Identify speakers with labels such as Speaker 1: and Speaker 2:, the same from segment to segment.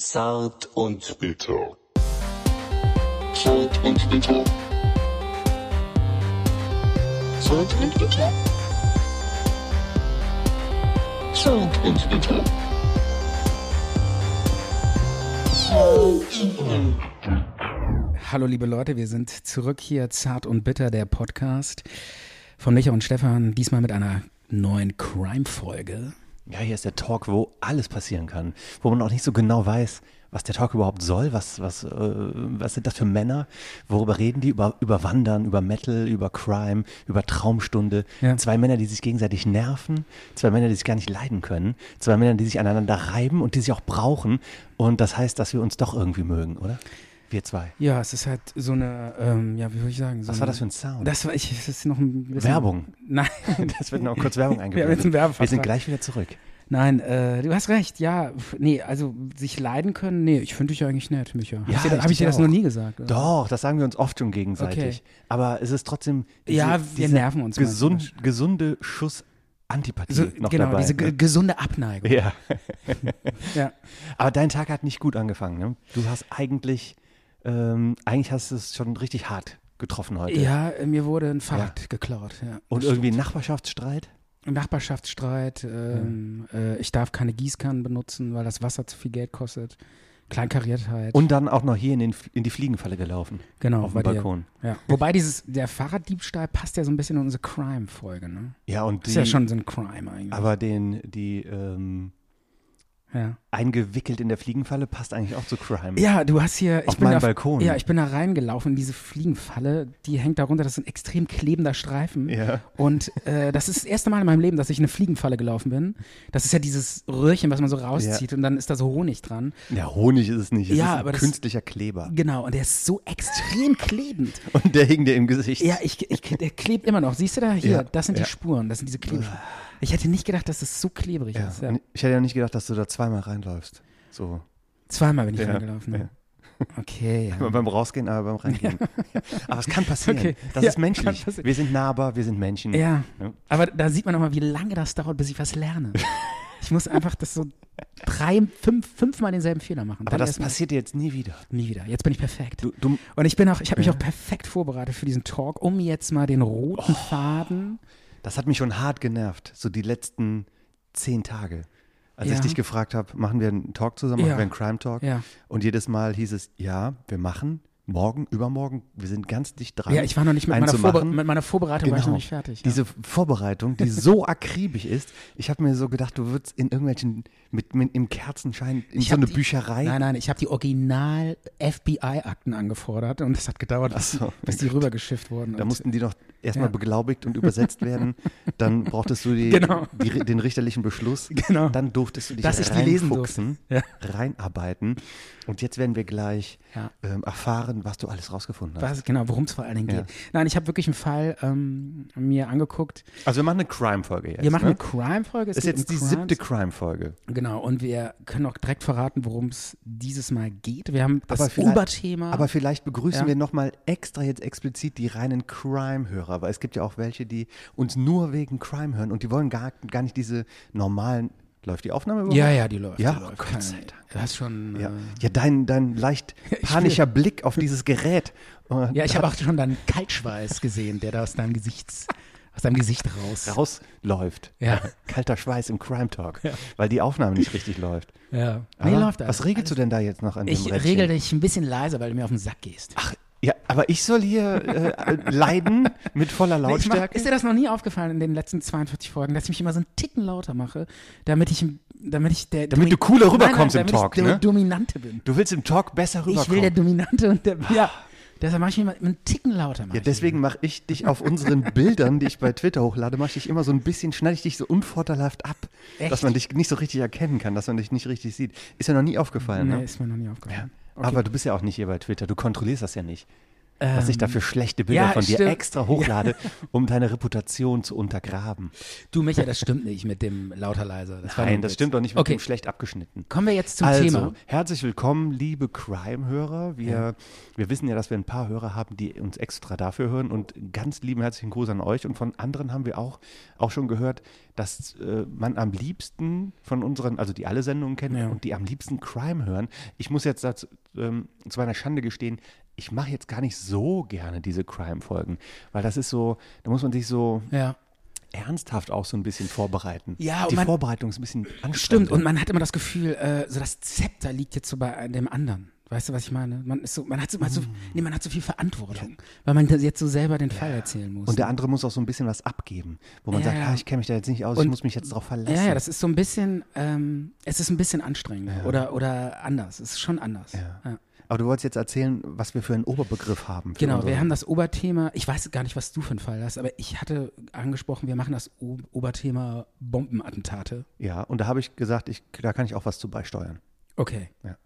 Speaker 1: Zart und bitter.
Speaker 2: Zart und bitter. Zart und bitter. Zart und bitter.
Speaker 3: Hallo liebe Leute, wir sind zurück hier, Zart und Bitter, der Podcast von Micha und Stefan, diesmal mit einer neuen Crime-Folge.
Speaker 4: Ja, hier ist der Talk, wo alles passieren kann, wo man auch nicht so genau weiß, was der Talk überhaupt soll, was, was, äh, was sind das für Männer, worüber reden die, über, über Wandern, über Metal, über Crime, über Traumstunde.
Speaker 3: Ja.
Speaker 4: Zwei Männer, die sich gegenseitig nerven, zwei Männer, die sich gar nicht leiden können, zwei Männer, die sich aneinander reiben und die sich auch brauchen. Und das heißt, dass wir uns doch irgendwie mögen, oder? Wir zwei.
Speaker 3: Ja, es ist halt so eine, ähm, ja, wie würde ich sagen? So
Speaker 4: Was
Speaker 3: eine,
Speaker 4: war das für ein Sound?
Speaker 3: Das war, ich, es ist noch ein bisschen,
Speaker 4: Werbung.
Speaker 3: Nein,
Speaker 4: Das wird noch kurz Werbung
Speaker 3: Wir haben jetzt einen
Speaker 4: eingeblendet.
Speaker 3: Werbevertrag.
Speaker 4: wir sind gleich wieder zurück.
Speaker 3: nein, äh, du hast recht, ja, pf, nee, also sich leiden können, nee, ich finde dich eigentlich nett, Micha. Hab
Speaker 4: Ja,
Speaker 3: ich dir,
Speaker 4: ich
Speaker 3: hab ich
Speaker 4: dich
Speaker 3: dir das
Speaker 4: auch.
Speaker 3: noch nie gesagt? oder?
Speaker 4: Doch, das sagen wir uns oft schon gegenseitig.
Speaker 3: Okay.
Speaker 4: Aber es ist trotzdem
Speaker 3: Ja, wir nerven uns
Speaker 4: Gesund, gesunde Schuss Antipathie
Speaker 3: So,
Speaker 4: noch
Speaker 3: genau,
Speaker 4: dabei.
Speaker 3: diese ge-
Speaker 4: ne?
Speaker 3: gesunde Abneigung.
Speaker 4: ja.
Speaker 3: Ja.
Speaker 4: Aber dein Tag hat nicht gut angefangen. Ne? Du hast eigentlich, ähm, eigentlich hast du es schon richtig hart getroffen heute.
Speaker 3: Ja, äh, mir wurde ein Fahrrad geklaut, ja.
Speaker 4: Und irgendwie ein Nachbarschaftsstreit.
Speaker 3: Nachbarschaftsstreit, ähm, äh, ich darf keine Gießkannen benutzen, weil das Wasser zu viel Geld kostet. Kleinkariertheit.
Speaker 4: Und dann auch noch hier in, den, in die Fliegenfalle gelaufen.
Speaker 3: genau,
Speaker 4: auf
Speaker 3: bei
Speaker 4: dem
Speaker 3: dir.
Speaker 4: Balkon.
Speaker 3: Ja. Wobei dieses, der Fahrraddiebstahl passt ja so ein bisschen in unsere Crime-Folge, ne?
Speaker 4: Ja, und die,
Speaker 3: Ist ja schon so ein Crime eigentlich.
Speaker 4: aber den, die ähm,
Speaker 3: ja.
Speaker 4: eingewickelt in der Fliegenfalle passt eigentlich auch zu Crime.
Speaker 3: ja, du hast hier. Ich
Speaker 4: Hm. Auf
Speaker 3: bin
Speaker 4: meinem
Speaker 3: da,
Speaker 4: Balkon.
Speaker 3: Ja, ich bin da reingelaufen in diese Fliegenfalle. Die hängt darunter. Das ist ein extrem klebender Streifen.
Speaker 4: Ja.
Speaker 3: Und äh, das ist das erste Mal in meinem Leben, dass ich in eine Fliegenfalle gelaufen bin. Das ist ja dieses Röhrchen, was man so rauszieht und dann ist da so Honig dran.
Speaker 4: Ja, Honig ist es nicht. Es
Speaker 3: Ja,
Speaker 4: ist ein
Speaker 3: aber das-
Speaker 4: künstlicher Kleber.
Speaker 3: Genau, und der ist so extrem klebend.
Speaker 4: Und der hing dir im Gesicht.
Speaker 3: Ja, ich, ich, der klebt immer noch. Siehst du da? Hier,
Speaker 4: Ja,
Speaker 3: das sind
Speaker 4: ja.
Speaker 3: die Spuren, das sind diese Klebespuren. Ich hätte nicht gedacht, dass das so klebrig
Speaker 4: Ja,
Speaker 3: ist. Ja.
Speaker 4: und Ich hätte ja nicht gedacht, dass du da zweimal reinläufst. So.
Speaker 3: Zweimal bin ich
Speaker 4: Ja,
Speaker 3: reingelaufen. ne? Okay. Ja.
Speaker 4: Beim Rausgehen, aber beim Reingehen. Ja. Aber es kann passieren.
Speaker 3: Okay.
Speaker 4: Das
Speaker 3: Ja,
Speaker 4: ist menschlich.
Speaker 3: kann passieren.
Speaker 4: Wir sind nahbar, wir sind Menschen.
Speaker 3: ja,
Speaker 4: Ne?
Speaker 3: aber da sieht man auch mal, wie lange das dauert, bis ich was lerne. Ich muss einfach das so drei, fünf, fünfmal denselben Fehler machen.
Speaker 4: Aber
Speaker 3: Dann
Speaker 4: das
Speaker 3: erst mal-
Speaker 4: passiert dir jetzt nie wieder.
Speaker 3: nie wieder. Jetzt bin ich perfekt.
Speaker 4: Du, du,
Speaker 3: Und ich bin auch, ich habe mich auch perfekt vorbereitet für diesen Talk, um jetzt mal den roten
Speaker 4: Oh.
Speaker 3: Faden.
Speaker 4: das hat mich schon hart genervt, so die letzten zehn Tage. Als
Speaker 3: Ja.
Speaker 4: ich dich gefragt habe, machen wir einen Talk zusammen, machen
Speaker 3: Ja.
Speaker 4: wir einen Crime Talk.
Speaker 3: Ja.
Speaker 4: Und jedes Mal hieß es, ja, wir machen, morgen, übermorgen, wir sind ganz dicht dran.
Speaker 3: Ja, ich war noch nicht mit,
Speaker 4: einen
Speaker 3: meiner,
Speaker 4: zu
Speaker 3: Vorbe
Speaker 4: machen. Genau.
Speaker 3: mit meiner Vorbereitung war ich noch nicht fertig.
Speaker 4: Diese Vorbereitung, die so akribisch ist, ich habe mir so gedacht, du würdest in irgendwelchen, mit, mit im Kerzenschein, in so
Speaker 3: hab
Speaker 4: eine
Speaker 3: die-
Speaker 4: Bücherei.
Speaker 3: Nein, nein, ich habe die Original-FBI-Akten angefordert und es hat gedauert, bis,
Speaker 4: so.
Speaker 3: bis die rübergeschifft wurden.
Speaker 4: Da
Speaker 3: Und-
Speaker 4: mussten die noch erstmal
Speaker 3: Ja.
Speaker 4: beglaubigt und übersetzt werden. Dann brauchtest du die,
Speaker 3: Genau.
Speaker 4: die, den richterlichen Beschluss.
Speaker 3: Genau.
Speaker 4: Dann durftest du dich
Speaker 3: Dass ich die lesen
Speaker 4: reinfuchsen,
Speaker 3: durfte.
Speaker 4: reinarbeiten. Und jetzt werden wir gleich
Speaker 3: Ja.
Speaker 4: ähm, erfahren, was du alles rausgefunden hast.
Speaker 3: was, genau, worum es vor allen Dingen
Speaker 4: Ja.
Speaker 3: geht. Nein, ich habe wirklich einen Fall ähm, mir angeguckt.
Speaker 4: Also wir machen eine Crime-Folge jetzt.
Speaker 3: Wir machen
Speaker 4: ne?
Speaker 3: eine Crime-Folge. es
Speaker 4: Das ist
Speaker 3: geht
Speaker 4: jetzt
Speaker 3: um
Speaker 4: die
Speaker 3: Crimes.
Speaker 4: siebte Crime-Folge.
Speaker 3: Genau, und wir können auch direkt verraten, worum es dieses Mal geht. Wir haben das
Speaker 4: vielleicht-
Speaker 3: Oberthema.
Speaker 4: Aber vielleicht begrüßen
Speaker 3: Ja.
Speaker 4: wir nochmal extra jetzt explizit die reinen Crime-Hörer, weil es gibt ja auch welche, die uns nur wegen Crime hören und die wollen gar, gar nicht diese normalen. Läuft die Aufnahme überhaupt?
Speaker 3: ja, ja, die läuft.
Speaker 4: Ja,
Speaker 3: die läuft.
Speaker 4: Gott sei
Speaker 3: Keine- Das ist schon.
Speaker 4: Ja,
Speaker 3: äh,
Speaker 4: ja dein, dein leicht panischer Blick auf dieses Gerät. äh,
Speaker 3: ja ich habe
Speaker 4: hat-
Speaker 3: auch schon deinen Kaltschweiß gesehen, der da aus deinem Gesichts, aus deinem Gesicht raus.
Speaker 4: rausläuft.
Speaker 3: Ja.
Speaker 4: Kalter Schweiß im Crime Talk, weil die Aufnahme nicht richtig läuft.
Speaker 3: Ja.
Speaker 4: Aber
Speaker 3: Nee, läuft alles.
Speaker 4: was regelst du denn da jetzt noch an dem
Speaker 3: Ich
Speaker 4: Rädchen?
Speaker 3: regel dich ein bisschen leiser, weil du mir auf den Sack gehst.
Speaker 4: Ach, ja, aber ich soll hier äh, leiden mit voller
Speaker 3: Nee, ich mach,
Speaker 4: Lautstärke.
Speaker 3: ist dir das noch nie aufgefallen in den letzten 42 Folgen, dass ich mich immer so einen Ticken lauter mache, damit ich, damit ich der,
Speaker 4: Damit
Speaker 3: Domi-
Speaker 4: du cooler rüberkommst
Speaker 3: nein, nein,
Speaker 4: im
Speaker 3: damit
Speaker 4: Talk,
Speaker 3: ich der
Speaker 4: ne?
Speaker 3: Dominante bin.
Speaker 4: du willst im Talk besser rüberkommen.
Speaker 3: Ich will der Dominante und der, ja. Deshalb mache ich mich immer einen Ticken lauter. mach
Speaker 4: Ja,
Speaker 3: ich
Speaker 4: deswegen mache ich dich auf unseren Bildern, die ich bei Twitter hochlade, mache ich dich immer so ein bisschen, schneide ich dich so unvorteilhaft ab,
Speaker 3: Echt?
Speaker 4: dass man dich nicht so richtig erkennen kann, dass man dich nicht richtig sieht. Ist ja noch nie aufgefallen,
Speaker 3: mich.
Speaker 4: ne?
Speaker 3: Nee, ist mir noch nie aufgefallen.
Speaker 4: Aber du bist ja auch nicht hier bei Twitter, du kontrollierst das ja nicht. dass ich dafür schlechte Bilder
Speaker 3: Ähm, ja,
Speaker 4: von dir
Speaker 3: stimmt.
Speaker 4: extra hochlade, um deine Reputation zu untergraben.
Speaker 3: Du, Micha, das stimmt nicht mit dem lauter leiser. Das war nur
Speaker 4: Nein,
Speaker 3: ein
Speaker 4: das
Speaker 3: Witz.
Speaker 4: stimmt doch nicht mit
Speaker 3: Okay,
Speaker 4: dem schlecht abgeschnitten.
Speaker 3: kommen wir jetzt zum
Speaker 4: also,
Speaker 3: Thema.
Speaker 4: herzlich willkommen, liebe Crime-Hörer. Wir, wir wissen ja, dass wir ein paar Hörer haben, die uns extra dafür hören. Und ganz lieben herzlichen Gruß an euch. Und von anderen haben wir auch, auch schon gehört, dass äh, man am liebsten von unseren, also die alle Sendungen kennen
Speaker 3: Ja.
Speaker 4: und die am liebsten Crime hören. Ich muss jetzt dazu, ähm, zu meiner Schande gestehen, ich mache jetzt gar nicht so gerne diese Crime-Folgen, weil das ist so, da muss man sich so
Speaker 3: Ja.
Speaker 4: ernsthaft auch so ein bisschen vorbereiten.
Speaker 3: Ja, und
Speaker 4: die
Speaker 3: man-
Speaker 4: Vorbereitung ist ein bisschen anstrengend.
Speaker 3: Stimmt, und man hat immer das Gefühl, äh, so das Zepter liegt jetzt so bei dem anderen. Weißt du, was ich meine? Man ist so, man hat so, man hat so,
Speaker 4: Ah.
Speaker 3: nee, man hat so viel Verantwortung, weil man das jetzt so selber den Fall erzählen muss.
Speaker 4: Und der andere muss auch so ein bisschen was abgeben, wo man
Speaker 3: Ja,
Speaker 4: sagt,
Speaker 3: ja.
Speaker 4: ah, ich kenne mich da jetzt nicht aus,
Speaker 3: Und-
Speaker 4: ich muss mich jetzt drauf verlassen.
Speaker 3: ja, ja, das ist so ein bisschen, ähm, es ist ein bisschen anstrengend oder, oder anders. Es ist schon anders.
Speaker 4: Ja.
Speaker 3: Ja.
Speaker 4: Aber du wolltest jetzt erzählen, was wir für einen Oberbegriff haben. Für
Speaker 3: Genau,
Speaker 4: unsere-
Speaker 3: wir haben das Oberthema, ich weiß gar nicht, was du für einen Fall hast, aber ich hatte angesprochen, wir machen das o Oberthema Bombenattentate.
Speaker 4: Ja, und da habe ich gesagt, ich, da kann ich auch was zu beisteuern.
Speaker 3: Okay.
Speaker 4: Ja.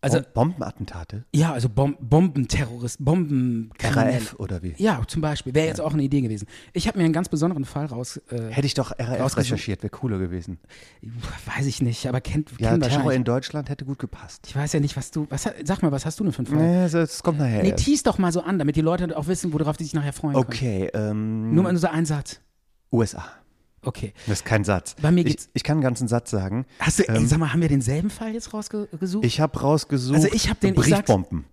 Speaker 3: Also,
Speaker 4: Bom Bombenattentate?
Speaker 3: ja, also Bom Bombenterrorist, Bombenkriminelle.
Speaker 4: RAF oder wie?
Speaker 3: Ja, zum Beispiel. Wäre jetzt auch eine Idee gewesen. Ich habe mir einen ganz besonderen Fall raus, äh,
Speaker 4: Hätte ich doch RAF
Speaker 3: Rausgesucht.
Speaker 4: recherchiert, wäre cooler gewesen.
Speaker 3: weiß ich nicht, aber kennt,
Speaker 4: Ja,
Speaker 3: kennt
Speaker 4: Terror
Speaker 3: wahrscheinlich.
Speaker 4: in Deutschland hätte gut gepasst.
Speaker 3: Ich weiß ja nicht, was du, was, sag mal, was hast du denn für einen Fall?
Speaker 4: Nee, das, das kommt nachher.
Speaker 3: Nee,
Speaker 4: erst.
Speaker 3: tease doch mal so an, damit die Leute auch wissen, worauf die sich nachher freuen können.
Speaker 4: okay, ähm,
Speaker 3: Nur mal nur so ein Satz.
Speaker 4: USA.
Speaker 3: Okay.
Speaker 4: Das ist kein Satz.
Speaker 3: Bei mir
Speaker 4: ich,
Speaker 3: geht's-
Speaker 4: ich kann einen ganzen Satz sagen.
Speaker 3: Hast du, ey,
Speaker 4: Ähm,
Speaker 3: sag mal, haben wir denselben Fall jetzt rausgesucht?
Speaker 4: Ich habe rausgesucht
Speaker 3: Also ich hab den- ich sag's-
Speaker 4: Briefbomben.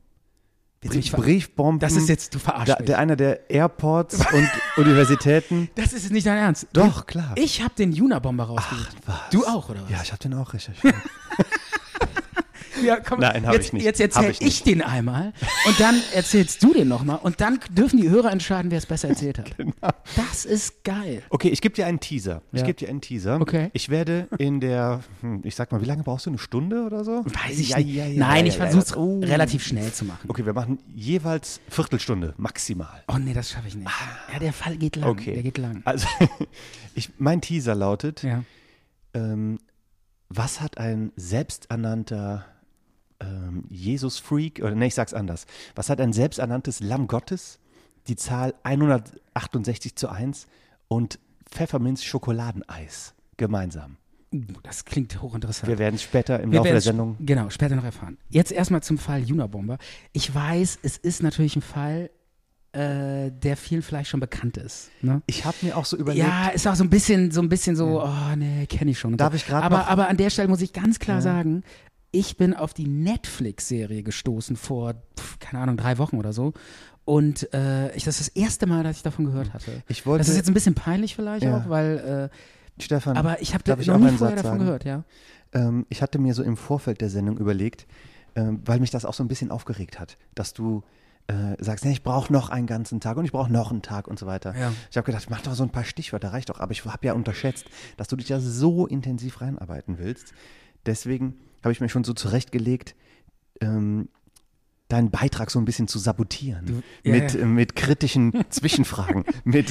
Speaker 3: Jetzt mich ver-
Speaker 4: Briefbomben.
Speaker 3: Das ist jetzt, du verarschst
Speaker 4: hm. Da,
Speaker 3: mich.
Speaker 4: der einer der Airports und Universitäten.
Speaker 3: das ist nicht dein Ernst.
Speaker 4: Doch, klar.
Speaker 3: Ich habe den Juna-Bomber rausgesucht. Du auch, oder was?
Speaker 4: Ja, ich habe den auch recherchiert.
Speaker 3: Ja, komm,
Speaker 4: Nein, hab
Speaker 3: jetzt,
Speaker 4: ich nicht.
Speaker 3: Jetzt
Speaker 4: Hab
Speaker 3: erzähl ich,
Speaker 4: ich nicht.
Speaker 3: den einmal und dann erzählst du den nochmal und dann dürfen die Hörer entscheiden, wer es besser erzählt hat.
Speaker 4: Genau.
Speaker 3: Das ist geil.
Speaker 4: Okay, ich gebe dir einen Teaser. Ich
Speaker 3: Ja.
Speaker 4: gebe dir einen Teaser.
Speaker 3: Okay.
Speaker 4: Ich werde in der, hm, ich sag mal, wie lange brauchst du? Eine Stunde oder so?
Speaker 3: Weiß ich
Speaker 4: ja,
Speaker 3: nicht.
Speaker 4: Ja, ja,
Speaker 3: Nein,
Speaker 4: ja,
Speaker 3: ich
Speaker 4: ja,
Speaker 3: versuche es
Speaker 4: ja. Oh.
Speaker 3: relativ schnell zu machen.
Speaker 4: Okay, wir machen jeweils Viertelstunde maximal.
Speaker 3: Oh nee, das schaffe ich nicht. Ja, der Fall geht lang.
Speaker 4: Ah. Okay.
Speaker 3: Der geht lang.
Speaker 4: Also, ich, mein Teaser lautet,
Speaker 3: Ja.
Speaker 4: ähm, was hat ein selbsternannter ähm, Jesus-Freak, oder nee, ich sag's anders, was hat ein selbsternanntes Lamm Gottes, die Zahl 168 zu 1 und Pfefferminz-Schokoladeneis gemeinsam?
Speaker 3: Uh, das klingt hochinteressant.
Speaker 4: Wir werden es später im
Speaker 3: Wir
Speaker 4: Laufe der
Speaker 3: werden's
Speaker 4: Sendung.
Speaker 3: sp- Genau, später noch erfahren. Jetzt erstmal zum Fall Junabomber. Ich weiß, es ist natürlich ein Fall, äh, der vielen vielleicht schon bekannt ist. Ne?
Speaker 4: Ich habe mir auch so überlegt,
Speaker 3: Ja, ist auch so ein bisschen, so ein bisschen so, oh nee, kenne ich schon. und
Speaker 4: Darf
Speaker 3: so.
Speaker 4: ich grad
Speaker 3: aber,
Speaker 4: noch-
Speaker 3: aber an der Stelle muss ich ganz klar sagen, ich bin auf die Netflix-Serie gestoßen vor, pf, keine Ahnung, drei Wochen oder so. Und äh, ich, das ist das erste Mal, dass ich davon gehört hatte.
Speaker 4: Ich wollte-
Speaker 3: das ist jetzt ein bisschen peinlich vielleicht
Speaker 4: Ja.
Speaker 3: auch, weil, äh,
Speaker 4: Stefan,
Speaker 3: aber ich habe
Speaker 4: darf
Speaker 3: noch
Speaker 4: ich
Speaker 3: nie
Speaker 4: auch
Speaker 3: vorher
Speaker 4: einen Satz
Speaker 3: davon
Speaker 4: sagen?
Speaker 3: gehört, ja.
Speaker 4: ähm, ich hatte mir so im Vorfeld der Sendung überlegt, ähm, weil mich das auch so ein bisschen aufgeregt hat, dass du äh, sagst, nee, ich brauche noch einen ganzen Tag und ich brauche noch einen Tag und so weiter.
Speaker 3: Ja.
Speaker 4: Ich habe gedacht, mach doch so ein paar Stichwörter, reicht doch. Aber ich habe ja unterschätzt, dass du dich da so intensiv reinarbeiten willst. Deswegen habe ich mir schon so zurechtgelegt, ähm, deinen Beitrag so ein bisschen zu sabotieren.
Speaker 3: ja,
Speaker 4: mit,
Speaker 3: ja.
Speaker 4: äh, mit kritischen Zwischenfragen. mit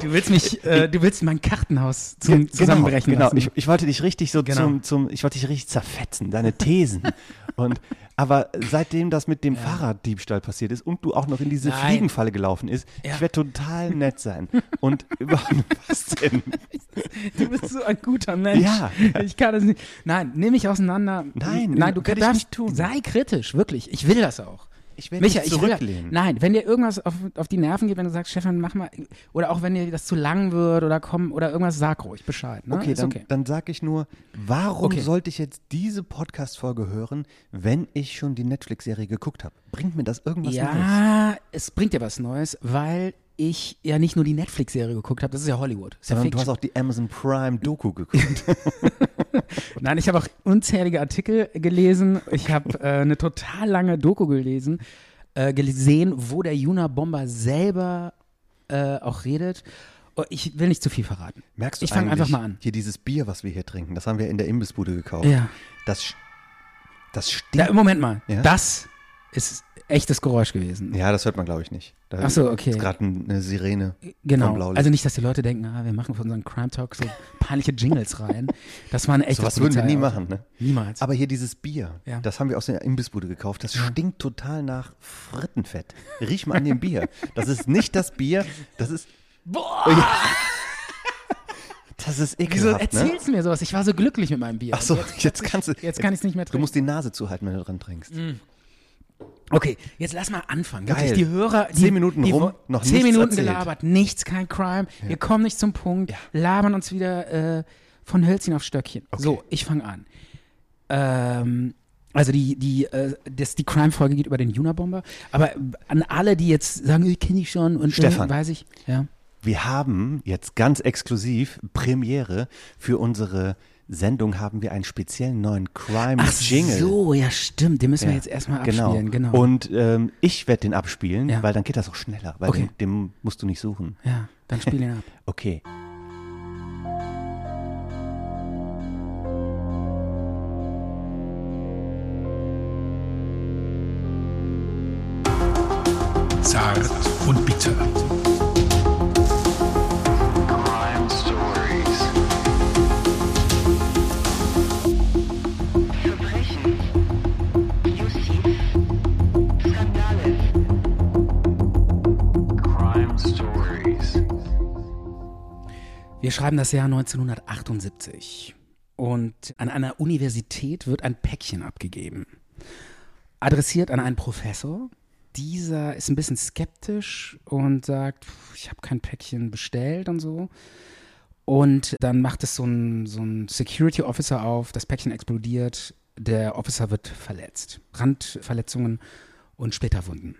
Speaker 3: Du willst mich, äh, du willst mein Kartenhaus zum, zusammenbrechen
Speaker 4: genau,
Speaker 3: lassen.
Speaker 4: Genau, ich, ich wollte dich richtig so
Speaker 3: Genau.
Speaker 4: zum, zum, ich wollte dich richtig zerfetzen, deine Thesen. und, aber seitdem das mit dem Fahrraddiebstahl passiert ist und du auch noch in diese
Speaker 3: Nein.
Speaker 4: Fliegenfalle gelaufen ist,
Speaker 3: Ja.
Speaker 4: ich werde total nett sein. und überhaupt, was denn?
Speaker 3: Du bist so ein guter Mensch.
Speaker 4: Ja.
Speaker 3: Ich kann das nicht. Nein, nimm mich auseinander.
Speaker 4: Nein,
Speaker 3: nein, du
Speaker 4: werd ich
Speaker 3: darfst
Speaker 4: nicht tun.
Speaker 3: Sei kritisch, wirklich. Ich will das auch.
Speaker 4: Ich werd
Speaker 3: Micha,
Speaker 4: nicht
Speaker 3: ich will-
Speaker 4: zurücklehnen.
Speaker 3: Nein, wenn dir irgendwas auf, auf die Nerven geht, wenn du sagst, Stefan, mach mal, oder auch wenn dir das zu lang wird oder komm, oder irgendwas, sag ruhig Bescheid. Ne?
Speaker 4: Okay,
Speaker 3: Ist
Speaker 4: dann,
Speaker 3: okay.
Speaker 4: dann sage ich nur, warum
Speaker 3: Okay.
Speaker 4: sollte ich jetzt diese Podcast-Folge hören, wenn ich schon die Netflix-Serie geguckt habe? Bringt mir das irgendwas Neues?
Speaker 3: ja, es bringt dir was Neues, weil ich ja nicht nur die Netflix-Serie geguckt habe, das ist ja Hollywood. Das ist ja
Speaker 4: Sondern du
Speaker 3: Fiction.
Speaker 4: hast auch die Amazon Prime Doku geguckt.
Speaker 3: Nein, ich habe auch unzählige Artikel gelesen. Ich habe äh, eine total lange Doku gelesen, äh, gesehen, wo der Juna Bomber selber äh, auch redet. Oh, Ich will nicht zu viel verraten.
Speaker 4: Merkst du
Speaker 3: Ich fang
Speaker 4: eigentlich
Speaker 3: einfach mal an.
Speaker 4: Hier dieses Bier, was wir hier trinken, das haben wir in der Imbissbude gekauft.
Speaker 3: Ja.
Speaker 4: Das, sch- das stinkt.
Speaker 3: Da, Moment mal.
Speaker 4: Ja?
Speaker 3: Das ist echtes Geräusch gewesen.
Speaker 4: Ja, das hört man, glaube ich, nicht. Da
Speaker 3: Ach so, okay.
Speaker 4: Ist gerade eine Sirene. vom
Speaker 3: Genau.
Speaker 4: Blaulicht.
Speaker 3: Also nicht, dass die Leute denken, ah, wir machen für unseren Crime Talk so peinliche Jingles rein. Das war ein echtes
Speaker 4: Sowas würden wir nie
Speaker 3: Polizeiauto.
Speaker 4: machen, ne?
Speaker 3: Niemals.
Speaker 4: Aber hier dieses Bier,
Speaker 3: Ja.
Speaker 4: das haben wir aus der Imbissbude gekauft. Das stinkt total nach Frittenfett. Riech mal an dem Bier. Das ist nicht das Bier, das ist. Boah! Das ist
Speaker 3: Wieso
Speaker 4: ekelhaft, ne?
Speaker 3: erzählst du mir sowas? Ich war so glücklich mit meinem Bier.
Speaker 4: Ach so,
Speaker 3: Und
Speaker 4: jetzt, kannst du.
Speaker 3: jetzt kann ich's nicht mehr
Speaker 4: Du
Speaker 3: trinken. Mhm.
Speaker 4: musst die Nase zuhalten, wenn du dran trinkst.
Speaker 3: Okay, jetzt lass mal anfangen.
Speaker 4: Geil.
Speaker 3: Wirklich, die Hörer. Die,
Speaker 4: Zehn Minuten
Speaker 3: die,
Speaker 4: rum,
Speaker 3: wo-
Speaker 4: noch
Speaker 3: Zehn
Speaker 4: nichts
Speaker 3: Minuten
Speaker 4: erzählt.
Speaker 3: gelabert, nichts, kein Crime. Wir kommen nicht zum Punkt, labern uns wieder äh, von Hölzchen auf Stöckchen. So, ich fange an. Ähm, also die, die, äh, das, die Crime-Folge geht über den Junabomber. Aber an alle, die jetzt sagen, ich kenne ich schon und äh,
Speaker 4: Stefan.
Speaker 3: weiß ich. Ja.
Speaker 4: Wir haben jetzt ganz exklusiv Premiere für unsere Sendung haben wir einen speziellen neuen Crime
Speaker 3: Ach
Speaker 4: Jingle.
Speaker 3: so, ja stimmt. Den müssen
Speaker 4: Ja,
Speaker 3: wir jetzt erstmal abspielen. Genau.
Speaker 4: Und ähm, ich werde den abspielen,
Speaker 3: Ja.
Speaker 4: weil dann geht das auch schneller, weil
Speaker 3: Okay.
Speaker 4: den, den musst du nicht suchen.
Speaker 3: ja, dann spiel ihn ab.
Speaker 4: Okay.
Speaker 5: Zart und bitter.
Speaker 6: Crime Stories.
Speaker 7: Verbrechen. Justiz. Skandale.
Speaker 6: Crime Stories.
Speaker 3: Wir schreiben das Jahr 1978 und an einer Universität wird ein Päckchen abgegeben. Adressiert an einen Professor. Dieser ist ein bisschen skeptisch und sagt, "Pff, ich habe kein Päckchen bestellt und so. Und dann macht es so ein, so ein Security Officer auf, das Päckchen explodiert, der Officer wird verletzt. Randverletzungen und Splitterwunden.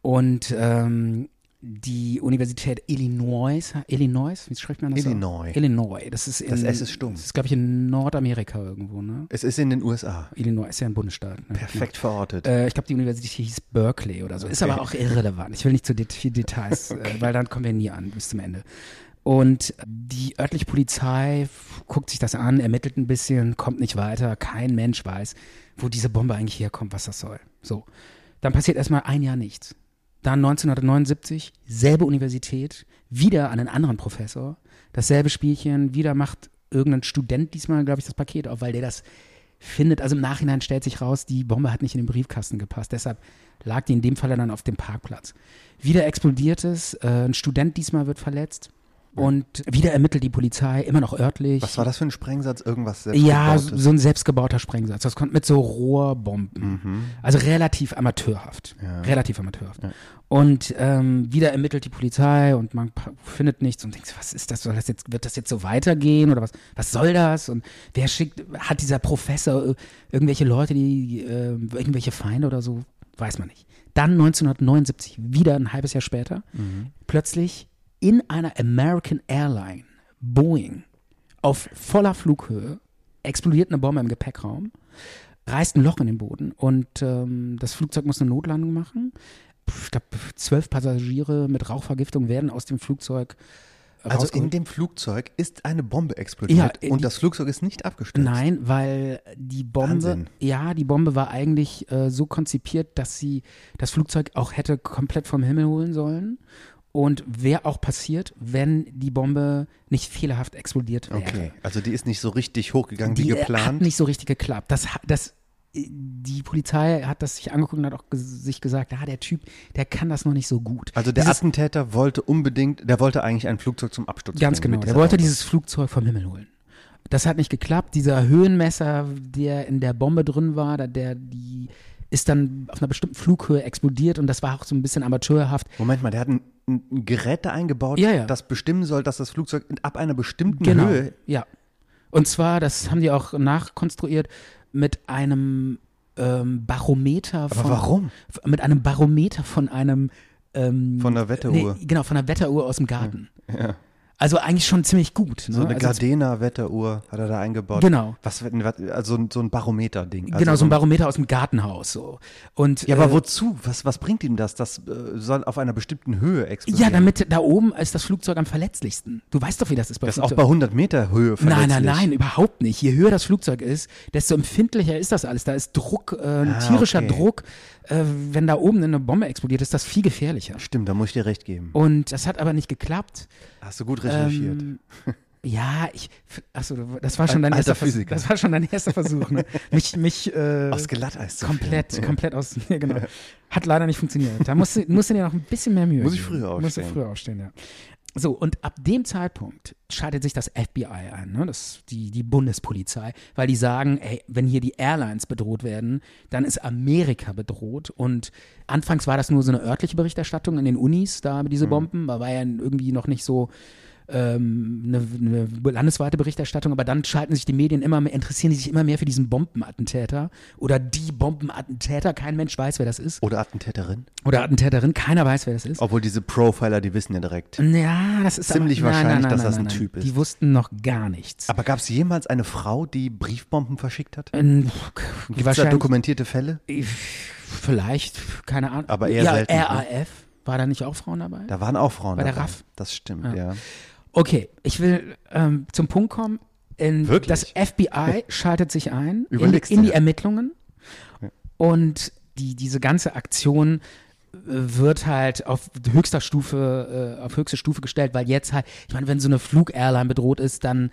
Speaker 3: Und ähm, die Universität Illinois, Illinois, wie schreibt man das?
Speaker 4: Illinois.
Speaker 3: Aus? Illinois. Das ist in,
Speaker 4: Das S ist stumm.
Speaker 3: Das ist, glaube ich, in Nordamerika irgendwo, ne?
Speaker 4: Es ist in den USA.
Speaker 3: Illinois ist ja ein Bundesstaat. Ne?
Speaker 4: Perfekt verortet.
Speaker 3: Äh, ich glaube, die Universität hieß Berkeley oder so. Ist aber auch irrelevant. Ich will nicht zu det viel Details, äh, weil dann kommen wir nie an bis zum Ende. Und die örtliche Polizei f- guckt sich das an, ermittelt ein bisschen, kommt nicht weiter. Kein Mensch weiß, wo diese Bombe eigentlich herkommt, was das soll. So. Dann passiert erstmal ein Jahr nichts. Dann 1979, selbe Universität, wieder an einen anderen Professor, dasselbe Spielchen, wieder macht irgendein Student diesmal, glaube ich, das Paket auf, weil der das findet. Also im Nachhinein stellt sich raus, die Bombe hat nicht in den Briefkasten gepasst, deshalb lag die in dem Falle dann auf dem Parkplatz. Wieder explodiert es, äh, ein Student diesmal wird verletzt und wieder ermittelt die Polizei, immer noch örtlich.
Speaker 4: Was war das für ein Sprengsatz? Irgendwas
Speaker 3: Ja,
Speaker 4: selbstgebautes?
Speaker 3: so so ein selbstgebauter Sprengsatz. Das kommt mit so Rohrbomben. Also relativ amateurhaft. Relativ amateurhaft. Und ähm, wieder ermittelt die Polizei und man pa- findet nichts und denkt, was ist das? Soll das jetzt, wird das jetzt so weitergehen oder was, was soll das? Und wer schickt, hat dieser Professor äh, irgendwelche Leute, die äh, irgendwelche Feinde oder so? Weiß man nicht. Dann 1979, wieder ein halbes Jahr später, plötzlich in einer American Airline, Boeing, auf voller Flughöhe explodiert eine Bombe im Gepäckraum, reißt ein Loch in den Boden und ähm, das Flugzeug muss eine Notlandung machen. Ich glaube, zwölf Passagiere mit Rauchvergiftung werden aus dem Flugzeug
Speaker 4: also in
Speaker 3: rausgeholt.
Speaker 4: dem Flugzeug ist eine Bombe explodiert
Speaker 3: Ja, äh,
Speaker 4: und
Speaker 3: die-
Speaker 4: das Flugzeug ist nicht abgestürzt.
Speaker 3: Nein, weil die Bombe,
Speaker 4: Wahnsinn.
Speaker 3: ja, die Bombe war eigentlich äh, so konzipiert, dass sie das Flugzeug auch hätte komplett vom Himmel holen sollen. Und wäre auch passiert, wenn die Bombe nicht fehlerhaft explodiert wäre.
Speaker 4: Okay, also die ist nicht so richtig hochgegangen wie
Speaker 3: die äh,
Speaker 4: geplant.
Speaker 3: hat nicht so richtig geklappt. Das, ha- das, äh, die Polizei hat das sich angeguckt und hat auch ges- sich gesagt, ah, der Typ, der kann das noch nicht so gut.
Speaker 4: also der
Speaker 3: Dieses-
Speaker 4: Attentäter wollte unbedingt, der wollte eigentlich ein Flugzeug zum Absturz
Speaker 3: Ganz
Speaker 4: bringen
Speaker 3: genau.
Speaker 4: mit
Speaker 3: Der
Speaker 4: dieser
Speaker 3: wollte
Speaker 4: Bombe.
Speaker 3: dieses Flugzeug vom Himmel holen. Das hat nicht geklappt. Dieser Höhenmesser, der in der Bombe drin war, da- der die ist dann auf einer bestimmten Flughöhe explodiert und das war auch so ein bisschen amateurhaft.
Speaker 4: Moment mal, der hat ein, ein Gerät da eingebaut,
Speaker 3: Ja, Genau. ja.
Speaker 4: das bestimmen soll, dass das Flugzeug ab einer bestimmten Höhe
Speaker 3: Ja. Und zwar, das haben die auch nachkonstruiert mit einem ähm, Barometer von.
Speaker 4: warum?
Speaker 3: f- Mit einem Barometer von einem. Ähm,
Speaker 4: von der Wetteruhr.
Speaker 3: Nee, genau, von einer Wetteruhr aus dem Garten. Also eigentlich schon ziemlich gut. Ne?
Speaker 4: So eine
Speaker 3: also,
Speaker 4: Gardena-Wetteruhr hat er da eingebaut.
Speaker 3: Genau.
Speaker 4: Was, was- also so ein Barometer-Ding. Also
Speaker 3: genau, so ein Barometer aus dem Gartenhaus. So. Und,
Speaker 4: Ja, aber
Speaker 3: äh,
Speaker 4: wozu? Was, was bringt ihm das? Das äh, soll auf einer bestimmten Höhe explodieren.
Speaker 3: Ja, damit da oben ist das Flugzeug am verletzlichsten. Du weißt doch, wie das ist bei
Speaker 4: Das ist auch
Speaker 3: Flugzeugen.
Speaker 4: bei 100 Meter Höhe
Speaker 3: Nein,
Speaker 4: verletzlich.
Speaker 3: nein, nein, überhaupt nicht. Je höher das Flugzeug ist, desto empfindlicher ist das alles. Da ist Druck, äh, ein
Speaker 4: Ah,
Speaker 3: tierischer
Speaker 4: okay.
Speaker 3: Druck. Äh, wenn da oben eine Bombe explodiert, ist das viel gefährlicher.
Speaker 4: Stimmt, da muss ich dir recht geben.
Speaker 3: Und das hat aber nicht geklappt.
Speaker 4: Hast du gut recherchiert.
Speaker 3: Oh, Ähm, ja, ich. Achso, das war schon dein
Speaker 4: Alter
Speaker 3: erster Versuch.
Speaker 4: Physiker.
Speaker 3: Das war schon dein erster Versuch. Ne? Mich, mich. Äh,
Speaker 4: Aufs Glatteis zu
Speaker 3: komplett,
Speaker 4: führen.
Speaker 3: komplett aus. Ja, genau. Hat leider nicht funktioniert. Da musst du, musst du dir noch ein bisschen mehr Mühe.
Speaker 4: Muss ich
Speaker 3: geben.
Speaker 4: früher
Speaker 3: Musst du
Speaker 4: aufstehen.
Speaker 3: früher aufstehen, ja. So, und ab dem Zeitpunkt schaltet sich das FBI ein, ne? das, die, die Bundespolizei, weil die sagen, ey, wenn hier die Airlines bedroht werden, dann ist Amerika bedroht. Und anfangs war das nur so eine örtliche Berichterstattung in den Unis, da
Speaker 4: Mhm.
Speaker 3: diese Bomben, da war ja irgendwie noch nicht so eine, eine landesweite Berichterstattung, aber dann schalten sich die Medien immer mehr, interessieren die sich immer mehr für diesen Bombenattentäter oder die Bombenattentäter. Kein Mensch weiß, wer das ist.
Speaker 4: Oder Attentäterin.
Speaker 3: Oder Attentäterin, keiner weiß, wer das ist.
Speaker 4: Obwohl diese Profiler, die wissen ja direkt.
Speaker 3: Ja, das ist
Speaker 4: Ziemlich
Speaker 3: aber,
Speaker 4: wahrscheinlich, dass das ein Typ ist.
Speaker 3: Die wussten noch gar nichts.
Speaker 4: Aber gab es jemals eine Frau, die Briefbomben verschickt hat?
Speaker 3: Ähm,
Speaker 4: Gibt es da
Speaker 3: wahrscheinlich,
Speaker 4: dokumentierte Fälle?
Speaker 3: vielleicht, keine Ahnung.
Speaker 4: Aber eher
Speaker 3: ja,
Speaker 4: selten, ne?
Speaker 3: RAF, war da nicht auch Frauen dabei?
Speaker 4: Da waren auch Frauen
Speaker 3: Bei der
Speaker 4: dabei.
Speaker 3: RAF.
Speaker 4: Das stimmt, ja.
Speaker 3: Okay, ich will ähm, zum Punkt kommen. In
Speaker 4: Wirklich?
Speaker 3: Das FBI schaltet sich ein in,
Speaker 4: Überlegst
Speaker 3: in
Speaker 4: du
Speaker 3: die
Speaker 4: ja.
Speaker 3: Ermittlungen und die, diese ganze Aktion äh, wird halt auf höchster Stufe, äh, auf höchste Stufe gestellt, weil jetzt halt, ich meine, wenn so eine Flug-Airline bedroht ist, dann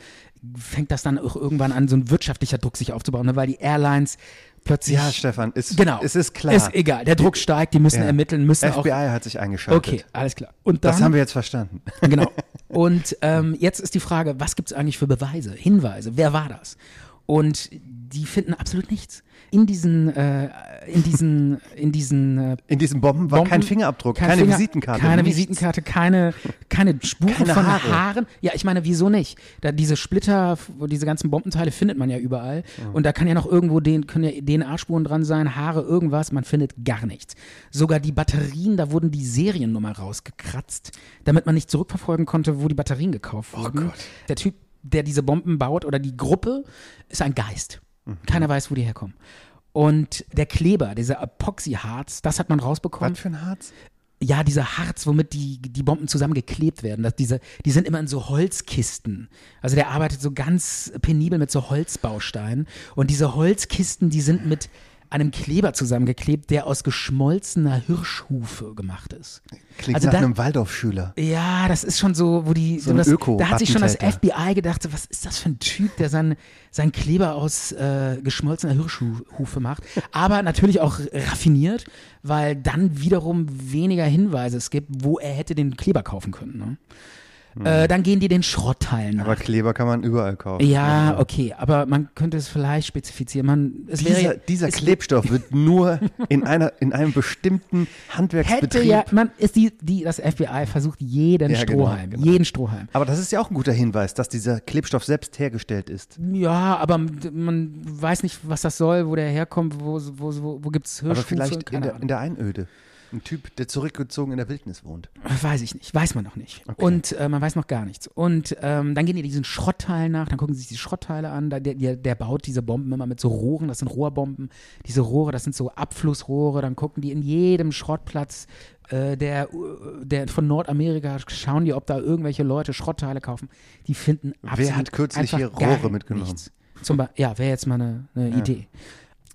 Speaker 3: fängt das dann auch irgendwann an, so ein wirtschaftlicher Druck sich aufzubauen, ne? weil die Airlines plötzlich.
Speaker 4: Ja, Stefan, ist,
Speaker 3: genau.
Speaker 4: es ist klar.
Speaker 3: Ist egal, der Druck steigt, die müssen
Speaker 4: Ja.
Speaker 3: ermitteln, müssen
Speaker 4: FBI
Speaker 3: auch.
Speaker 4: hat sich eingeschaltet.
Speaker 3: Okay, alles klar. Und dann,
Speaker 4: Das haben wir jetzt verstanden.
Speaker 3: Genau. Und ähm, jetzt ist die Frage, was gibt es eigentlich für Beweise, Hinweise? Wer war das? Und die finden absolut nichts. In diesen, äh, in diesen, in diesen äh,
Speaker 4: In diesen Bomben war
Speaker 3: Bomben,
Speaker 4: kein Fingerabdruck,
Speaker 3: kein
Speaker 4: keine
Speaker 3: Finger-
Speaker 4: Visitenkarte.
Speaker 3: Keine
Speaker 4: nichts.
Speaker 3: Visitenkarte, keine, keine Spuren
Speaker 4: Keine
Speaker 3: von
Speaker 4: Haare.
Speaker 3: Haaren. Ja, ich meine, wieso nicht? Da diese Splitter, diese ganzen Bombenteile findet man ja überall. Und da kann ja noch irgendwo den, können ja DNA-Spuren dran sein, Haare, irgendwas. Man findet gar nichts. Sogar die Batterien, da wurden die Seriennummer rausgekratzt, damit man nicht zurückverfolgen konnte, wo die Batterien gekauft wurden.
Speaker 4: Oh Gott.
Speaker 3: Der Typ, der diese Bomben baut oder die Gruppe, ist ein Geist.
Speaker 4: Mhm.
Speaker 3: Keiner weiß, wo die herkommen. Und der Kleber, dieser Epoxy-Harz, das hat man rausbekommen
Speaker 4: Was für ein Harz?
Speaker 3: ja, dieser Harz, womit die, die Bomben zusammengeklebt werden, dass diese, die sind immer in so Holzkisten. Also der arbeitet so ganz penibel mit so Holzbausteinen. Und diese Holzkisten, die sind mit einem Kleber zusammengeklebt, der aus geschmolzener Hirschhufe gemacht ist.
Speaker 4: Klingt
Speaker 3: Also
Speaker 4: nach
Speaker 3: da-
Speaker 4: einem Waldorfschüler.
Speaker 3: Ja, das ist schon so, wo die.
Speaker 4: ein
Speaker 3: das,
Speaker 4: Öko-
Speaker 3: da hat sich schon das
Speaker 4: Attentäter.
Speaker 3: FBI gedacht, so, was ist das für ein Typ, der seinen sein Kleber aus äh, geschmolzener Hirschhufe macht. Aber natürlich auch raffiniert, weil dann wiederum weniger Hinweise es gibt, wo er hätte den Kleber kaufen können. Ne? Äh, dann gehen die den Schrottteilen nach.
Speaker 4: Mhm. Aber Kleber kann man überall kaufen.
Speaker 3: Ja, okay, aber man könnte es vielleicht spezifizieren. Man, es
Speaker 4: Dieser,
Speaker 3: wäre,
Speaker 4: dieser
Speaker 3: es
Speaker 4: Klebstoff wird nur in, einer, in einem bestimmten
Speaker 3: hätte
Speaker 4: Handwerksbetrieb.
Speaker 3: ja, man ist die, die, das FBI versucht jeden
Speaker 4: Ja, genau,
Speaker 3: Strohhalm,
Speaker 4: genau.
Speaker 3: jeden Strohhalm.
Speaker 4: Aber das ist ja auch ein guter Hinweis, dass dieser Klebstoff selbst hergestellt ist.
Speaker 3: Ja, aber man weiß nicht, was das soll, wo der herkommt, wo, wo, wo, wo gibt es
Speaker 4: Aber
Speaker 3: Hirschhufe,
Speaker 4: vielleicht in
Speaker 3: keine
Speaker 4: der, in
Speaker 3: Ahnung.
Speaker 4: der Einöde. Ein Typ, der zurückgezogen in der Wildnis wohnt.
Speaker 3: Weiß ich nicht, weiß man noch nicht. Und äh, man weiß noch gar nichts. Und ähm, dann gehen die diesen Schrottteilen nach, dann gucken sie sich die Schrottteile an. Da, der, der, der baut diese Bomben immer mit so Rohren, das sind Rohrbomben. Diese Rohre, das sind so Abflussrohre. Dann gucken die in jedem Schrottplatz äh, der, der von Nordamerika, schauen die, ob da irgendwelche Leute Schrottteile kaufen. Die finden absolut
Speaker 4: hat kürzlich
Speaker 3: einfach
Speaker 4: hier
Speaker 3: gar
Speaker 4: Rohre mitgenommen?
Speaker 3: Nichts. Zum Beispiel, ja, wäre jetzt mal eine, eine Idee.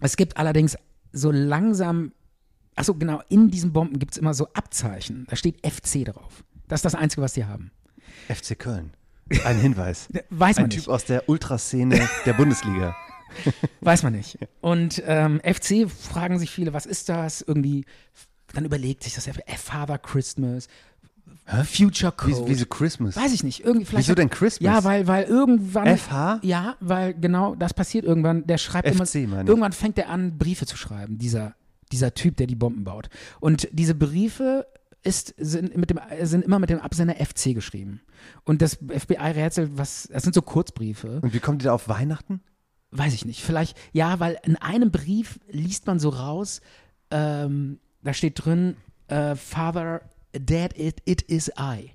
Speaker 3: Es gibt allerdings so langsam Achso, genau, in diesen Bomben gibt es immer so Abzeichen. Da steht FC drauf. Das ist das Einzige, was die haben.
Speaker 4: FC Köln. Ein Hinweis.
Speaker 3: Weiß man
Speaker 4: Ein
Speaker 3: nicht.
Speaker 4: Typ aus der Ultraszene der Bundesliga.
Speaker 3: Weiß man nicht. Und ähm, FC fragen sich viele, was ist das? Irgendwie, dann überlegt sich das äh, Father Christmas, Future Code.
Speaker 4: Wie, wie so Christmas.
Speaker 3: Weiß ich nicht. Irgendwie vielleicht
Speaker 4: Wieso denn Christmas?
Speaker 3: Ja, weil, weil irgendwann.
Speaker 4: FH?
Speaker 3: Ja, weil genau das passiert irgendwann. Der schreibt immer.
Speaker 4: FC meine ich.
Speaker 3: Irgendwann fängt er an, Briefe zu schreiben, dieser, dieser Typ, der die Bomben baut. Und diese Briefe ist, sind, mit dem, sind immer mit dem Absender FC geschrieben. Und das FBI-Rätsel, was, das sind so Kurzbriefe.
Speaker 4: Und wie kommt ihr da auf Weihnachten?
Speaker 3: Weiß ich nicht. Vielleicht, ja, weil in einem Brief liest man so raus, ähm, da steht drin, äh, Father, Dad, it, it is I.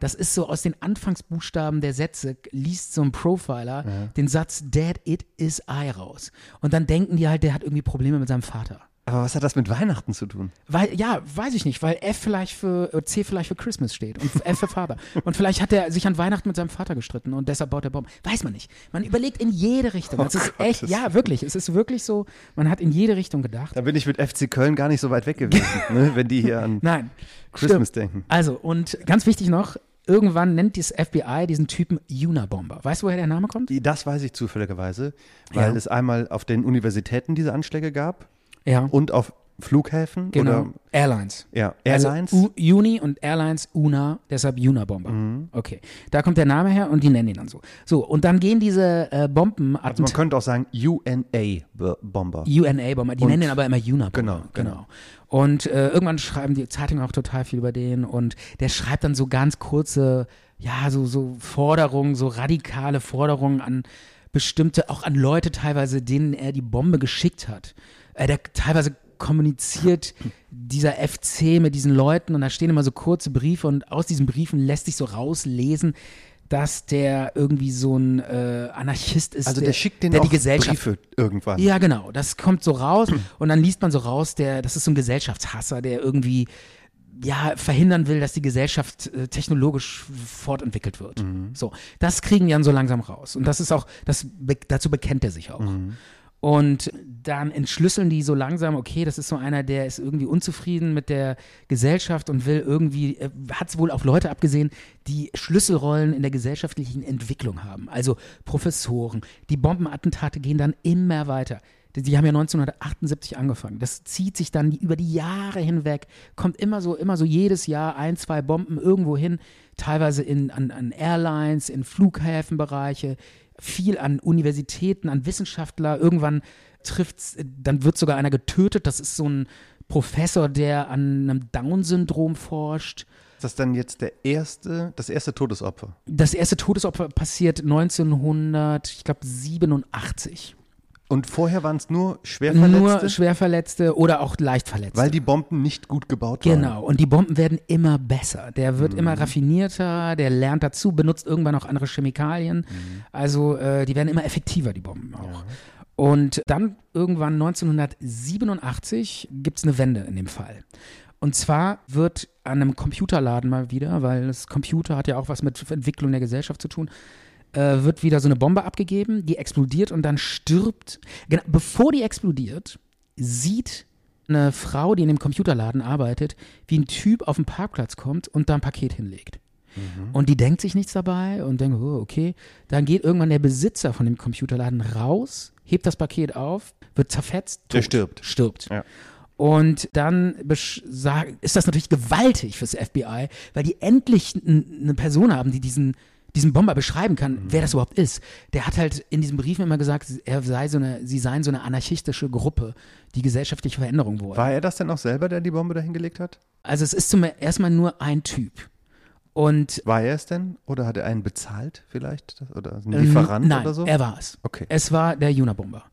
Speaker 3: Das ist so aus den Anfangsbuchstaben der Sätze, liest so ein Profiler den Satz Dad, it is I raus. Und dann denken die halt, der hat irgendwie Probleme mit seinem Vater.
Speaker 4: Aber was hat das mit Weihnachten zu tun?
Speaker 3: Weil, ja, weiß ich nicht, weil F vielleicht für, äh, C vielleicht für Christmas steht und F für Vater. Und vielleicht hat er sich an Weihnachten mit seinem Vater gestritten und deshalb baut er Bomben. Weiß man nicht. Man überlegt in jede Richtung. es ist echt,
Speaker 4: Gottes
Speaker 3: ja, wirklich. Es ist wirklich so, man hat in jede Richtung gedacht.
Speaker 4: Da bin ich mit FC Köln gar nicht so weit weg gewesen, ne? wenn die hier an
Speaker 3: Nein.
Speaker 4: Christmas
Speaker 3: Stimmt.
Speaker 4: denken.
Speaker 3: Also, und ganz wichtig noch, irgendwann nennt das FBI diesen Typen Unabomber. Weißt du, woher der Name kommt?
Speaker 4: Das weiß ich zufälligerweise, weil
Speaker 3: Ja.
Speaker 4: es einmal auf den Universitäten diese Anschläge gab
Speaker 3: Ja.
Speaker 4: und auf Flughäfen
Speaker 3: genau.
Speaker 4: oder
Speaker 3: Airlines.
Speaker 4: ja, Airlines.
Speaker 3: Also, U Uni und Airlines Una, deshalb Unabomber. Okay, da kommt der Name her und die nennen ihn dann so. So, und dann gehen diese äh, Bomben,
Speaker 4: also man könnte auch sagen UNA-Bomber.
Speaker 3: UNA-Bomber, die
Speaker 4: Und-
Speaker 3: nennen ihn aber immer Unabomber.
Speaker 4: Genau, genau.
Speaker 3: Und äh, irgendwann schreiben die Zeitungen auch total viel über den und der schreibt dann so ganz kurze, ja, so, so Forderungen, so radikale Forderungen an bestimmte, auch an Leute teilweise, denen er die Bombe geschickt hat. Äh, der teilweise kommuniziert dieser FC mit diesen Leuten und da stehen immer so kurze Briefe und aus diesen Briefen lässt sich so rauslesen, dass der irgendwie so ein äh, Anarchist ist,
Speaker 4: also der, schickt den
Speaker 3: der
Speaker 4: auch
Speaker 3: die Gesellschaft
Speaker 4: Briefe irgendwann.
Speaker 3: ja, genau. Das kommt so raus und dann liest man so raus, der, das ist so ein Gesellschaftshasser, der irgendwie ja, verhindern will, dass die Gesellschaft äh, technologisch fortentwickelt wird. So, das kriegen die dann so langsam raus. Und das ist auch, das, be- dazu bekennt er sich auch. Und dann entschlüsseln die so langsam, okay, das ist so einer, der ist irgendwie unzufrieden mit der Gesellschaft und will irgendwie, äh, hat es wohl auf Leute abgesehen, die Schlüsselrollen in der gesellschaftlichen Entwicklung haben. Also Professoren. Die Bombenattentate gehen dann immer weiter. Die, die haben ja 1978 angefangen. Das zieht sich dann über die Jahre hinweg, kommt immer so, immer so jedes Jahr ein, zwei Bomben irgendwo hin, teilweise in, an, an Airlines, in Flughäfenbereiche, viel an Universitäten, an Wissenschaftler. Irgendwann trifft's, dann wird sogar einer getötet. Das ist so ein Professor, der an einem Down-Syndrom forscht.
Speaker 4: Ist das dann jetzt der erste, das erste Todesopfer?
Speaker 3: Das erste Todesopfer passiert 1987.
Speaker 4: Und vorher waren es nur
Speaker 3: Nur
Speaker 4: Schwerverletzte,
Speaker 3: Schwerverletzte oder auch Leichtverletzte.
Speaker 4: weil die Bomben nicht gut gebaut waren.
Speaker 3: Genau, und die Bomben werden immer besser. Der wird immer raffinierter, der lernt dazu, benutzt irgendwann auch andere Chemikalien. Also äh, die werden immer effektiver, die Bomben auch. Und dann irgendwann 1987 gibt es eine Wende in dem Fall. Und zwar wird an einem Computerladen mal wieder, weil das Computer hat ja auch was mit Entwicklung der Gesellschaft zu tun, äh, wird wieder so eine Bombe abgegeben, die explodiert und dann stirbt. Genau, bevor die explodiert, sieht eine Frau, die in dem Computerladen arbeitet, wie ein Typ auf den Parkplatz kommt und da ein Paket hinlegt.
Speaker 4: Mhm.
Speaker 3: Und die denkt sich nichts dabei und denkt, oh, okay. Dann geht irgendwann der Besitzer von dem Computerladen raus, hebt das Paket auf, wird zerfetzt.
Speaker 4: Der
Speaker 3: tot,
Speaker 4: stirbt.
Speaker 3: Stirbt.
Speaker 4: Ja.
Speaker 3: Und dann besch- sag- ist das natürlich gewaltig fürs FBI, weil die endlich n- eine Person haben, die diesen, diesen Bomber beschreiben
Speaker 4: Mhm.
Speaker 3: kann, wer das überhaupt ist. Der hat halt in diesen Briefen immer gesagt, er sei so eine, sie seien so eine anarchistische Gruppe, die gesellschaftliche Veränderung wollte.
Speaker 4: War er das denn auch selber, der die Bombe dahingelegt hat?
Speaker 3: Also es ist zum erstmal nur ein Typ. Und
Speaker 4: War er es denn? Oder hat er einen bezahlt vielleicht? Das- Oder einen
Speaker 3: ähm,
Speaker 4: Lieferant
Speaker 3: nein,
Speaker 4: oder so?
Speaker 3: er war es.
Speaker 4: Okay.
Speaker 3: Es war der Juna-Bomber.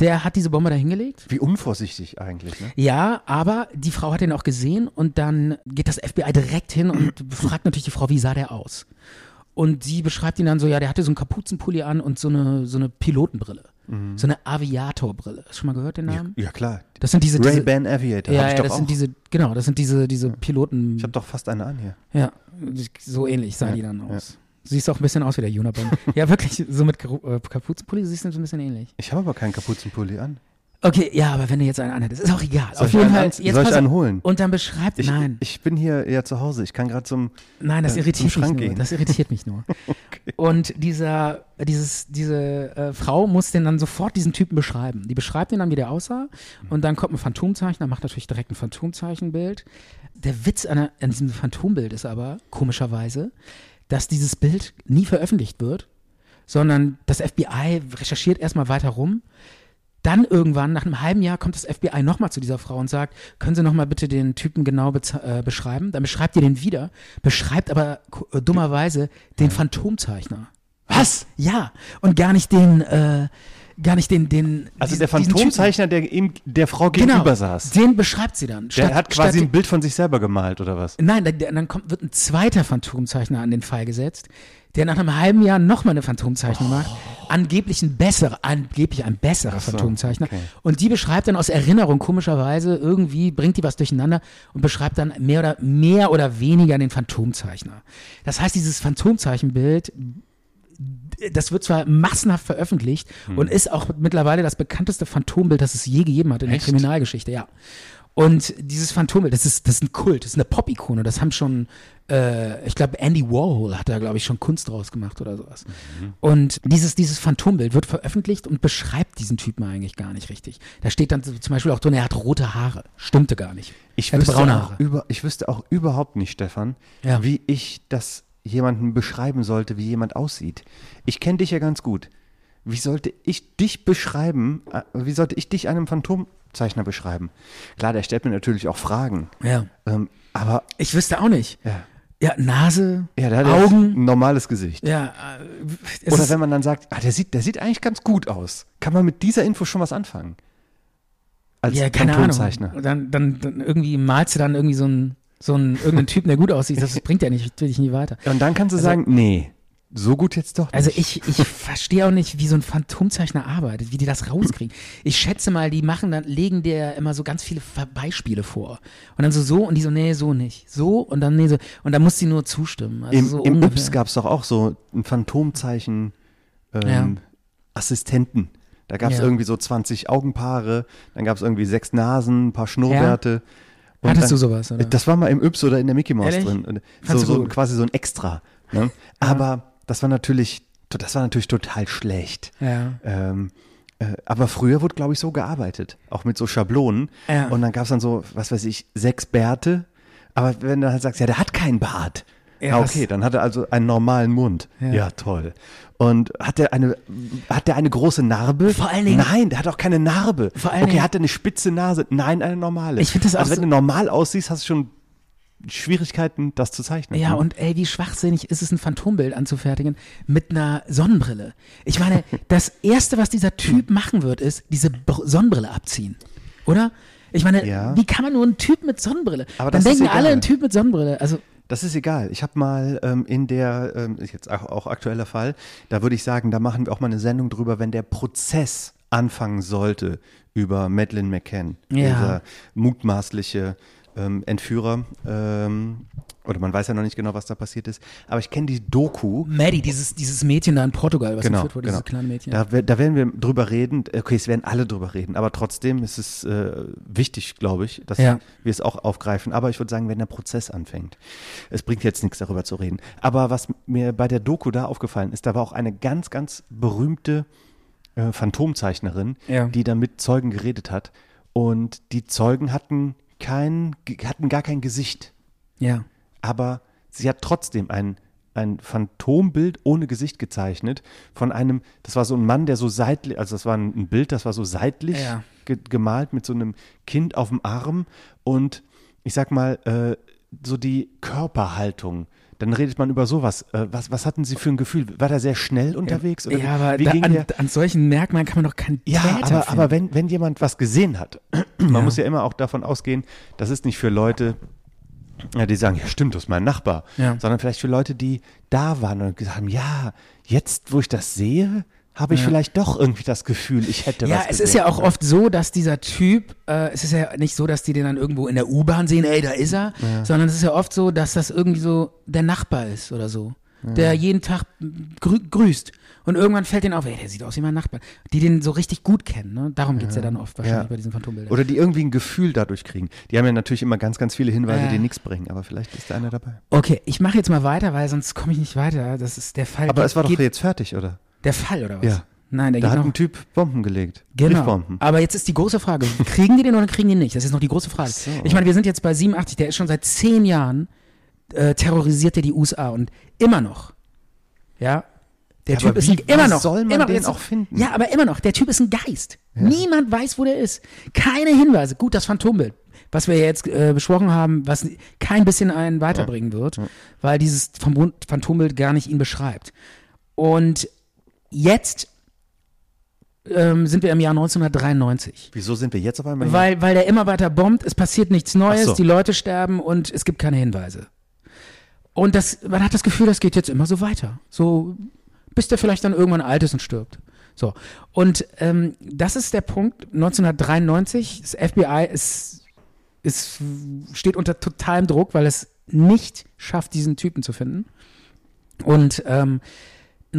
Speaker 3: Der hat diese Bombe dahingelegt.
Speaker 4: Wie unvorsichtig eigentlich, ne?
Speaker 3: Ja, aber die Frau hat ihn auch gesehen und dann geht das FBI direkt hin und fragt natürlich die Frau, wie sah der aus? Und sie beschreibt ihn dann so, ja, der hatte so einen Kapuzenpulli an und so eine, so eine Pilotenbrille. So eine Aviatorbrille. Hast du schon mal gehört den Namen?
Speaker 4: Mhm. Ja, klar.
Speaker 3: Das sind diese, diese
Speaker 4: Ray-Ban Aviator
Speaker 3: ja,
Speaker 4: hab ich
Speaker 3: ja,
Speaker 4: doch
Speaker 3: das
Speaker 4: auch.
Speaker 3: sind diese, genau, das sind diese, diese Piloten.
Speaker 4: ich habe doch fast eine an hier.
Speaker 3: Ja, so ähnlich sah die dann aus. Siehst auch ein bisschen aus wie der Junabon. ja, wirklich, so mit Geru- äh, Kapuzenpulli siehst du so ein bisschen ähnlich.
Speaker 4: Ich habe aber keinen Kapuzenpulli an.
Speaker 3: Okay, ja, aber wenn du jetzt einen anhättest, ist auch egal.
Speaker 4: Soll
Speaker 3: Auf
Speaker 4: ich
Speaker 3: jeden
Speaker 4: einen
Speaker 3: Fall.
Speaker 4: anz- soll ich
Speaker 3: pass
Speaker 4: einen
Speaker 3: auf.
Speaker 4: holen?
Speaker 3: Und dann beschreibt,
Speaker 4: Ich,
Speaker 3: nein.
Speaker 4: ich bin hier ja zu Hause. Ich kann gerade zum.
Speaker 3: Nein, das
Speaker 4: äh,
Speaker 3: irritiert
Speaker 4: zum
Speaker 3: mich
Speaker 4: Schrank
Speaker 3: nur.
Speaker 4: gehen.
Speaker 3: Das irritiert mich nur. Und dieser, dieses, diese äh, Frau muss den dann sofort diesen Typen beschreiben. Die beschreibt ihn dann, wie der aussah.
Speaker 4: Mhm.
Speaker 3: Und dann kommt ein Phantomzeichner, macht natürlich direkt ein Phantomzeichenbild. Der Witz an, der- an diesem Phantombild ist aber, komischerweise, dass dieses Bild nie veröffentlicht wird, sondern das FBI recherchiert erstmal weiter rum. Dann irgendwann, nach einem halben Jahr, kommt das FBI nochmal zu dieser Frau und sagt, können Sie nochmal bitte den Typen genau bez- äh, beschreiben? Dann beschreibt ihr den wieder, beschreibt aber ko- äh, dummerweise den Phantomzeichner. Was? Ja, und gar nicht den, äh, gar nicht den, den
Speaker 4: Also
Speaker 3: diesen-
Speaker 4: der
Speaker 3: diesen
Speaker 4: Phantomzeichner, der ihm, der Frau
Speaker 3: Typen.
Speaker 4: gegenüber saß,
Speaker 3: Den beschreibt sie dann.
Speaker 4: der
Speaker 3: Statt-
Speaker 4: hat quasi
Speaker 3: statt,
Speaker 4: ein Bild von sich selber gemalt oder was?
Speaker 3: Nein, da- der- dann kommt, wird ein zweiter Phantomzeichner an den Fall gesetzt, der nach einem halben Jahr nochmal eine Phantomzeichnung macht. Angeblich ein besserer, angeblich ein besserer Phantomzeichner. Und die beschreibt dann aus Erinnerung komischerweise, irgendwie bringt die was durcheinander und beschreibt dann mehr oder, mehr oder weniger den Phantomzeichner. Das heißt, dieses Phantomzeichenbild das wird zwar massenhaft veröffentlicht und ist auch mittlerweile das bekannteste Phantombild, das es je gegeben hat in der Kriminalgeschichte, ja. Und dieses Phantombild, das ist, das ist ein Kult, das ist eine Pop-Ikone. Das haben schon, äh, ich glaube, Andy Warhol hat da, glaube ich, schon Kunst draus gemacht oder sowas.
Speaker 4: Mhm.
Speaker 3: Und dieses, dieses Phantombild wird veröffentlicht und beschreibt diesen Typen eigentlich gar nicht richtig. Da steht dann zum Beispiel auch drin, er hat rote Haare. Stimmte gar nicht. er
Speaker 4: Ich
Speaker 3: hat
Speaker 4: wüsste,
Speaker 3: braune
Speaker 4: auch
Speaker 3: Haare.
Speaker 4: über, ich wüsste auch überhaupt nicht, Stefan,
Speaker 3: Ja.
Speaker 4: wie ich das jemandem beschreiben sollte, wie jemand aussieht. Ich kenne dich ja ganz gut. Wie sollte ich dich beschreiben? äh, Wie sollte ich dich einem Phantomzeichner beschreiben? Klar, der stellt mir natürlich auch Fragen.
Speaker 3: Ja.
Speaker 4: Ähm, aber
Speaker 3: Ich wüsste auch nicht.
Speaker 4: Ja.
Speaker 3: Ja, Nase,
Speaker 4: ja, der hat ja
Speaker 3: Augen.
Speaker 4: ein normales Gesicht.
Speaker 3: Ja, äh, es
Speaker 4: Oder
Speaker 3: ist-
Speaker 4: wenn man dann sagt, ah, der sieht, der sieht eigentlich ganz gut aus. Kann man mit dieser Info schon was anfangen? Als
Speaker 3: ja, keine
Speaker 4: Phantomzeichner.
Speaker 3: Ahnung. Dann, dann, dann irgendwie malst du dann irgendwie so einen, so einen irgendeinen Typen, der gut aussieht. Das bringt ja nicht, natürlich nie weiter.
Speaker 4: Und dann kannst du sagen, nee, so gut jetzt doch nicht.
Speaker 3: Also ich, ich verstehe auch nicht, wie so ein Phantomzeichner arbeitet, wie die das rauskriegen. Ich schätze mal, die machen dann, legen dir immer so ganz viele Ver- Beispiele vor. Und dann so, so und die so, nee, so nicht. So und dann, nee, so. Und dann muss sie nur zustimmen. Also
Speaker 4: Im,
Speaker 3: so
Speaker 4: im
Speaker 3: ungefähr.
Speaker 4: Yps gab es doch auch so ein Phantomzeichen ähm,
Speaker 3: Ja.
Speaker 4: Assistenten. Da gab es
Speaker 3: Ja.
Speaker 4: irgendwie so 20 Augenpaare, dann gab es irgendwie sechs Nasen, ein paar Schnurrbärte. Und
Speaker 3: Hattest
Speaker 4: dann,
Speaker 3: du sowas, oder?
Speaker 4: Das war mal im Yps oder in der Mickey Mouse
Speaker 3: Ehrlich?
Speaker 4: drin. Und So,
Speaker 3: Fandst du
Speaker 4: so ein,
Speaker 3: gut?
Speaker 4: quasi so ein Extra. Ne? Aber das war natürlich, das war natürlich total schlecht.
Speaker 3: Ja.
Speaker 4: Ähm, äh, aber früher wurde, glaube ich, so gearbeitet, auch mit so Schablonen.
Speaker 3: Ja.
Speaker 4: Und dann gab es dann so, was weiß ich, sechs Bärte. Aber wenn du dann halt sagst, ja, der hat keinen Bart.
Speaker 3: Ja,
Speaker 4: Ja,
Speaker 3: das-
Speaker 4: okay, dann hat er also einen normalen Mund. Ja, toll. Und hat der eine, hat der eine große Narbe?
Speaker 3: Vor allen Dingen-
Speaker 4: Nein, der hat auch keine Narbe.
Speaker 3: Vor allen
Speaker 4: okay,
Speaker 3: Dingen-
Speaker 4: hat er eine spitze Nase? Nein, eine normale.
Speaker 3: Ich find das auch
Speaker 4: also wenn
Speaker 3: so-
Speaker 4: du normal aussiehst, hast du schon Schwierigkeiten, das zu zeichnen.
Speaker 3: Ja,
Speaker 4: Ne?
Speaker 3: und ey, wie schwachsinnig ist es, ein Phantombild anzufertigen mit einer Sonnenbrille. Ich meine, das Erste, was dieser Typ machen wird, ist diese Br- Sonnenbrille abziehen. Oder? Ich meine,
Speaker 4: Ja.
Speaker 3: wie kann man nur einen Typ mit Sonnenbrille?
Speaker 4: Aber
Speaker 3: Dann
Speaker 4: das ist
Speaker 3: denken
Speaker 4: egal.
Speaker 3: alle, ein Typ mit Sonnenbrille. Also,
Speaker 4: Das ist egal. Ich habe mal ähm, in der, ähm, ist jetzt auch, auch aktueller Fall, da würde ich sagen, da machen wir auch mal eine Sendung drüber, wenn der Prozess anfangen sollte über Madeleine McCann,
Speaker 3: Ja.
Speaker 4: dieser mutmaßliche ähm, Entführer. Ähm, oder man weiß ja noch nicht genau, was da passiert ist. Aber ich kenne die Doku.
Speaker 3: Maddie, dieses, dieses Mädchen da in Portugal, was
Speaker 4: Genau,
Speaker 3: entführt wurde,
Speaker 4: genau.
Speaker 3: dieses kleine Mädchen.
Speaker 4: Da, wer- da werden wir drüber reden. Okay, es werden alle drüber reden, aber trotzdem ist es äh, wichtig, glaube ich, dass
Speaker 3: Ja.
Speaker 4: wir es auch aufgreifen. Aber ich würde sagen, wenn der Prozess anfängt, es bringt jetzt nichts darüber zu reden. Aber was mir bei der Doku da aufgefallen ist, da war auch eine ganz, ganz berühmte äh, Phantomzeichnerin,
Speaker 3: Ja.
Speaker 4: die da mit Zeugen geredet hat. Und die Zeugen hatten kein, hatten gar kein Gesicht
Speaker 3: ja.
Speaker 4: aber sie hat trotzdem ein, ein Phantombild ohne Gesicht gezeichnet von einem, das war so ein Mann, der so seitlich, also das war ein ein Bild, das war so seitlich
Speaker 3: Ja.
Speaker 4: ge gemalt mit so einem Kind auf dem Arm und ich sag mal, äh, so die Körperhaltung. Dann redet man über sowas. Äh, was, was hatten sie für ein Gefühl? War der sehr schnell unterwegs? Oder
Speaker 3: ja, aber
Speaker 4: wie
Speaker 3: da,
Speaker 4: ging
Speaker 3: an,
Speaker 4: der?
Speaker 3: an solchen Merkmalen kann man doch keinen
Speaker 4: Ja,
Speaker 3: Täter
Speaker 4: aber,
Speaker 3: finden.
Speaker 4: aber wenn, wenn jemand was gesehen hat, man
Speaker 3: Ja.
Speaker 4: muss ja immer auch davon ausgehen, das ist nicht für Leute, ja, die sagen, ja stimmt, das ist mein Nachbar,
Speaker 3: Ja.
Speaker 4: sondern vielleicht für Leute, die da waren und gesagt haben, ja, jetzt, wo ich das sehe, habe ich vielleicht doch irgendwie das Gefühl, ich hätte
Speaker 3: Ja,
Speaker 4: was
Speaker 3: es
Speaker 4: gesehen.
Speaker 3: ist ja auch oft so, dass dieser Typ, äh, es ist ja nicht so, dass die den dann irgendwo in der U-Bahn sehen, ey, da ist er, sondern es ist ja oft so, dass das irgendwie so der Nachbar ist oder so, der jeden Tag grü grüßt. Und irgendwann fällt denen auf, ey, der sieht aus wie mein Nachbar. Die den so richtig gut kennen, ne? Darum geht's ja. dann oft wahrscheinlich
Speaker 4: Ja.
Speaker 3: bei diesen Phantombildern.
Speaker 4: Oder die irgendwie ein Gefühl dadurch kriegen. Die haben ja natürlich immer ganz, ganz viele Hinweise,
Speaker 3: Ja.
Speaker 4: die nichts bringen, aber vielleicht ist da einer dabei.
Speaker 3: okay, ich mache jetzt mal weiter, weil sonst komme ich nicht weiter. Das ist der Fall.
Speaker 4: Aber
Speaker 3: geht,
Speaker 4: es war doch
Speaker 3: geht,
Speaker 4: jetzt fertig, oder?
Speaker 3: der Fall, oder was?
Speaker 4: Ja.
Speaker 3: Nein, der
Speaker 4: Da
Speaker 3: geht
Speaker 4: hat
Speaker 3: noch.
Speaker 4: ein Typ Bomben gelegt.
Speaker 3: Genau.
Speaker 4: Briefbomben.
Speaker 3: Aber jetzt ist die große Frage, kriegen die den oder kriegen die nicht? Das ist noch die große Frage. Ich meine, wir sind jetzt bei 87, der ist schon seit zehn Jahren, äh, terrorisiert er die USA und immer noch, ja, der
Speaker 4: Ja,
Speaker 3: Typ
Speaker 4: aber
Speaker 3: ist
Speaker 4: wie-
Speaker 3: ein, immer
Speaker 4: wie
Speaker 3: noch.
Speaker 4: soll man
Speaker 3: immer noch,
Speaker 4: den
Speaker 3: jetzt-
Speaker 4: auch finden?
Speaker 3: Ja, aber immer noch, der Typ ist ein Geist. Niemand weiß, wo der ist. Keine Hinweise. Gut, das Phantombild, was wir jetzt äh, besprochen haben, was kein bisschen einen weiterbringen wird, weil dieses Phan- Phantombild gar nicht ihn beschreibt. Und jetzt ähm, sind wir im Jahr 1993.
Speaker 4: Wieso sind wir jetzt auf einmal?
Speaker 3: Weil, weil der immer weiter bombt, es passiert nichts Neues,
Speaker 4: Ach so.
Speaker 3: die Leute sterben und es gibt keine Hinweise. Und das, man hat das Gefühl, das geht jetzt immer so weiter. So, bis der vielleicht dann irgendwann alt ist und stirbt. So. Und ähm, das ist der Punkt, 1993, das FBI ist, ist, steht unter totalem Druck, weil es nicht schafft, diesen Typen zu finden. Und ähm,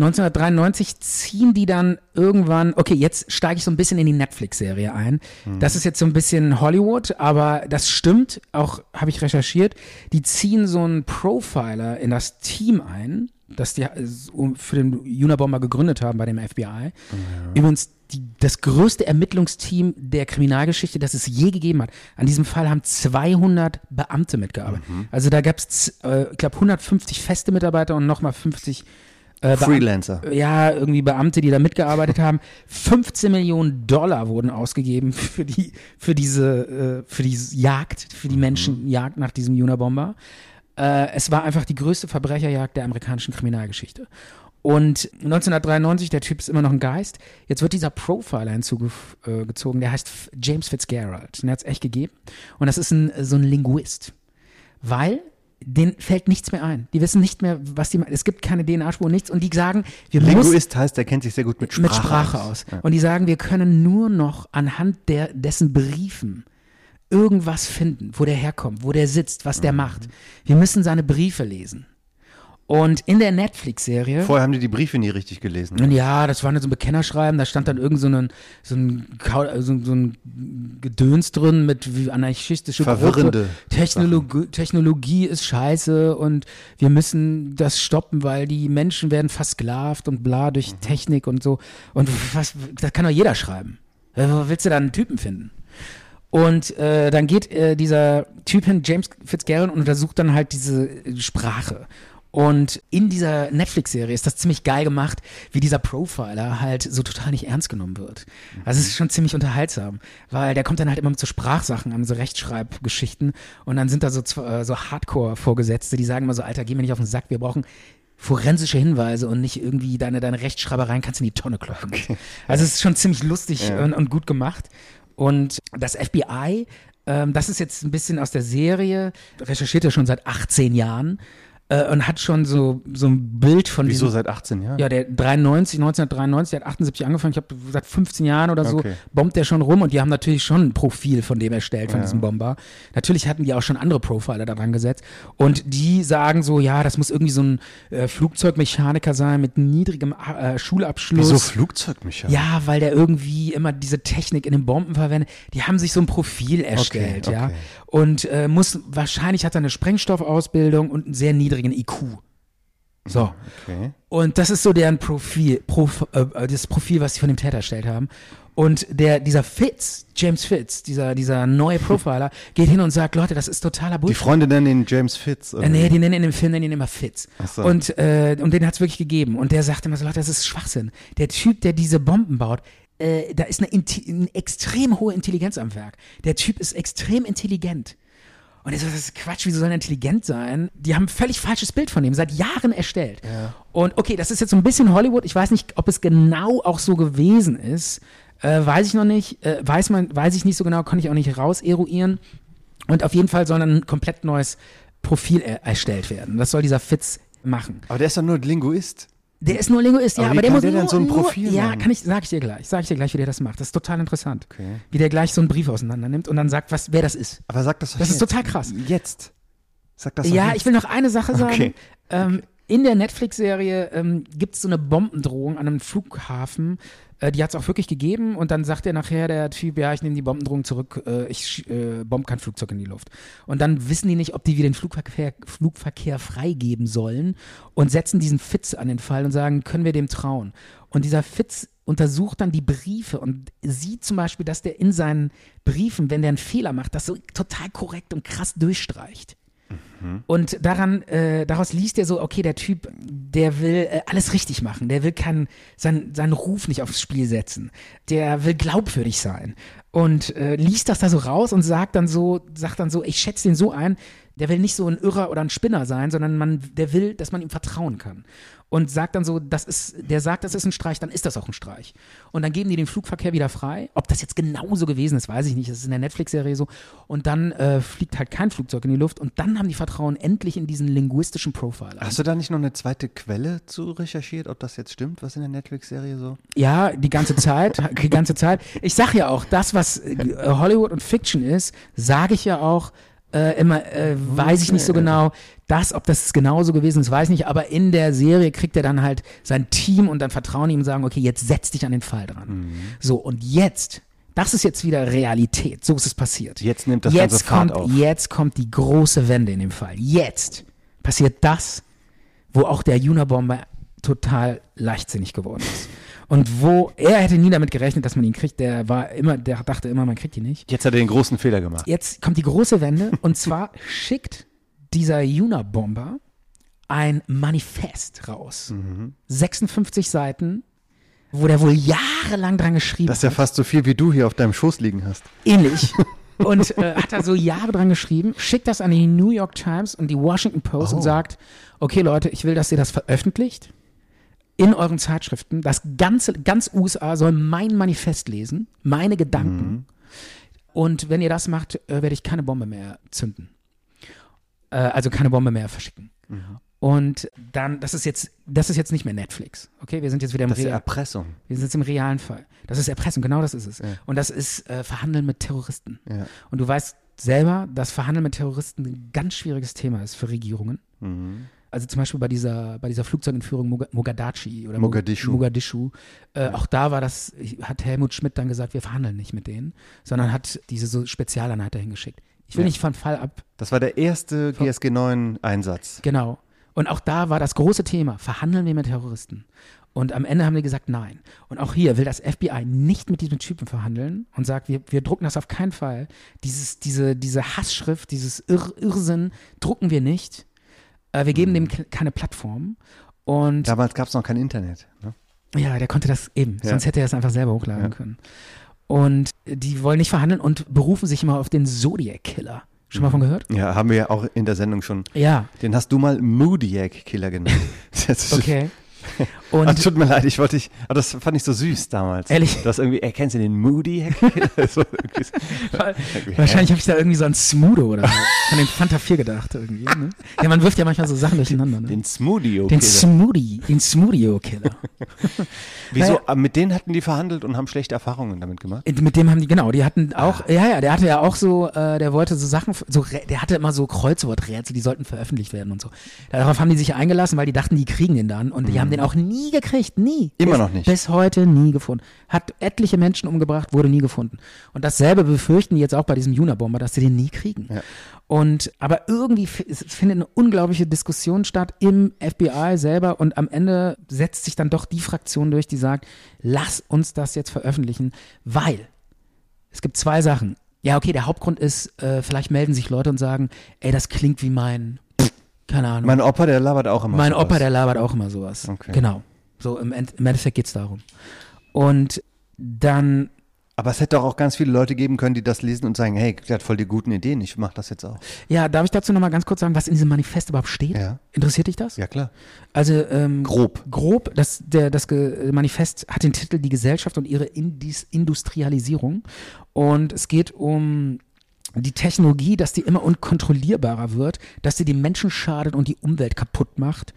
Speaker 3: 1993 ziehen die dann irgendwann, okay, jetzt steige ich so ein bisschen in die Netflix-Serie ein. Das ist jetzt so ein bisschen Hollywood, aber das stimmt, auch habe ich recherchiert. Die ziehen so einen Profiler in das Team ein, das die äh, so für den Unabomber gegründet haben bei dem FBI. Übrigens die, das größte Ermittlungsteam der Kriminalgeschichte, das es je gegeben hat. An diesem Fall haben 200 Beamte mitgearbeitet. Also da gab es, äh, ich glaube, 150 feste Mitarbeiter und nochmal 50 äh, Beam-
Speaker 4: Freelancer.
Speaker 3: ja, irgendwie Beamte, die da mitgearbeitet haben. 15 Millionen Dollar wurden ausgegeben für die, für diese, äh, für die Jagd, für die Menschenjagd nach diesem Unabomber. Äh, es war einfach die größte Verbrecherjagd der amerikanischen Kriminalgeschichte. Und 1993, der Typ ist immer noch ein Geist. Jetzt wird dieser Profiler hinzugezogen, der heißt F- James Fitzgerald. Den hat es echt gegeben. Und das ist ein, so ein Linguist weil denen fällt nichts mehr ein. Die wissen nicht mehr, was die machen. Es gibt keine DNA-Spur, nichts. Und die sagen, wir müssen
Speaker 4: Linguist heißt, der kennt sich sehr gut mit Sprache,
Speaker 3: mit Sprache aus. Und die sagen, wir können nur noch anhand der, dessen Briefen irgendwas finden, wo der herkommt, wo der sitzt, was der macht. Wir müssen seine Briefe lesen. Und in der Netflix-Serie.
Speaker 4: Vorher haben die die Briefe nie richtig gelesen.
Speaker 3: Und ja, das war nur so ein Bekennerschreiben, da stand dann irgend so ein, so ein, Kau- so, so ein Gedöns drin mit wie anarchistische
Speaker 4: Verwirrende
Speaker 3: Technologie, Technologie ist scheiße und wir müssen das stoppen, weil die Menschen werden versklavt und bla durch Technik und so. Und was, das kann doch jeder schreiben. Äh, Wo willst du da einen Typen finden? Und äh, dann geht äh, dieser Typ hin, James Fitzgerald, und untersucht dann halt diese äh, Sprache. Und in dieser Netflix-Serie ist das ziemlich geil gemacht, wie dieser Profiler halt so total nicht ernst genommen wird. Also es ist schon ziemlich unterhaltsam, weil der kommt dann halt immer mit so Sprachsachen an, so Rechtschreibgeschichten. Und dann sind da so, zw- äh, so Hardcore-Vorgesetzte, die sagen immer so, Alter, geh mir nicht auf den Sack, wir brauchen forensische Hinweise und nicht irgendwie deine, deine Rechtschreibereien kannst du in die Tonne kloppen. Also es ist schon ziemlich lustig und, und gut gemacht. Und das FBI, ähm, das ist jetzt ein bisschen aus der Serie, recherchiert ja schon seit 18 Jahren äh, und hat schon so, so ein Bild von
Speaker 4: Wieso
Speaker 3: diesem-
Speaker 4: seit 18 Jahren?
Speaker 3: ja, der 93, 1993, der hat 78 angefangen. Ich habe seit 15 Jahren oder so
Speaker 4: Okay.
Speaker 3: bombt der schon rum und die haben natürlich schon ein Profil von dem erstellt, von diesem Bomber. Natürlich hatten die auch schon andere Profiler daran gesetzt und die sagen so, ja, das muss irgendwie so ein äh, Flugzeugmechaniker sein mit niedrigem äh, Schulabschluss.
Speaker 4: Wieso Flugzeugmechaniker?
Speaker 3: Ja, weil der irgendwie immer diese Technik in den Bomben verwendet. Die haben sich so ein Profil erstellt,
Speaker 4: Okay,
Speaker 3: ja.
Speaker 4: okay.
Speaker 3: Und äh, muss, wahrscheinlich hat er eine Sprengstoffausbildung und einen sehr niedrigen IQ. So.
Speaker 4: Okay.
Speaker 3: Und das ist so deren Profil, Prof, äh, das Profil, was sie von dem Täter erstellt haben. Und der, dieser Fitz, James Fitz, dieser, dieser neue Profiler, geht hin und sagt, Leute, das ist totaler
Speaker 4: Die
Speaker 3: Bullshit.
Speaker 4: Freunde nennen ihn James Fitz. oder
Speaker 3: Äh, nee,
Speaker 4: wie?
Speaker 3: die nennen in dem Film nennen ihn immer Fitz.
Speaker 4: Ach so.
Speaker 3: Und, äh, und den hat's wirklich gegeben. Und der sagt immer so, Leute, das ist Schwachsinn. Der Typ, der diese Bomben baut, äh, da ist eine, Inti- eine extrem hohe Intelligenz am Werk. Der Typ ist extrem intelligent. Und ich so, das ist Quatsch, wieso soll er intelligent sein? Die haben ein völlig falsches Bild von ihm, seit Jahren erstellt. Und okay, das ist jetzt so ein bisschen Hollywood. Ich weiß nicht, ob es genau auch so gewesen ist. Äh, weiß ich noch nicht. Äh, weiß, man, weiß ich nicht so genau, kann ich auch nicht raus eruieren. Und auf jeden Fall soll dann ein komplett neues Profil er erstellt werden. Das soll dieser Fitz machen.
Speaker 4: Aber der ist doch nur Linguist.
Speaker 3: Der ist nur Linguist, ja,
Speaker 4: Aber
Speaker 3: aber,
Speaker 4: wie
Speaker 3: der
Speaker 4: kann
Speaker 3: muss
Speaker 4: der
Speaker 3: nur,
Speaker 4: denn so ein
Speaker 3: nur,
Speaker 4: Profil
Speaker 3: Ja,
Speaker 4: machen?
Speaker 3: kann ich, sag ich dir gleich, sag ich dir gleich, wie der das macht. Das ist total interessant.
Speaker 4: Okay.
Speaker 3: Wie der gleich so einen Brief auseinander nimmt und dann sagt, was, wer das ist.
Speaker 4: Aber sag das doch
Speaker 3: Das ist
Speaker 4: jetzt.
Speaker 3: total krass.
Speaker 4: Jetzt. Sag das doch
Speaker 3: Ja,
Speaker 4: jetzt.
Speaker 3: ich will noch eine Sache sagen.
Speaker 4: Okay.
Speaker 3: Ähm, In der Netflix-Serie ähm, gibt es so eine Bombendrohung an einem Flughafen. Äh, die hat es auch wirklich gegeben. Und dann sagt er nachher der Typ, ja, ich nehme die Bombendrohung zurück. Äh, ich sch- äh, bomb kein Flugzeug in die Luft. Und dann wissen die nicht, ob die wieder den Flugverkehr, Flugverkehr freigeben sollen und setzen diesen Fitz an den Fall und sagen, können wir dem trauen? Und dieser Fitz untersucht dann die Briefe und sieht zum Beispiel, dass der in seinen Briefen, wenn der einen Fehler macht, das so total korrekt und krass durchstreicht. Und daran, äh, daraus liest er so, okay, der Typ, der will äh, alles richtig machen, der will keinen, sein, seinen Ruf nicht aufs Spiel setzen, der will glaubwürdig sein. Und äh, liest das da so raus und sagt dann so, sagt dann so, ich schätze den so ein, der will nicht so ein Irrer oder ein Spinner sein, sondern man, der will, dass man ihm vertrauen kann. Und sagt dann so, das ist, der sagt, das ist ein Streich, dann ist das auch ein Streich. Und dann geben die den Flugverkehr wieder frei. Ob das jetzt genauso gewesen ist, weiß ich nicht. Das ist in der Netflix-Serie so. Und dann äh, fliegt halt kein Flugzeug in die Luft. Und dann haben die Vertrauen endlich in diesen linguistischen Profiler.
Speaker 4: Hast du da nicht noch eine zweite Quelle zu recherchiert, ob das jetzt stimmt, was in der Netflix-Serie so?
Speaker 3: Ja, die ganze Zeit, die ganze Zeit. Ich sag ja auch, das, was äh, Hollywood und Fiction ist, sage ich ja auch äh, immer, äh, weiß ich nicht so genau. Das, ob das genauso gewesen ist, weiß ich nicht. Aber in der Serie kriegt er dann halt sein Team und dann vertrauen ihm und sagen, okay, jetzt setz dich an den Fall dran.
Speaker 4: Mhm.
Speaker 3: So, und jetzt, das ist jetzt wieder Realität. So ist es passiert.
Speaker 4: Jetzt nimmt das Ganze
Speaker 3: jetzt
Speaker 4: Fahrt
Speaker 3: kommt,
Speaker 4: auf.
Speaker 3: Jetzt kommt die große Wende in dem Fall. Jetzt passiert das, wo auch der Junabomber total leichtsinnig geworden ist. Und wo er hätte nie damit gerechnet, dass man ihn kriegt. Der war immer, der dachte immer, man kriegt ihn nicht.
Speaker 4: Jetzt hat er den großen Fehler gemacht.
Speaker 3: Jetzt kommt die große Wende und zwar schickt dieser Junabomber ein Manifest raus.
Speaker 4: Mhm.
Speaker 3: 56 Seiten, wo der wohl jahrelang dran geschrieben
Speaker 4: Das ist ja fast so viel, wie du hier auf deinem Schoß liegen hast.
Speaker 3: ähnlich. Und äh, hat da so Jahre dran geschrieben, schickt das an die New York Times und die Washington Post
Speaker 4: Oh.
Speaker 3: und sagt, okay Leute, ich will, dass ihr das veröffentlicht in euren Zeitschriften. Das ganze, ganz USA soll mein Manifest lesen, meine Gedanken.
Speaker 4: Mhm.
Speaker 3: Und wenn ihr das macht, äh, werde ich keine Bombe mehr zünden. Äh, also keine Bombe mehr verschicken.
Speaker 4: Mhm.
Speaker 3: Und dann, das ist jetzt, das ist jetzt nicht mehr Netflix. Okay, wir sind jetzt wieder im
Speaker 4: Das ist ja
Speaker 3: Real-
Speaker 4: Erpressung.
Speaker 3: wir sind jetzt im realen Fall. Das ist Erpressung, genau das ist es. Und das ist äh, Verhandeln mit Terroristen.
Speaker 4: Ja.
Speaker 3: Und du weißt selber, dass Verhandeln mit Terroristen ein ganz schwieriges Thema ist für Regierungen.
Speaker 4: Mhm.
Speaker 3: Also zum Beispiel bei dieser, bei dieser Flugzeugentführung Moga- Mogadachi oder Mo-
Speaker 4: Mogadischu.
Speaker 3: Mogadischu. Äh, Auch da war das, hat Helmut Schmidt dann gesagt, wir verhandeln nicht mit denen, sondern hat diese so Spezialeinheit dahin geschickt. Ich will nicht von Fall ab,
Speaker 4: Das war der erste GSG 9 Einsatz.
Speaker 3: Genau. Und auch da war das große Thema, verhandeln wir mit Terroristen. Und am Ende haben die gesagt, nein. Und auch hier will das FBI nicht mit diesem Typen verhandeln und sagt, wir, wir drucken das auf keinen Fall. Dieses, diese, diese Hassschrift, dieses Irr Irrsinn drucken wir nicht. Äh, wir geben dem ke- keine Plattform. Und
Speaker 4: Damals gab es noch kein Internet. Ne?
Speaker 3: ja, der konnte das eben.
Speaker 4: Ja.
Speaker 3: Sonst hätte er es einfach selber hochladen können. Und die wollen nicht verhandeln und berufen sich immer auf den Zodiac-Killer. Schon mal von gehört?
Speaker 4: Ja, haben wir ja auch in der Sendung schon.
Speaker 3: Ja.
Speaker 4: Den hast du mal Moodiac Killer genannt. Das ist-
Speaker 3: Okay.
Speaker 4: Ah,
Speaker 3: Und
Speaker 4: tut mir leid, ich wollte dich. Aber das fand ich so süß damals.
Speaker 3: Ehrlich?
Speaker 4: Das irgendwie, erkennst du den Moodiac Killer? Das war irgendwie so-
Speaker 3: Wahrscheinlich habe ich da irgendwie so an Smudo oder so. Von den Fanta 4 gedacht irgendwie. Ne? Ja, man wirft ja manchmal so Sachen durcheinander. Ne?
Speaker 4: Den Smoodio
Speaker 3: Den
Speaker 4: Killer.
Speaker 3: Smoothie, den Smoothie-Killer.
Speaker 4: Wieso?
Speaker 3: naja.
Speaker 4: Ah, Mit denen hatten die verhandelt und haben schlechte Erfahrungen damit gemacht.
Speaker 3: Mit dem haben die, genau, die hatten auch,
Speaker 4: Ah.
Speaker 3: ja, ja, der hatte ja auch so, äh, der wollte so Sachen, so, Rä- der hatte immer so Kreuzworträtsel, die sollten veröffentlicht werden und so. Darauf haben die sich eingelassen, weil die dachten, die kriegen den dann und die haben den auch nie gekriegt, nie.
Speaker 4: Mhm. Immer
Speaker 3: bis,
Speaker 4: noch nicht.
Speaker 3: Bis heute nie gefunden. Hat etliche Menschen umgebracht, wurde nie gefunden. Und dasselbe befürchten die jetzt auch bei diesem Junabomber, dass sie den nie kriegen. Und, aber irgendwie f- es findet eine unglaubliche Diskussion statt im FBI selber und am Ende setzt sich dann doch die Fraktion durch, die sagt, lass uns das jetzt veröffentlichen, weil es gibt zwei Sachen. Ja, okay, der Hauptgrund ist, äh, vielleicht melden sich Leute und sagen, ey, das klingt wie mein, keine Ahnung, mein,
Speaker 4: Mein Opa, der labert auch immer. sowas.
Speaker 3: Äh, Opa, der labert auch immer sowas.
Speaker 4: Okay.
Speaker 3: Genau. So, im, End- im Endeffekt geht's darum. Und dann,
Speaker 4: Aber es hätte doch auch ganz viele Leute geben können, die das lesen und sagen, hey, der hat voll die guten Ideen, ich mach das jetzt auch.
Speaker 3: ja, darf ich dazu nochmal ganz kurz sagen, was in diesem Manifest überhaupt steht?
Speaker 4: Ja.
Speaker 3: Interessiert dich das?
Speaker 4: Ja, klar.
Speaker 3: Also ähm,
Speaker 4: Grob.
Speaker 3: Grob, das, der, das Ge Manifest hat den Titel Die Gesellschaft und ihre Indis Industrialisierung. Und es geht um die Technologie, dass die immer unkontrollierbarer wird, dass sie die Menschen schadet und die Umwelt kaputt macht.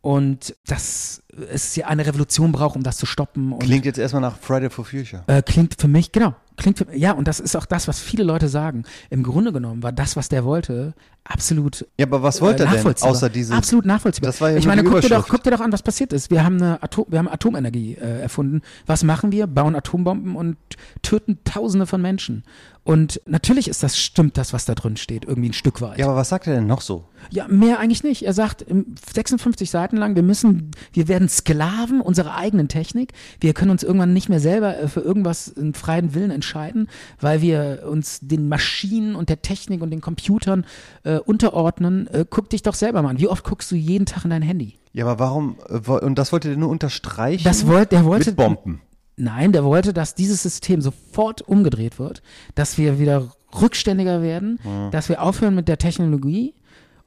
Speaker 3: Und dass es ja eine Revolution braucht, um das zu stoppen. Und
Speaker 4: Klingt jetzt erstmal nach Friday for Future.
Speaker 3: äh, klingt für mich, genau, klingt für, ja, und das ist auch das, was viele Leute sagen. Im Grunde genommen war das, was der wollte, absolut
Speaker 4: Ja, aber was wollte
Speaker 3: äh,
Speaker 4: er denn?
Speaker 3: nachvollziehbar.
Speaker 4: Außer diese.
Speaker 3: Absolut nachvollziehbar.
Speaker 4: Das war ja
Speaker 3: ich
Speaker 4: nur
Speaker 3: meine,
Speaker 4: die
Speaker 3: guck dir, doch,
Speaker 4: Überschrift.
Speaker 3: guck dir doch an, was passiert ist. Wir haben, eine Atom, wir haben Atomenergie äh, erfunden. Was machen wir? Bauen Atombomben und töten Tausende von Menschen. Und natürlich ist das, stimmt das, was da drin steht, irgendwie ein Stück weit.
Speaker 4: Ja, aber was sagt er denn noch so?
Speaker 3: Ja, mehr eigentlich nicht. Er sagt ähm, 56 Seiten lang, wir müssen, wir werden Sklaven unserer eigenen Technik. Wir können uns irgendwann nicht mehr selber äh, für irgendwas in freien Willen entscheiden, weil wir uns den Maschinen und der Technik und den Computern äh, unterordnen. Äh, guck dich doch selber mal an. Wie oft guckst du jeden Tag in dein Handy?
Speaker 4: Ja, aber warum, äh, wo- und das wollte der nur unterstreichen?
Speaker 3: Das wollte, der wollte. Ähm,
Speaker 4: Mit Bomben.
Speaker 3: Nein, der wollte, dass dieses System sofort umgedreht wird, dass wir wieder rückständiger werden, dass wir aufhören mit der Technologie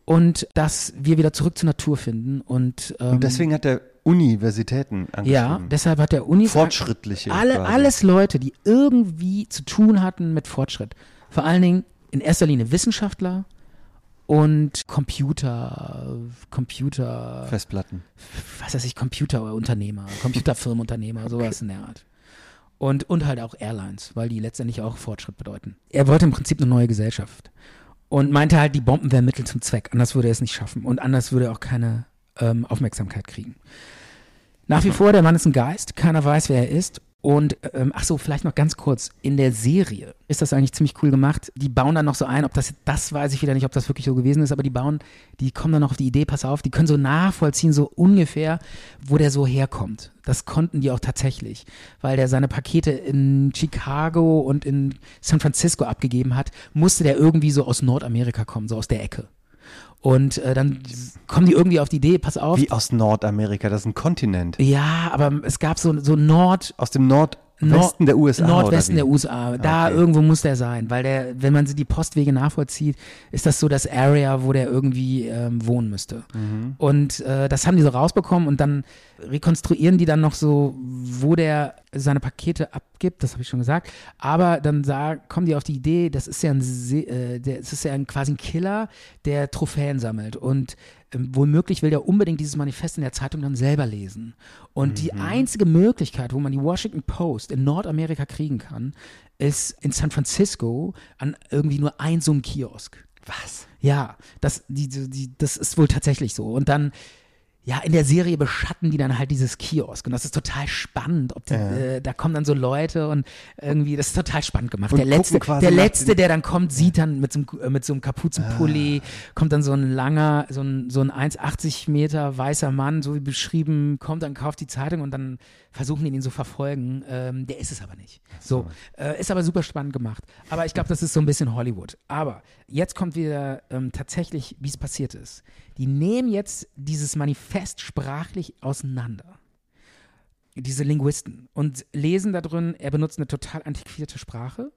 Speaker 3: und dass wir wieder zurück zur Natur finden. Und, ähm,
Speaker 4: Und deswegen hat er Universitäten
Speaker 3: ja,
Speaker 4: angeschrieben.
Speaker 3: deshalb hat der Uni
Speaker 4: Fortschrittliche
Speaker 3: alle,
Speaker 4: quasi.
Speaker 3: alles Leute, die irgendwie zu tun hatten mit Fortschritt. Vor allen Dingen in erster Linie Wissenschaftler und Computer, Computer,
Speaker 4: Festplatten.
Speaker 3: was weiß ich, Computerunternehmer, Computerfirmenunternehmer, sowas in der Art. Und, und halt auch Airlines, weil die letztendlich auch Fortschritt bedeuten. Er wollte im Prinzip eine neue Gesellschaft und meinte halt, die Bomben wären Mittel zum Zweck. Anders würde er es nicht schaffen und anders würde er auch keine ähm, Aufmerksamkeit kriegen. Nach wie vor, der Mann ist ein Geist, keiner weiß, wer er ist. Und ähm, ach so, vielleicht noch ganz kurz, in der Serie ist das eigentlich ziemlich cool gemacht. Die bauen dann noch so ein, ob das, das weiß ich wieder nicht, ob das wirklich so gewesen ist, aber die bauen, die kommen dann noch auf die Idee, pass auf, die können so nachvollziehen, so ungefähr, wo der so herkommt. Das konnten die auch tatsächlich, weil der seine Pakete in Chicago und in San Francisco abgegeben hat, musste der irgendwie so aus Nordamerika kommen, so aus der Ecke. Und äh, dann kommen die irgendwie auf die Idee, pass auf,
Speaker 4: Wie aus Nordamerika, das ist ein Kontinent.
Speaker 3: ja, aber es gab so, so Nord,
Speaker 4: Aus dem Nordwesten
Speaker 3: Nord-
Speaker 4: der USA.
Speaker 3: Nordwesten
Speaker 4: oder
Speaker 3: der
Speaker 4: wie?
Speaker 3: USA. Da
Speaker 4: Okay.
Speaker 3: irgendwo muss der sein, weil der, wenn man so die Postwege nachvollzieht, ist das so das Area, wo der irgendwie ähm, wohnen müsste.
Speaker 4: Mhm.
Speaker 3: Und äh, das haben die so rausbekommen und dann rekonstruieren die dann noch so, wo der seine Pakete abgibt, das habe ich schon gesagt. Aber dann sa- kommen die auf die Idee, das ist ja ein, Se äh, der, das ist ja ein, quasi ein Killer, der Trophäen sammelt und ähm, womöglich will der unbedingt dieses Manifest in der Zeitung dann selber lesen. Und die
Speaker 4: Mhm.
Speaker 3: einzige Möglichkeit, wo man die Washington Post in Nordamerika kriegen kann, ist in San Francisco an irgendwie nur ein so einem Kiosk. Was? Ja, das, die, die, die, das ist wohl tatsächlich so. Und dann ja, in der Serie beschatten die dann halt dieses Kiosk und das ist total spannend. Ob die, äh, da kommen dann so Leute und irgendwie, das ist total spannend gemacht.
Speaker 4: Und
Speaker 3: der
Speaker 4: gucken
Speaker 3: letzte,
Speaker 4: quasi
Speaker 3: der
Speaker 4: nach
Speaker 3: letzte,
Speaker 4: den-
Speaker 3: der dann kommt, sieht dann mit so einem, äh, mit so einem Kapuzenpulli, kommt dann so ein langer, so ein, so ein 1,80 Meter weißer Mann, so wie beschrieben, kommt dann, kauft die Zeitung und dann versuchen die ihn so verfolgen. Ähm, der ist es aber nicht. So, äh, ist aber super spannend gemacht. Aber ich glaube, das ist so ein bisschen Hollywood. Aber jetzt kommt wieder ähm, tatsächlich, wie es passiert ist. Die nehmen jetzt dieses Manifest sprachlich auseinander diese Linguisten und lesen da drin, er benutzt eine total antiquierte Sprache.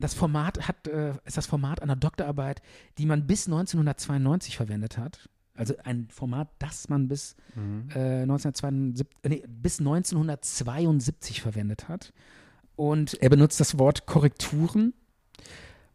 Speaker 3: Das Format hat, äh, ist das Format einer Doktorarbeit, die man bis 1992 verwendet hat. Also ein Format, das man bis, äh, 1972, nee, bis 1972 verwendet hat. Und er benutzt das Wort Korrekturen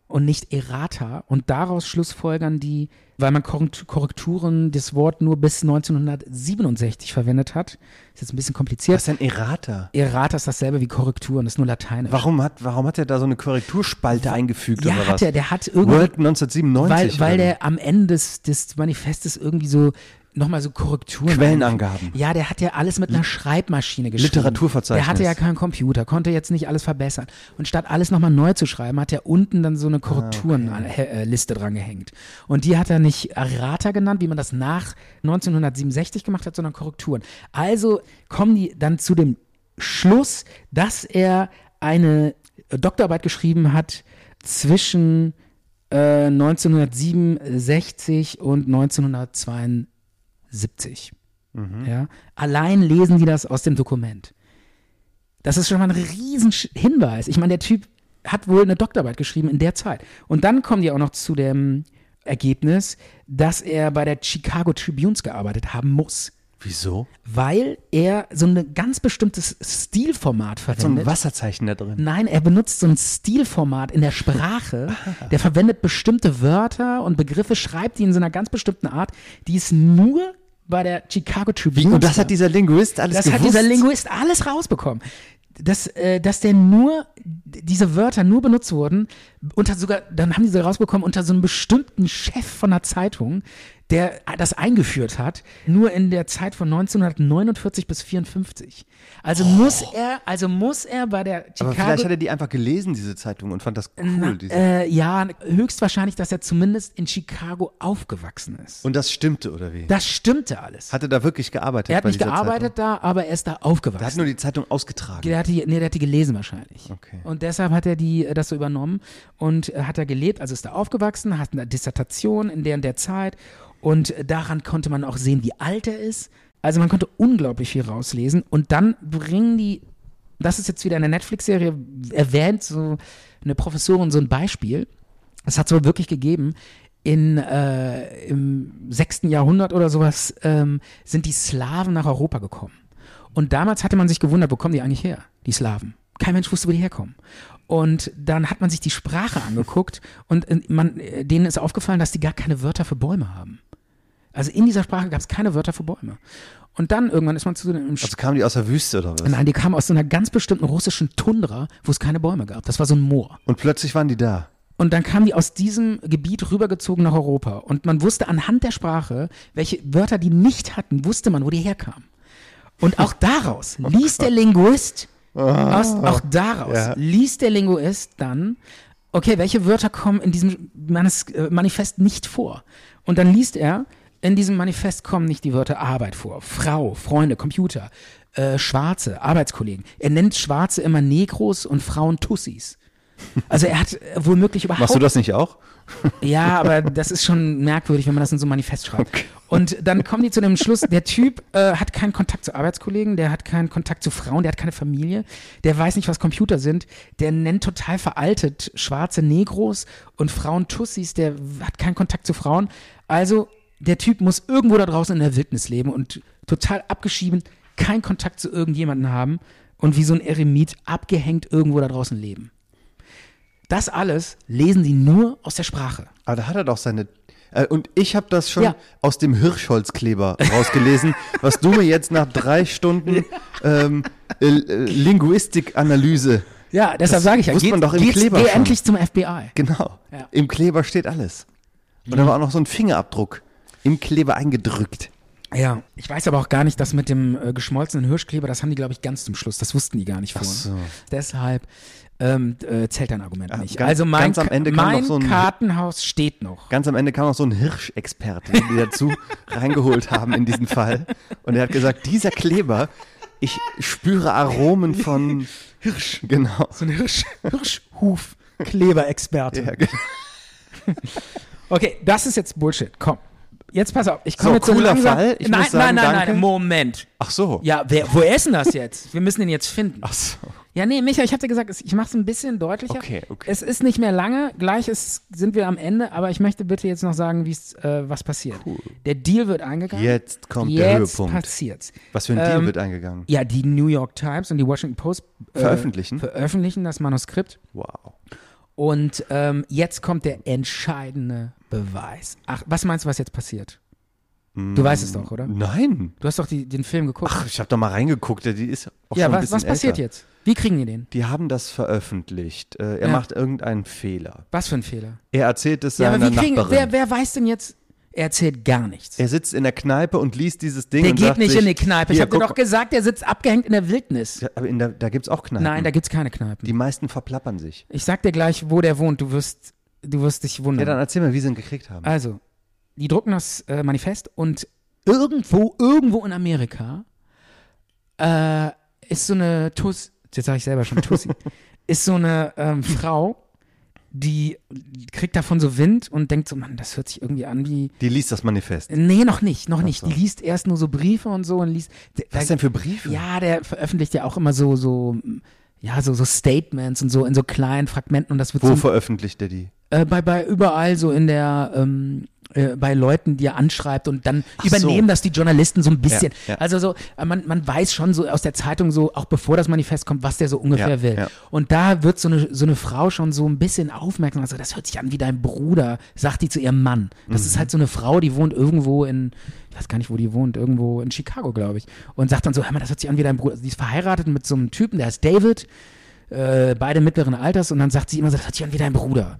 Speaker 3: und nicht Errata. Und daraus schlussfolgern die, weil man Korrekt- Korrekturen das Wort nur bis 1967 verwendet hat. Ist jetzt ein bisschen kompliziert.
Speaker 4: Was ist ein Errata?
Speaker 3: Errata ist dasselbe wie Korrekturen, das ist nur Lateinisch.
Speaker 4: Warum hat, warum hat er da so eine Korrekturspalte eingefügt
Speaker 3: Ja,
Speaker 4: oder
Speaker 3: hat
Speaker 4: was?
Speaker 3: er, der hat irgendwie.
Speaker 4: World 1997.
Speaker 3: weil weil
Speaker 4: oder
Speaker 3: der am Ende des, des Manifestes irgendwie so nochmal so Korrekturen.
Speaker 4: Quellenangaben. Hm.
Speaker 3: Ja, der hat ja alles mit einer Schreibmaschine geschrieben.
Speaker 4: Literaturverzeichnis.
Speaker 3: Der hatte ja keinen Computer, konnte jetzt nicht alles verbessern. Und statt alles nochmal neu zu schreiben, hat er unten dann so eine äh, Korrekturenliste dran gehängt. Und die hat er nicht Errata genannt, wie man das nach 1967 gemacht hat, sondern Korrekturen. Also kommen die dann zu dem Schluss, dass er eine äh, Doktorarbeit geschrieben hat zwischen äh, 1967 und 1972.
Speaker 4: Hm.
Speaker 3: Ja? Allein lesen die das aus dem Dokument. Das ist schon mal ein riesen Sch- Hinweis. Ich meine, der Typ hat wohl eine Doktorarbeit geschrieben in der Zeit. Und dann kommen die auch noch zu dem Ergebnis, dass er bei der Chicago Tribunes gearbeitet haben muss,
Speaker 4: Wieso?
Speaker 3: weil er so ein ganz bestimmtes Stilformat
Speaker 4: So ein
Speaker 3: verwendet.
Speaker 4: Wasserzeichen da drin.
Speaker 3: Nein, er benutzt so ein Stilformat in der Sprache.
Speaker 4: Ah.
Speaker 3: Der verwendet bestimmte Wörter und Begriffe, schreibt die in so einer ganz bestimmten Art, die es nur bei der Chicago Tribune.
Speaker 4: Und das
Speaker 3: gab.
Speaker 4: hat dieser Linguist alles
Speaker 3: Das hat
Speaker 4: gewusst?
Speaker 3: dieser Linguist alles rausbekommen. Dass, äh, dass der nur, diese Wörter nur benutzt wurden, unter sogar, dann haben die sie rausbekommen, unter so einem bestimmten Chef von einer Zeitung, der das eingeführt hat, nur in der Zeit von 1949 bis 54. Also muss er, also muss er bei der
Speaker 4: Oh. Aber vielleicht
Speaker 3: Chicago
Speaker 4: hat er die einfach gelesen, diese Zeitung, und fand das cool. diese-
Speaker 3: äh, ja, höchstwahrscheinlich, dass er zumindest in Chicago aufgewachsen ist.
Speaker 4: und das stimmte, oder wie?
Speaker 3: Das stimmte alles.
Speaker 4: Hat er da wirklich gearbeitet?
Speaker 3: er hat
Speaker 4: bei
Speaker 3: nicht
Speaker 4: dieser
Speaker 3: gearbeitet Genau.
Speaker 4: Zeitung?
Speaker 3: da, aber er ist da
Speaker 4: Er hat
Speaker 3: aufgewachsen.
Speaker 4: nur die Zeitung ausgetragen.
Speaker 3: Der hatte, nee, der hatte gelesen wahrscheinlich.
Speaker 4: Okay.
Speaker 3: Und deshalb hat er die, äh, das so übernommen und äh, hat da gelebt, also ist da aufgewachsen, hat eine Dissertation in der, in der Zeit und äh, daran konnte man auch sehen, wie alt er ist. Also man konnte unglaublich viel rauslesen und dann bringen die, das ist jetzt wieder in der Netflix-Serie erwähnt, so eine Professorin, so ein Beispiel. Das hat es wohl wirklich gegeben. In, äh, Im sechsten Jahrhundert oder sowas ähm, sind die Slawen nach Europa gekommen. Und damals hatte man sich gewundert, wo kommen die eigentlich her, die Slawen? Kein Mensch wusste, wo die herkommen. Und dann hat man sich die Sprache angeguckt und äh, man, äh, denen ist aufgefallen, dass die gar keine Wörter für Bäume haben. Also in dieser Sprache gab es keine Wörter für Bäume. Und dann irgendwann ist man zu einem
Speaker 4: Also kamen die aus der Wüste oder was?
Speaker 3: Nein, die kamen aus so einer ganz bestimmten russischen Tundra, wo es keine Bäume gab. Das war so ein Moor.
Speaker 4: Und plötzlich waren die da.
Speaker 3: Und dann kamen die aus diesem Gebiet rübergezogen nach Europa. Und man wusste anhand der Sprache, welche Wörter die nicht hatten, wusste man, wo die herkamen. Und auch daraus
Speaker 4: Oh
Speaker 3: ließ der Linguist, aus, auch daraus
Speaker 4: Ah. Ja.
Speaker 3: ließ der Linguist dann, okay, welche Wörter kommen in diesem Manis, äh, Manifest nicht vor? Und dann liest er, in diesem Manifest kommen nicht die Wörter Arbeit vor, Frau, Freunde, Computer, äh, Schwarze, Arbeitskollegen. Er nennt Schwarze immer Negros und Frauen Tussis. Also er hat äh, womöglich überhaupt
Speaker 4: Machst du das nicht auch?
Speaker 3: ja, aber das ist schon merkwürdig, wenn man das in so ein Manifest schreibt. Und dann kommen die zu dem Schluss, der Typ äh, hat keinen Kontakt zu Arbeitskollegen, der hat keinen Kontakt zu Frauen, der hat keine Familie, der weiß nicht, was Computer sind, der nennt total veraltet schwarze Negros und Frauen Tussis, der hat keinen Kontakt zu Frauen. Also der Typ muss irgendwo da draußen in der Wildnis leben und total abgeschieden, keinen Kontakt zu irgendjemanden haben und wie so ein Eremit abgehängt irgendwo da draußen leben. Das alles lesen sie nur aus der Sprache.
Speaker 4: Aber Ah, da hat er doch seine. Äh, und ich habe das schon
Speaker 3: Ja.
Speaker 4: aus dem Hirschholzkleber rausgelesen, was du mir jetzt nach drei Stunden ähm, äh, äh, Linguistikanalyse.
Speaker 3: Ja, deshalb
Speaker 4: Das
Speaker 3: sage ich ja,
Speaker 4: wusste man doch im
Speaker 3: geht's-
Speaker 4: Kleber
Speaker 3: geh
Speaker 4: schon.
Speaker 3: endlich zum FBI.
Speaker 4: Genau.
Speaker 3: Ja.
Speaker 4: Im Kleber steht alles. Und da war auch noch so ein Fingerabdruck im Kleber eingedrückt.
Speaker 3: Ja, ich weiß aber auch gar nicht, dass mit dem äh, geschmolzenen Hirschkleber, das haben die, glaube ich, ganz zum Schluss. Das wussten die gar nicht vorher.
Speaker 4: so. Ah,
Speaker 3: Deshalb ähm, äh, zählt dein Argument nicht.
Speaker 4: ganz-
Speaker 3: also mein,
Speaker 4: ganz am Ende kam
Speaker 3: mein
Speaker 4: noch so ein-
Speaker 3: Kartenhaus steht noch.
Speaker 4: Ganz am Ende kam noch so ein Hirschexperte, den die dazu reingeholt haben in diesen Fall. Und er hat gesagt, dieser Kleber, ich spüre Aromen von Hirsch. Genau.
Speaker 3: So ein Hirsch, Hirschhuf. Kleberexperte.
Speaker 4: Ja, genau.
Speaker 3: Okay, das ist jetzt Bullshit. Komm. Jetzt pass auf. Ich komme
Speaker 4: So,
Speaker 3: jetzt so
Speaker 4: cooler
Speaker 3: langsam.
Speaker 4: Fall. Ich
Speaker 3: nein,
Speaker 4: muss sagen,
Speaker 3: nein, nein,
Speaker 4: danke.
Speaker 3: nein. Moment.
Speaker 4: Ach so.
Speaker 3: Ja, wer, wo ist denn das jetzt? Wir müssen ihn jetzt finden.
Speaker 4: Ach so.
Speaker 3: Ja, nee, Micha, ich hab dir gesagt, es- ich mach's ein bisschen deutlicher.
Speaker 4: Okay, okay.
Speaker 3: Es ist nicht mehr lange, gleich ist, sind wir am Ende, aber ich möchte bitte jetzt noch sagen, wie's, äh, was passiert. Der Deal wird eingegangen.
Speaker 4: Jetzt kommt
Speaker 3: Jetzt
Speaker 4: der Höhepunkt.
Speaker 3: passiert's.
Speaker 4: Was für ein Deal
Speaker 3: Ähm,
Speaker 4: wird eingegangen?
Speaker 3: Ja, die New York Times und die Washington Post äh,
Speaker 4: Veröffentlichen?
Speaker 3: veröffentlichen das Manuskript
Speaker 4: Wow.
Speaker 3: und ähm, jetzt kommt der entscheidende Beweis. Ach, was meinst du, was jetzt passiert? Du weißt es doch, oder?
Speaker 4: Nein.
Speaker 3: Du hast doch die, den Film geguckt.
Speaker 4: Mm. Ach, ich habe da mal reingeguckt. Die ist auch
Speaker 3: ja,
Speaker 4: schon ein
Speaker 3: was,
Speaker 4: bisschen
Speaker 3: was passiert
Speaker 4: älter.
Speaker 3: jetzt? Wie kriegen die den?
Speaker 4: Die haben das veröffentlicht. Äh,
Speaker 3: Ja.
Speaker 4: er macht irgendeinen Fehler.
Speaker 3: Was für ein Fehler?
Speaker 4: Er erzählt es
Speaker 3: Ja,
Speaker 4: seiner
Speaker 3: aber wie kriegen, wer,
Speaker 4: Nachbarin.
Speaker 3: wer weiß denn jetzt, er erzählt gar nichts.
Speaker 4: er sitzt in der Kneipe und liest dieses Ding.
Speaker 3: der
Speaker 4: und
Speaker 3: geht
Speaker 4: sagt
Speaker 3: nicht
Speaker 4: sich,
Speaker 3: in die Kneipe. Ich
Speaker 4: hier,
Speaker 3: hab dir
Speaker 4: guck
Speaker 3: doch gesagt, der sitzt abgehängt in der Wildnis.
Speaker 4: Ja, aber in der, da gibt's auch Kneipen.
Speaker 3: Nein, da gibt's keine Kneipen.
Speaker 4: die meisten verplappern sich.
Speaker 3: ich sag dir gleich, wo der wohnt. Du wirst, du wirst dich
Speaker 4: Ja,
Speaker 3: wundern.
Speaker 4: dann erzähl mal, wie sie ihn gekriegt haben.
Speaker 3: also, die drucken das äh, Manifest und irgendwo, irgendwo in Amerika äh, ist so eine Tuss, jetzt sage ich selber schon Tussi, ist so eine ähm, Frau, die kriegt davon so Wind und denkt so, Mann, das hört sich irgendwie an wie
Speaker 4: Die liest das Manifest.
Speaker 3: Nee, noch nicht, noch nicht.
Speaker 4: so.
Speaker 3: Die liest erst nur so Briefe und so und liest.
Speaker 4: Was denn für Briefe?
Speaker 3: Ja, der veröffentlicht ja auch immer so, so, ja, so, so Statements und so in so kleinen Fragmenten und das wird
Speaker 4: Wo
Speaker 3: so
Speaker 4: veröffentlicht er die?
Speaker 3: äh, bei, bei überall so in der ähm, äh, bei Leuten, die er anschreibt und dann übernehmen
Speaker 4: so.
Speaker 3: das die Journalisten so ein bisschen.
Speaker 4: Ja, ja.
Speaker 3: Also so, äh, man, man weiß schon so aus der Zeitung so, auch bevor das Manifest kommt, was der so ungefähr
Speaker 4: Ja,
Speaker 3: will.
Speaker 4: ja.
Speaker 3: Und da wird so eine, so eine Frau schon so ein bisschen aufmerksam. Also das hört sich an wie dein Bruder, sagt die zu ihrem Mann. Das
Speaker 4: Mhm.
Speaker 3: ist halt so eine Frau, die wohnt irgendwo in, ich weiß gar nicht, wo die wohnt, irgendwo in Chicago, glaube ich. Und sagt dann so, hör mal, das hört sich an wie dein Bruder. Also die ist verheiratet mit so einem Typen, der heißt David äh, beide mittleren Alters und dann sagt sie immer so, das hat sich an wie dein Bruder.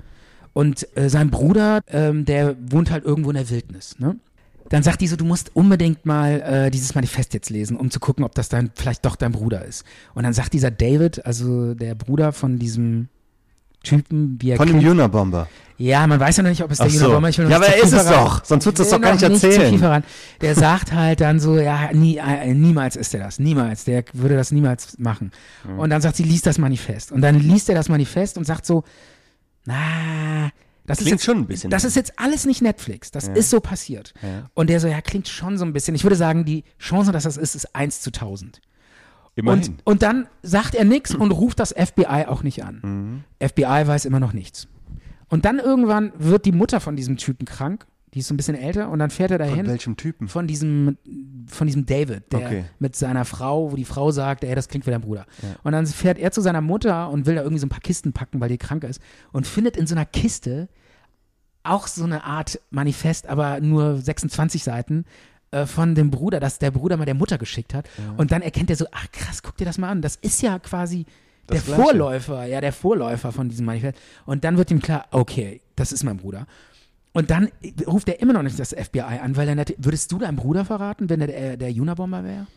Speaker 3: Und äh, sein Bruder, ähm, der wohnt halt irgendwo in der Wildnis. Ne? Dann sagt die so, du musst unbedingt mal äh, dieses Manifest jetzt lesen, um zu gucken, ob das dann vielleicht doch dein Bruder ist. Und dann sagt dieser David, also der Bruder von diesem Typen, wie er
Speaker 4: Von dem
Speaker 3: kennt-
Speaker 4: Unabomber.
Speaker 3: Ja, aber man weiß ja noch nicht, ob es der
Speaker 4: Ach so.
Speaker 3: Unabomber Ich will noch
Speaker 4: Ja,
Speaker 3: nicht
Speaker 4: aber
Speaker 3: zu
Speaker 4: er ist
Speaker 3: viel
Speaker 4: es
Speaker 3: verraten.
Speaker 4: doch. Sonst würdest du es
Speaker 3: Ich
Speaker 4: doch gar
Speaker 3: will
Speaker 4: nicht
Speaker 3: noch zu
Speaker 4: erzählen.
Speaker 3: viel verraten. Der sagt halt dann so, ja, nie, äh, niemals ist er das, niemals, der würde das niemals machen.
Speaker 4: Mhm.
Speaker 3: Und dann sagt sie, liest das Manifest. Und dann liest er das Manifest und sagt so, na, das
Speaker 4: Klingt
Speaker 3: ist jetzt,
Speaker 4: schon ein bisschen
Speaker 3: Das ist jetzt alles nicht Netflix, das ist so passiert. Und der so, ja, klingt schon so ein bisschen. Ich würde sagen, die Chance, dass das ist, ist 1 zu 1000. Und, und dann sagt er nichts und ruft das FBI auch nicht
Speaker 4: Mhm.
Speaker 3: an. FBI weiß immer noch nichts. Und dann irgendwann wird die Mutter von diesem Typen krank. Die ist so ein bisschen älter und dann fährt er dahin.
Speaker 4: Von welchem Typen?
Speaker 3: Von diesem, von diesem David, der
Speaker 4: Okay.
Speaker 3: mit seiner Frau, wo die Frau sagt, ey, das klingt wie dein Bruder. Und dann fährt er zu seiner Mutter und will da irgendwie so ein paar Kisten packen, weil die krank ist. Und findet in so einer Kiste auch so eine Art Manifest, aber nur 26 Seiten äh, von dem Bruder, das der Bruder mal der Mutter geschickt hat. Und dann erkennt er so, ach krass, guck dir das mal an. Das ist ja quasi
Speaker 4: Das
Speaker 3: der
Speaker 4: Gleiche.
Speaker 3: Vorläufer, ja, der Vorläufer von diesem Manifest. Und dann wird ihm klar, okay, das ist mein Bruder. Und dann äh, ruft er immer noch nicht das FBI an, weil er natürlich, würdest du deinem Bruder verraten, wenn er der, der Junabomber wäre?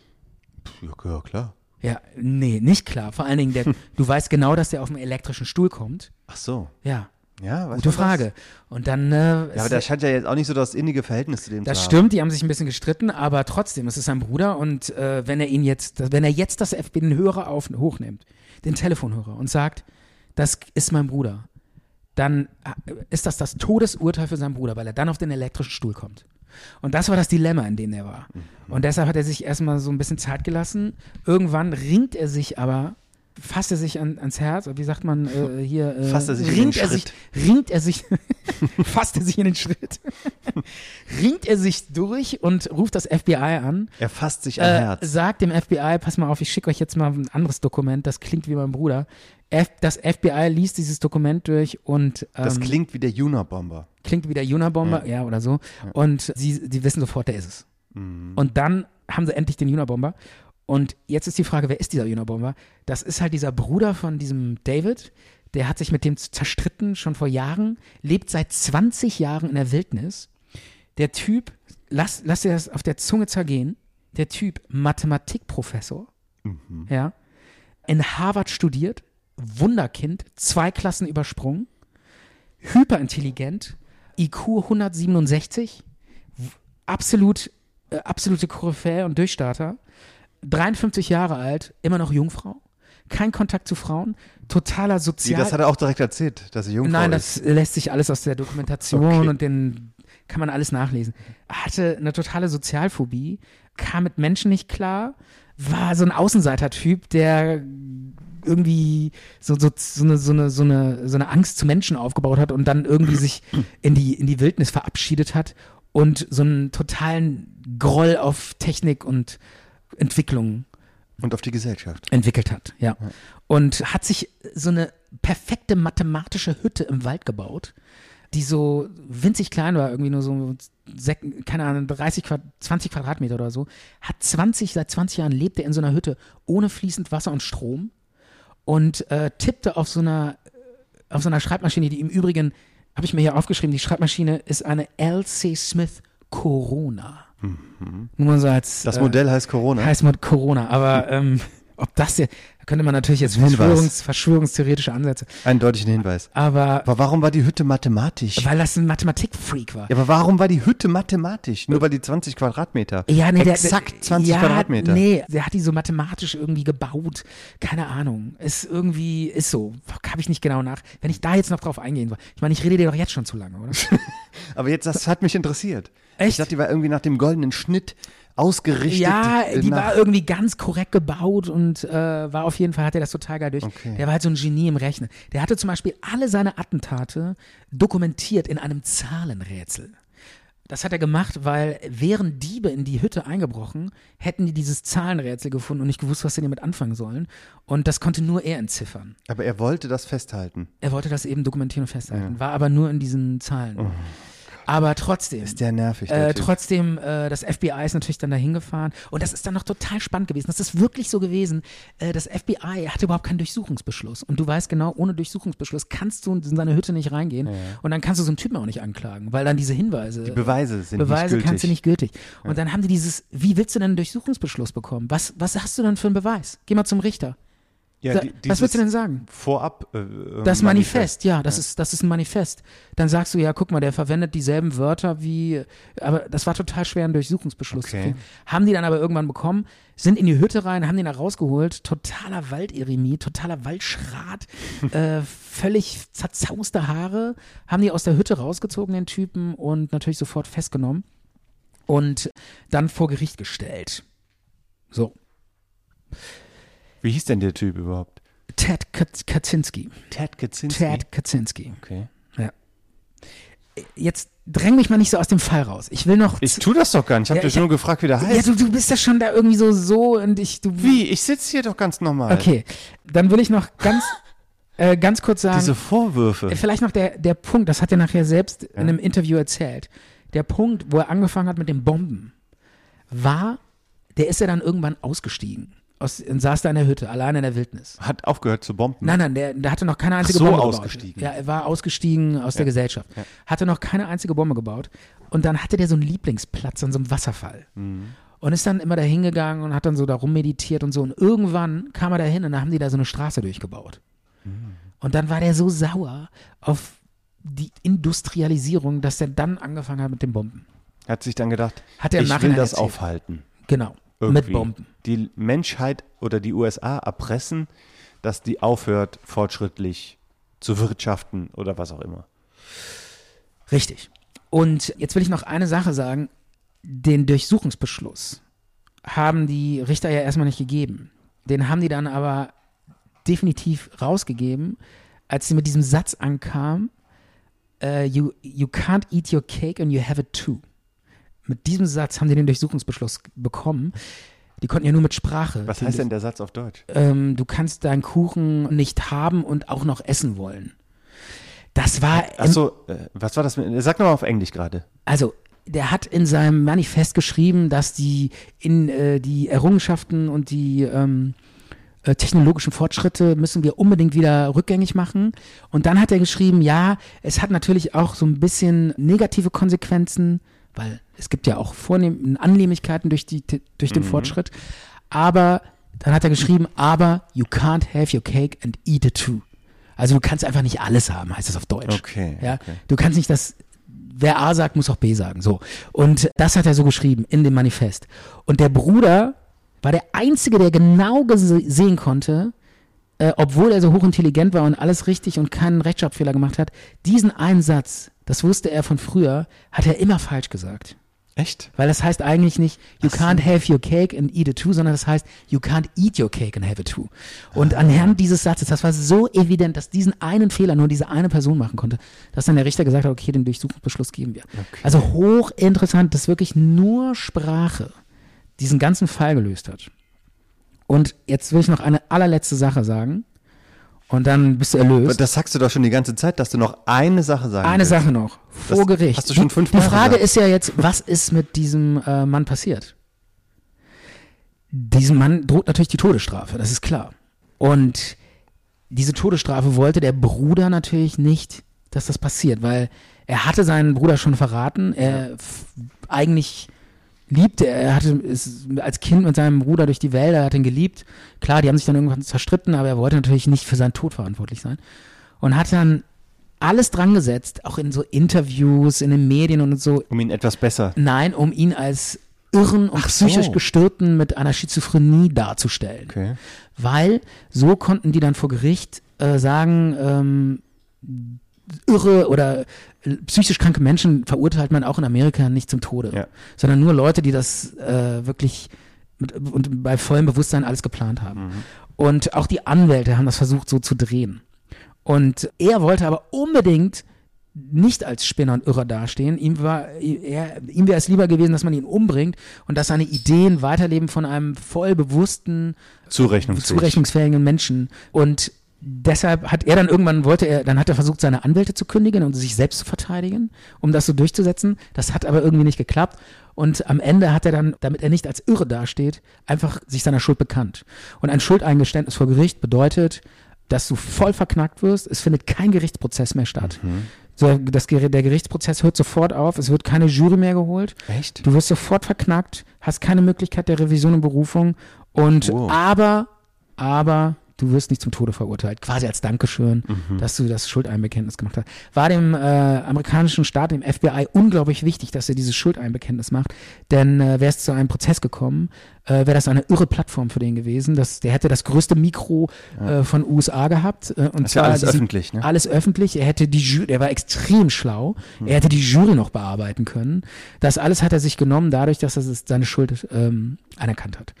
Speaker 4: Ja, ja, klar.
Speaker 3: Ja, nee, nicht klar. Vor allen Dingen, der, du weißt genau, dass der auf dem elektrischen Stuhl kommt.
Speaker 4: Ach so.
Speaker 3: Ja,
Speaker 4: Ja,
Speaker 3: gute
Speaker 4: weiß man das?
Speaker 3: Frage. Und dann äh,
Speaker 4: Ja, aber
Speaker 3: ist-
Speaker 4: der scheint ja jetzt auch nicht so das innige Verhältnis zu dem
Speaker 3: Das
Speaker 4: zu haben.
Speaker 3: stimmt, die haben sich ein bisschen gestritten, aber trotzdem, es ist sein Bruder und äh, wenn er ihn jetzt, wenn er jetzt das FB, den Hörer auf, hochnimmt, den Telefonhörer und sagt, das ist mein Bruder, dann äh, ist das das Todesurteil für seinen Bruder, weil er dann auf den elektrischen Stuhl kommt. Und das war das Dilemma, in dem er war.
Speaker 4: Mhm.
Speaker 3: Und deshalb hat er sich erstmal so ein bisschen Zeit gelassen. Irgendwann ringt er sich aber, fasst er sich an, ans Herz, oder wie sagt man äh, hier, äh,
Speaker 4: Fasst er sich in den
Speaker 3: ringt er sich,
Speaker 4: Schritt.
Speaker 3: ringt er sich, fasst er sich in den Schritt ringt er sich durch und ruft das FBI an.
Speaker 4: Er fasst sich am
Speaker 3: Äh,
Speaker 4: Herz.
Speaker 3: sagt dem FBI, pass mal auf, ich schicke euch jetzt mal ein anderes Dokument, das klingt wie mein Bruder. F das FBI liest dieses Dokument durch und ähm,
Speaker 4: Das klingt wie der Junabomber.
Speaker 3: klingt wie der Junabomber, ja. oder so. Und sie, sie wissen sofort, der ist es.
Speaker 4: Mhm.
Speaker 3: Und dann haben sie endlich den Junabomber. Und jetzt ist die Frage, wer ist dieser Junabomber? Das ist halt dieser Bruder von diesem David. Der hat sich mit dem zerstritten schon vor Jahren, lebt seit 20 Jahren in der Wildnis. Der Typ, lass, lass dir das auf der Zunge zergehen, der Typ Mathematikprofessor,
Speaker 4: Mhm.
Speaker 3: ja, in Harvard studiert, Wunderkind, zwei Klassen übersprungen hyperintelligent, IQ 167, w- absolut, äh, absolute Koryphäe und Durchstarter, 53 Jahre alt, immer noch Jungfrau, kein Kontakt zu Frauen, totaler
Speaker 4: Die,
Speaker 3: Sozial...
Speaker 4: das hat er auch direkt erzählt, dass er Jungfrau
Speaker 3: Nein,
Speaker 4: ist.
Speaker 3: das lässt sich alles aus der Dokumentation
Speaker 4: Okay.
Speaker 3: und den kann man alles nachlesen. Hatte eine totale Sozialphobie, kam mit Menschen nicht klar, war so ein Außenseiter-Typ, der irgendwie so, so, so, eine, so, eine, so, eine, so eine Angst zu Menschen aufgebaut hat und dann irgendwie sich in die, in die Wildnis verabschiedet hat und so einen totalen Groll auf Technik und Entwicklung
Speaker 4: Und auf die Gesellschaft.
Speaker 3: entwickelt hat, ja. Und hat sich so eine perfekte mathematische Hütte im Wald gebaut, die so winzig klein war, irgendwie nur so, sech, keine Ahnung, 30, Quad 20 Quadratmeter oder so. Hat 20, seit 20 Jahren lebt er in so einer Hütte ohne fließend Wasser und Strom und äh, tippte auf so einer auf so einer Schreibmaschine, die im Übrigen, habe ich mir hier aufgeschrieben, die Schreibmaschine ist eine LC Smith Corona. Nur so als
Speaker 4: Mhm. Das
Speaker 3: äh,
Speaker 4: Modell heißt Corona.
Speaker 3: heißt mit Corona, aber ähm, ob das hier, da könnte man natürlich jetzt
Speaker 4: Hm. Hinweis.
Speaker 3: Verschwörungs, verschwörungstheoretische Ansätze,
Speaker 4: Eindeutigen Hinweis.
Speaker 3: aber
Speaker 4: Aber warum war die Hütte mathematisch?
Speaker 3: weil das ein Mathematikfreak war.
Speaker 4: Ja, aber warum war die Hütte mathematisch? Nur weil die 20 Quadratmeter. Exakt 20
Speaker 3: ja,
Speaker 4: Quadratmeter.
Speaker 3: Nee, der hat die so mathematisch irgendwie gebaut. Keine Ahnung. Ist irgendwie, ist so. Habe ich nicht genau nach. Wenn ich da jetzt noch drauf eingehen will. Ich meine, ich rede dir doch jetzt schon zu lange, oder?
Speaker 4: Aber jetzt, das hat mich interessiert. Ich
Speaker 3: Echt?
Speaker 4: dachte, die war irgendwie nach dem goldenen Schnitt ausgerichtet.
Speaker 3: Ja,
Speaker 4: äh,
Speaker 3: die
Speaker 4: nach-
Speaker 3: war irgendwie ganz korrekt gebaut und äh, war auf jeden Fall, hat er das total geil durch. Der war halt so ein Genie im Rechnen. Der hatte zum Beispiel alle seine Attentate dokumentiert in einem Zahlenrätsel. Das hat er gemacht, weil wären Diebe in die Hütte eingebrochen, hätten die dieses Zahlenrätsel gefunden und nicht gewusst, was sie damit anfangen sollen. Und das konnte nur er entziffern.
Speaker 4: Aber er wollte das festhalten.
Speaker 3: Er wollte das eben dokumentieren und festhalten, war aber nur in diesen Zahlen. Aber trotzdem.
Speaker 4: Ist der nervig, der
Speaker 3: Äh,
Speaker 4: Typ.
Speaker 3: trotzdem, äh, das FBI ist natürlich dann dahin gefahren. Und das ist dann noch total spannend gewesen. Das ist wirklich so gewesen. Äh, das FBI hatte überhaupt keinen Durchsuchungsbeschluss. Und du weißt genau, ohne Durchsuchungsbeschluss kannst du in seine Hütte nicht reingehen. Und dann kannst du so einen Typen auch nicht anklagen, weil dann diese Hinweise. Die
Speaker 4: Beweise sind nicht
Speaker 3: Beweise
Speaker 4: gültig.
Speaker 3: kannst du nicht gültig. Und dann haben die dieses, wie willst du denn einen Durchsuchungsbeschluss bekommen? Was, was hast du denn für einen Beweis? Geh mal zum Richter.
Speaker 4: Ja,
Speaker 3: Sa-
Speaker 4: die-
Speaker 3: was willst du denn
Speaker 4: dieses
Speaker 3: sagen?
Speaker 4: Vorab. äh,
Speaker 3: Das Manifest, ja, das, Ist, das ist ein Manifest. Dann sagst du, ja, guck mal, der verwendet dieselben Wörter wie, aber das war total schwer, einen Durchsuchungsbeschluss zu
Speaker 4: Okay.
Speaker 3: kriegen. Haben die dann aber irgendwann bekommen, sind in die Hütte rein, haben den da rausgeholt, totaler Walderemie, totaler Waldschrat, äh, völlig zerzauste Haare, haben die aus der Hütte rausgezogen, den Typen, und natürlich sofort festgenommen und dann vor Gericht gestellt. So,
Speaker 4: Wie hieß denn der Typ überhaupt?
Speaker 3: Ted Kat- Kaczynski.
Speaker 4: Ted Kaczynski.
Speaker 3: Ted Kaczynski.
Speaker 4: Okay.
Speaker 3: jetzt dräng mich mal nicht so aus dem Fall raus. Ich will noch.
Speaker 4: Ich tu das doch gar nicht. Ich habe
Speaker 3: Ja,
Speaker 4: dich
Speaker 3: ich-
Speaker 4: nur gefragt, wie der
Speaker 3: ja,
Speaker 4: heißt.
Speaker 3: du, du bist ja schon da irgendwie so so und ich du.
Speaker 4: wie? Ich sitze hier doch ganz normal.
Speaker 3: Okay, dann will ich noch ganz äh, ganz kurz sagen. äh,
Speaker 4: Diese Vorwürfe.
Speaker 3: Vielleicht noch der der Punkt. Das hat er nachher selbst in einem Interview erzählt. Der Punkt, wo er angefangen hat mit den Bomben, war, der ist ja dann irgendwann ausgestiegen. Aus, und saß da in der Hütte, allein in der Wildnis.
Speaker 4: Hat aufgehört zu bomben.
Speaker 3: Nein, nein, der, der hatte noch keine einzige
Speaker 4: so,
Speaker 3: Bombe
Speaker 4: ausgestiegen.
Speaker 3: gebaut. Ja, er war ausgestiegen aus der Gesellschaft. Hatte noch keine einzige Bombe gebaut. Und dann hatte der so einen Lieblingsplatz an so einem Wasserfall.
Speaker 4: Mhm.
Speaker 3: Und ist dann immer da hingegangen und hat dann so da rummeditiert und so. Und irgendwann kam er da hin und dann haben die da so eine Straße durchgebaut.
Speaker 4: Mhm.
Speaker 3: Und dann war der so sauer auf die Industrialisierung, dass er dann angefangen hat mit den Bomben.
Speaker 4: Hat sich dann gedacht,
Speaker 3: Hat er im
Speaker 4: ich will
Speaker 3: Nachhinein
Speaker 4: das
Speaker 3: erzählt.
Speaker 4: aufhalten.
Speaker 3: Genau.
Speaker 4: Irgendwie.
Speaker 3: Mit Bomben.
Speaker 4: Die Menschheit oder die USA erpressen, dass die aufhört, fortschrittlich zu wirtschaften oder was auch immer.
Speaker 3: Richtig. Und jetzt will ich noch eine Sache sagen. Den Durchsuchungsbeschluss haben die Richter ja erstmal nicht gegeben. Den haben die dann aber definitiv rausgegeben, als sie mit diesem Satz ankam, äh, you, you can't eat your cake and you have it too. Mit diesem Satz haben die den Durchsuchungsbeschluss bekommen. Die konnten ja nur mit Sprache.
Speaker 4: Was heißt denn der Satz auf Deutsch?
Speaker 3: Ähm, du kannst deinen Kuchen nicht haben und auch noch essen wollen. Das war im
Speaker 4: Achso, äh, was war das mit. Sag nochmal auf Englisch gerade.
Speaker 3: also der hat in seinem Manifest geschrieben, dass die in äh, die Errungenschaften und die ähm, äh, technologischen Fortschritte müssen wir unbedingt wieder rückgängig machen. Und dann hat er geschrieben, ja, es hat natürlich auch so ein bisschen negative Konsequenzen, weil es gibt ja auch Vornehm Annehmlichkeiten durch, die, durch
Speaker 4: Mhm.
Speaker 3: den Fortschritt. Aber dann hat er geschrieben, aber you can't have your cake and eat it too. Also du kannst einfach nicht alles haben, heißt das auf Deutsch.
Speaker 4: Okay,
Speaker 3: Ja, du kannst nicht das wer A sagt, muss auch B sagen. So. Und das hat er so geschrieben in dem Manifest. Und der Bruder war der Einzige, der genau gese- sehen konnte, äh, obwohl er so hochintelligent war und alles richtig und keinen Rechtschreibfehler gemacht hat, diesen einen Satz, das wusste er von früher, hat er immer falsch gesagt.
Speaker 4: Echt?
Speaker 3: Weil das heißt eigentlich nicht, you can't have your cake and eat it too, sondern das heißt, you can't eat your cake and have it too. Und anhand dieses Satzes, das war so evident, dass diesen einen Fehler nur diese eine Person machen konnte, dass dann der Richter gesagt hat, okay, den Durchsuchungsbeschluss geben wir. Also hochinteressant, dass wirklich nur Sprache diesen ganzen Fall gelöst hat. Und jetzt will ich noch eine allerletzte Sache sagen. Und dann bist du erlöst.
Speaker 4: Das sagst du doch schon die ganze Zeit, dass du noch eine Sache sagen
Speaker 3: Eine
Speaker 4: willst.
Speaker 3: Sache noch. Vor
Speaker 4: Das
Speaker 3: Gericht.
Speaker 4: hast du schon fünfmal
Speaker 3: Die Frage
Speaker 4: gesagt.
Speaker 3: ist ja jetzt, was ist mit diesem äh, Mann passiert? Diesem Mann droht natürlich die Todesstrafe, das ist klar. Und diese Todesstrafe wollte der Bruder natürlich nicht, dass das passiert, weil er hatte seinen Bruder schon verraten. Er f- eigentlich liebte er, er hatte ist als Kind mit seinem Bruder durch die Wälder, er hat ihn geliebt. Klar, die haben sich dann irgendwann zerstritten, aber er wollte natürlich nicht für seinen Tod verantwortlich sein und hat dann alles dran gesetzt, auch in so Interviews, in den Medien und so.
Speaker 4: Um ihn etwas besser.
Speaker 3: Nein, um ihn als irren und
Speaker 4: so.
Speaker 3: psychisch gestörten mit einer Schizophrenie darzustellen.
Speaker 4: Okay.
Speaker 3: Weil so konnten die dann vor Gericht äh, sagen, ähm, irre oder äh, psychisch kranke Menschen verurteilt man auch in Amerika nicht zum Tode,
Speaker 4: Ja.
Speaker 3: sondern nur Leute, die das äh, wirklich mit, und bei vollem Bewusstsein alles geplant haben. Und auch die Anwälte haben das versucht so zu drehen. Und er wollte aber unbedingt nicht als Spinner und Irrer dastehen. Ihm, war, er, ihm wäre es lieber gewesen, dass man ihn umbringt und dass seine Ideen weiterleben von einem voll bewussten,
Speaker 4: Zurechnungsfähig.
Speaker 3: zurechnungsfähigen Menschen. Und deshalb hat er dann irgendwann wollte er, dann hat er versucht, seine Anwälte zu kündigen und sich selbst zu verteidigen, um das so durchzusetzen. Das hat aber irgendwie nicht geklappt. Und am Ende hat er dann, damit er nicht als Irre dasteht, einfach sich seiner Schuld bekannt. Und ein Schuldeingeständnis vor Gericht bedeutet, dass du voll verknackt wirst. Es findet kein Gerichtsprozess mehr statt. So, das, Geri- der Gerichtsprozess hört sofort auf. Es wird keine Jury mehr geholt.
Speaker 4: Echt?
Speaker 3: Du wirst sofort verknackt, hast keine Möglichkeit der Revision und Berufung. Und
Speaker 4: Wow.
Speaker 3: aber, aber du wirst nicht zum Tode verurteilt. Quasi als Dankeschön,
Speaker 4: Mhm.
Speaker 3: dass du das Schuldeinbekenntnis gemacht hast. War dem äh, amerikanischen Staat, dem FBI, unglaublich wichtig, dass er dieses Schuldeinbekenntnis macht. Denn äh, wäre es zu einem Prozess gekommen, äh, wäre das eine irre Plattform für den gewesen. Das, der hätte das größte Mikro äh, von USA gehabt. Äh, und
Speaker 4: Das ist ja
Speaker 3: zwar
Speaker 4: alles
Speaker 3: diesen-
Speaker 4: öffentlich, ne?
Speaker 3: alles öffentlich. Er hätte die Jury, er war extrem schlau. Er hätte die Jury noch bearbeiten können. Das alles hat er sich genommen, dadurch, dass er es- seine Schuld ähm, anerkannt hat.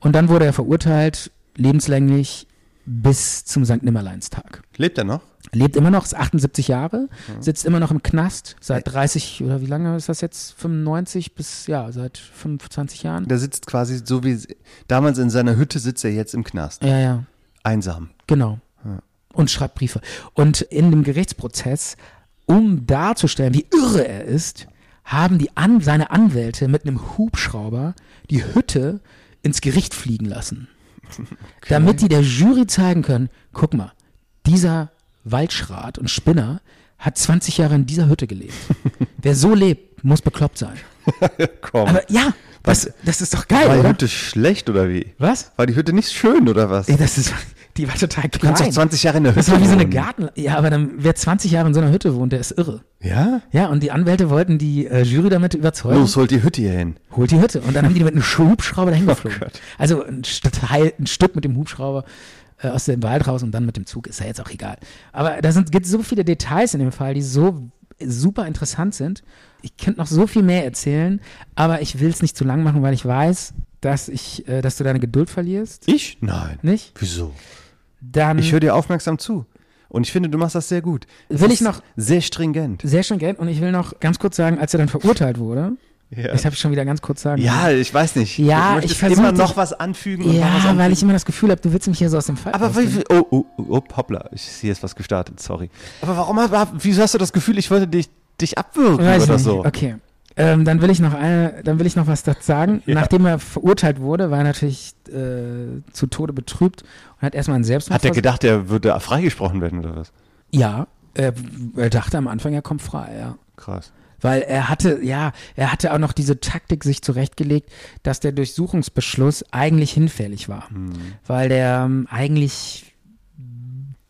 Speaker 3: Und dann wurde er verurteilt, lebenslänglich bis zum St. Nimmerleinstag.
Speaker 4: Lebt er noch?
Speaker 3: Lebt immer noch, ist 78 Jahre, sitzt immer noch im Knast seit 30 oder wie lange ist das jetzt? 95 bis ja, seit 25 Jahren.
Speaker 4: Der sitzt quasi so wie damals in seiner Hütte sitzt er jetzt im Knast.
Speaker 3: Ja, ja.
Speaker 4: Einsam.
Speaker 3: Genau. Und schreibt Briefe. Und in dem Gerichtsprozess, um darzustellen, wie irre er ist, haben die An seine Anwälte mit einem Hubschrauber die Hütte ins Gericht fliegen lassen. Damit die der Jury zeigen können, guck mal, dieser Waldschrat und Spinner hat 20 Jahre in dieser Hütte gelebt. Wer so lebt, muss bekloppt sein.
Speaker 4: Komm.
Speaker 3: Aber ja, das, das ist doch
Speaker 4: war
Speaker 3: geil,
Speaker 4: die
Speaker 3: oder?
Speaker 4: Hütte schlecht oder wie?
Speaker 3: Was?
Speaker 4: War die Hütte nicht schön oder was?
Speaker 3: Ey, das ist, die war total klein.
Speaker 4: kannst doch 20 Jahre in der
Speaker 3: Das
Speaker 4: Hütte
Speaker 3: war wie so eine
Speaker 4: wohnen.
Speaker 3: Garten. Ja, aber dann, wer 20 Jahre in so einer Hütte wohnt, der ist irre.
Speaker 4: Ja?
Speaker 3: Ja, und die Anwälte wollten die äh, Jury damit überzeugen,
Speaker 4: Los, Oh holt die Hütte hier hin.
Speaker 3: holt die Hütte. Und dann haben die mit einem Hubschrauber dahin geflogen. also ein, Stadtteil, ein Stück mit dem Hubschrauber äh, aus dem Wald raus und dann mit dem Zug, ist ja jetzt auch egal. Aber da gibt es so viele Details in dem Fall, die so super interessant sind. Ich könnte noch so viel mehr erzählen, aber ich will es nicht zu lang machen, weil ich weiß, dass ich, äh, dass du deine Geduld verlierst.
Speaker 4: Ich? Nein.
Speaker 3: Nicht?
Speaker 4: Wieso?
Speaker 3: Dann
Speaker 4: Ich höre dir aufmerksam zu. Und ich finde, du machst das sehr gut. Es
Speaker 3: Will ich
Speaker 4: ist
Speaker 3: noch-
Speaker 4: Sehr stringent.
Speaker 3: Sehr schön, Geld. Und ich will noch ganz kurz sagen, als er dann verurteilt wurde,
Speaker 4: Ja.
Speaker 3: das habe ich schon wieder ganz kurz sagen.
Speaker 4: Ja, ich weiß nicht.
Speaker 3: Ja,
Speaker 4: du möchtest
Speaker 3: ich versuch
Speaker 4: immer
Speaker 3: dich-
Speaker 4: noch was anfügen und noch was
Speaker 3: ja
Speaker 4: anfügen.
Speaker 3: weil ich immer das Gefühl habe, du willst mich hier so aus dem Fall.
Speaker 4: aber
Speaker 3: rausnehmen.
Speaker 4: wie, wie, oh, oh, oh, oh, hoppla, ich, hier ist was gestartet, sorry. Aber warum, hab- wieso hast du das Gefühl, ich wollte dich, dich abwürgen
Speaker 3: Weiß
Speaker 4: oder
Speaker 3: nicht.
Speaker 4: so?
Speaker 3: Okay. Ähm, dann will ich noch eine, dann will ich noch was dazu sagen.
Speaker 4: Ja.
Speaker 3: Nachdem er verurteilt wurde, war er natürlich äh, zu Tode betrübt und hat erstmal einen Selbstmord.
Speaker 4: Hat er gedacht, er würde freigesprochen werden oder was?
Speaker 3: Ja, er, er dachte am Anfang, er kommt frei. Ja.
Speaker 4: Krass.
Speaker 3: Weil er hatte, ja, er hatte auch noch diese Taktik sich zurechtgelegt, dass der Durchsuchungsbeschluss eigentlich hinfällig war.
Speaker 4: Hm.
Speaker 3: Weil der ähm, eigentlich,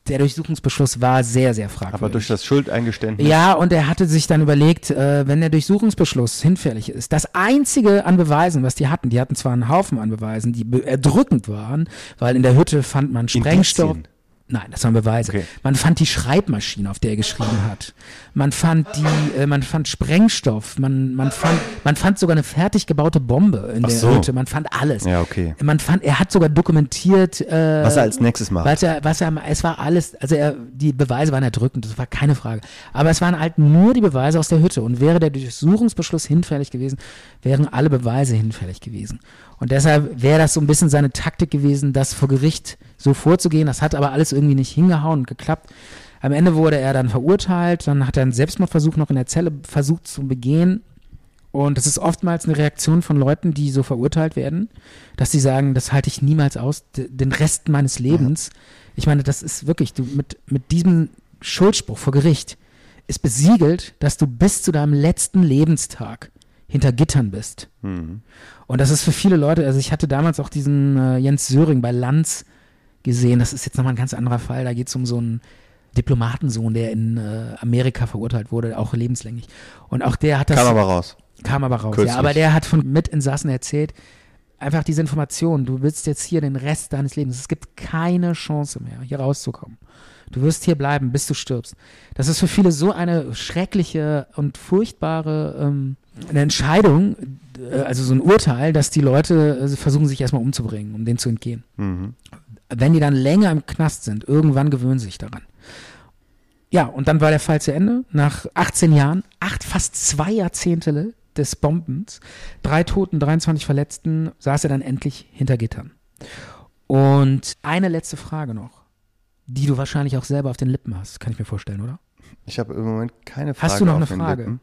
Speaker 3: der Durchsuchungsbeschluss war sehr, sehr fragwürdig.
Speaker 4: Aber durch das Schuldeingeständnis.
Speaker 3: ja, und er hatte sich dann überlegt, äh, wenn der Durchsuchungsbeschluss hinfällig ist, das einzige an Beweisen, was die hatten, die hatten zwar einen Haufen an Beweisen, die be- erdrückend waren, weil in der Hütte fand man Sprengstoff.
Speaker 4: Indizien.
Speaker 3: Nein, das waren Beweise.
Speaker 4: Okay.
Speaker 3: Man fand die Schreibmaschine, auf der er geschrieben hat. Man fand die, äh, man fand Sprengstoff. Man, man fand, man fand sogar eine fertig gebaute Bombe in der
Speaker 4: so.
Speaker 3: Hütte. Man fand alles.
Speaker 4: Ja, okay.
Speaker 3: Man fand, er hat sogar dokumentiert, äh,
Speaker 4: Was er als nächstes macht.
Speaker 3: was er, was er, es war alles, also er, die Beweise waren erdrückend, das war keine Frage. Aber es waren halt nur die Beweise aus der Hütte. Und wäre der Durchsuchungsbeschluss hinfällig gewesen, wären alle Beweise hinfällig gewesen. Und deshalb wäre das so ein bisschen seine Taktik gewesen, das vor Gericht so vorzugehen. Das hat aber alles irgendwie nicht hingehauen und geklappt. Am Ende wurde er dann verurteilt, dann hat er einen Selbstmordversuch noch in der Zelle versucht zu begehen. Und das ist oftmals eine Reaktion von Leuten, die so verurteilt werden, dass sie sagen, das halte ich niemals aus, d- den Rest meines Lebens. Ich meine, das ist wirklich, du mit, mit diesem Schuldspruch vor Gericht ist besiegelt, dass du bis zu deinem letzten Lebenstag hinter Gittern bist. Und das ist für viele Leute, also ich hatte damals auch diesen äh, Jens Söring bei Lanz gesehen, das ist jetzt nochmal ein ganz anderer Fall, da geht es um so einen Diplomatensohn, der in äh, Amerika verurteilt wurde, auch lebenslänglich. Und auch der hat das
Speaker 4: Kam aber raus.
Speaker 3: kam aber raus.
Speaker 4: Kürzlich.
Speaker 3: Ja, aber der hat von Mitinsassen erzählt, einfach diese Information, du willst jetzt hier den Rest deines Lebens, es gibt keine Chance mehr, hier rauszukommen. Du wirst hier bleiben, bis du stirbst. Das ist für viele so eine schreckliche und furchtbare ähm, eine Entscheidung, äh, also so ein Urteil, dass die Leute äh, versuchen, sich erstmal umzubringen, um dem zu entgehen. Wenn die dann länger im Knast sind, irgendwann gewöhnen sie sich daran. Ja, und dann war der Fall zu Ende. Nach 18 Jahren, acht, fast zwei Jahrzehnte des Bombens, drei Toten, 23 Verletzten, saß er dann endlich hinter Gittern. Und eine letzte Frage noch. die du wahrscheinlich auch selber auf den Lippen hast, kann ich mir vorstellen, oder?
Speaker 4: Ich habe im Moment keine Frage.
Speaker 3: Hast du noch
Speaker 4: auf
Speaker 3: eine
Speaker 4: den
Speaker 3: Frage?
Speaker 4: Lippen.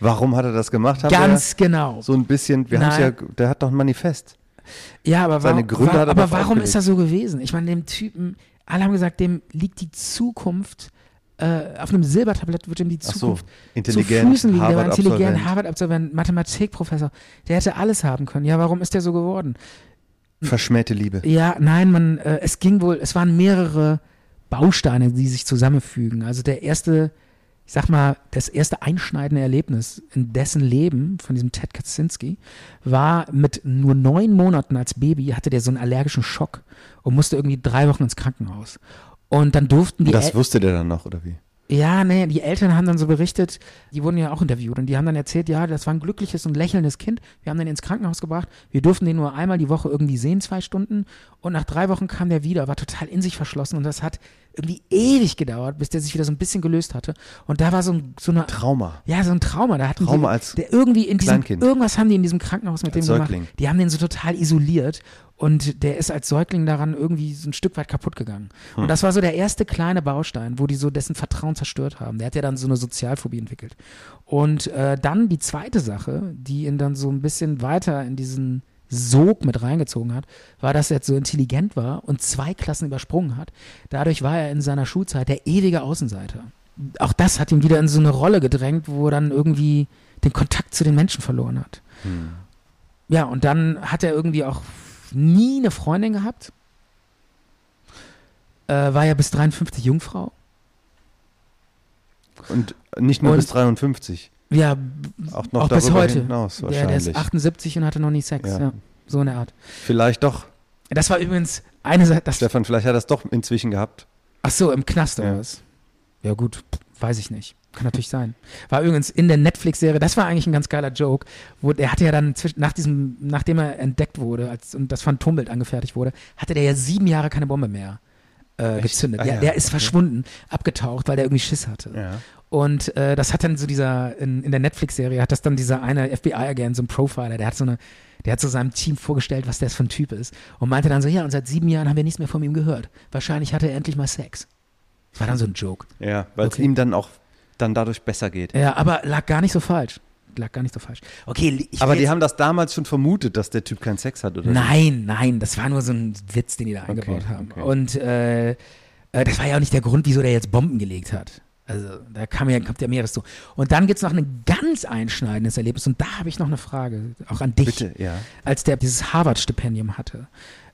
Speaker 4: Warum hat er das gemacht? Haben wir
Speaker 3: Ganz genau.
Speaker 4: so ein bisschen. Wir haben ja,
Speaker 3: Nein.
Speaker 4: der hat doch ein Manifest.
Speaker 3: Ja, aber,
Speaker 4: Seine
Speaker 3: warum-
Speaker 4: Gründe
Speaker 3: wa-
Speaker 4: hat er
Speaker 3: aber
Speaker 4: doch
Speaker 3: warum
Speaker 4: aufgelegt.
Speaker 3: ist das so gewesen? Ich meine, dem Typen, alle haben gesagt, dem liegt die Zukunft, äh, auf einem Silbertablett wird ihm die
Speaker 4: so,
Speaker 3: Zukunft
Speaker 4: intelligent,
Speaker 3: zu Füßen liegen. Der war intelligent,
Speaker 4: Harvard-Absolvent.
Speaker 3: Harvard-Absolvent, Mathematikprofessor. Der hätte alles haben können. Ja, warum ist der so geworden?
Speaker 4: Verschmähte Liebe.
Speaker 3: Ja, nein, man, äh, es ging wohl, es waren mehrere Bausteine, die sich zusammenfügen. Also der erste, ich sag mal, das erste einschneidende Erlebnis in dessen Leben von diesem Ted Kaczynski war mit nur neun Monaten als Baby hatte der so einen allergischen Schock und musste irgendwie drei Wochen ins Krankenhaus. Und dann durften die
Speaker 4: Das
Speaker 3: El-
Speaker 4: wusste der dann noch, oder wie?
Speaker 3: ja, nee, die Eltern haben dann so berichtet, die wurden ja auch interviewt und die haben dann erzählt, ja, das war ein glückliches und lächelndes Kind. Wir haben den ins Krankenhaus gebracht. Wir durften den nur einmal die Woche irgendwie sehen, zwei Stunden. Und nach drei Wochen kam der wieder, war total in sich verschlossen und das hat irgendwie ewig gedauert, bis der sich wieder so ein bisschen gelöst hatte. Und da war so, ein, so eine.
Speaker 4: Trauma.
Speaker 3: Ja, so ein Trauma. Da hatten
Speaker 4: Trauma
Speaker 3: die,
Speaker 4: als
Speaker 3: der irgendwie in diesem,
Speaker 4: Kleinkind.
Speaker 3: irgendwas haben die in diesem Krankenhaus mit
Speaker 4: Als
Speaker 3: dem
Speaker 4: Säugling.
Speaker 3: gemacht. Die haben den so total isoliert und der ist als Säugling daran irgendwie so ein Stück weit kaputt gegangen. Und das war so der erste kleine Baustein, wo die so dessen Vertrauen zerstört haben. Der hat ja dann so eine Sozialphobie entwickelt. Und äh, dann die zweite Sache, die ihn dann so ein bisschen weiter in diesen Sog mit reingezogen hat, war, dass er jetzt so intelligent war und zwei Klassen übersprungen hat. Dadurch war er in seiner Schulzeit der ewige Außenseiter auch das hat ihn wieder in so eine Rolle gedrängt, wo er dann irgendwie den Kontakt zu den Menschen verloren hat. Ja, und dann hat er irgendwie auch nie eine Freundin gehabt. Äh, war ja bis 53 Jungfrau.
Speaker 4: Und nicht nur
Speaker 3: Und-
Speaker 4: bis 53.
Speaker 3: Ja,
Speaker 4: Auch noch
Speaker 3: auch
Speaker 4: darüber
Speaker 3: bis heute.
Speaker 4: hinaus
Speaker 3: der, der
Speaker 4: wahrscheinlich.
Speaker 3: ist 78 und hatte noch nie Sex.
Speaker 4: Ja.
Speaker 3: Ja. so eine Art.
Speaker 4: vielleicht doch.
Speaker 3: Das war übrigens eine Seite. Das,
Speaker 4: Stefan, vielleicht hat er es doch inzwischen gehabt.
Speaker 3: ach so, im Knast
Speaker 4: Ja.
Speaker 3: oder was? Ja, gut, pff, weiß ich nicht. Kann natürlich sein. War übrigens in der Netflix-Serie, das war eigentlich ein ganz geiler Joke, wo er hatte ja dann zwischen, nach diesem, nachdem er entdeckt wurde als, und das Phantombild angefertigt wurde, hatte der ja sieben Jahre keine Bombe mehr äh, gezündet.
Speaker 4: Ah,
Speaker 3: ja,
Speaker 4: ja.
Speaker 3: Der ist verschwunden, abgetaucht, weil der irgendwie Schiss hatte.
Speaker 4: Ja.
Speaker 3: Und äh, das hat dann so dieser, in, in der Netflix-Serie hat das dann dieser eine FBI-Agent, so ein Profiler, der hat so eine, der hat so seinem Team vorgestellt, was das für ein Typ ist. Und meinte dann so, ja, und seit sieben Jahren haben wir nichts mehr von ihm gehört. Wahrscheinlich hatte er endlich mal Sex. Das war dann so ein Joke.
Speaker 4: Ja, weil es
Speaker 3: Okay. Äh,
Speaker 4: ihm dann auch dann dadurch besser geht.
Speaker 3: Ja, aber lag gar nicht so falsch. Lag gar nicht so falsch. Okay, ich
Speaker 4: Aber
Speaker 3: will
Speaker 4: die
Speaker 3: jetzt-
Speaker 4: haben das damals schon vermutet, dass der Typ keinen Sex hat, oder?
Speaker 3: Nein, nein, das war nur so ein Witz, den die da eingebaut haben.
Speaker 4: okay.
Speaker 3: Und äh, äh, das war ja auch nicht der Grund, wieso der jetzt Bomben gelegt hat. Also da kam ja, kommt ja mehres zu. Und dann gibt's noch ein ganz einschneidendes Erlebnis und da habe ich noch eine Frage, auch an dich.
Speaker 4: Bitte, ja.
Speaker 3: Als der dieses Harvard-Stipendium hatte,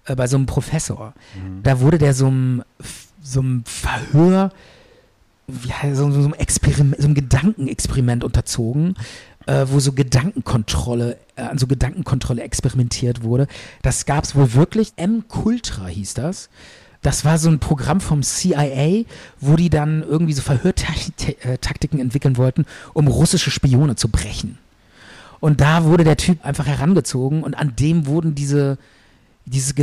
Speaker 3: äh, bei so einem Professor,
Speaker 4: Mhm.
Speaker 3: da wurde der so einem, F- so einem Verhör, wie heißt, so, so, so, einem Experiment, so einem Gedankenexperiment unterzogen, äh, wo so Gedankenkontrolle, äh, an so Gedankenkontrolle experimentiert wurde. Das gab es wohl wirklich. M-Cultra hieß das. Das war so ein Programm vom CIA, wo die dann irgendwie so Verhörtaktiken entwickeln wollten, um russische Spione zu brechen. Und da wurde der Typ einfach herangezogen und an dem wurden diese, diese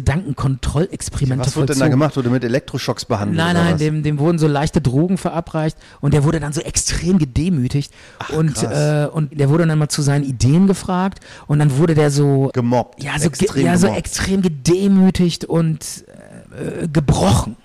Speaker 3: Gedankenkontrollexperimente
Speaker 4: Was wurde denn da
Speaker 3: vollzogen.
Speaker 4: gemacht? Wurde mit Elektroschocks behandelt?
Speaker 3: Nein,
Speaker 4: oder
Speaker 3: nein,
Speaker 4: was?
Speaker 3: dem, dem wurden so leichte Drogen verabreicht und der wurde dann so extrem gedemütigt und, äh,
Speaker 4: krass.
Speaker 3: und der wurde dann mal zu seinen Ideen gefragt und dann wurde der so,
Speaker 4: gemobbt.
Speaker 3: ja, so, ge-
Speaker 4: extrem
Speaker 3: ja, so
Speaker 4: gemobbt.
Speaker 3: extrem gedemütigt und äh, äh, gebrochen.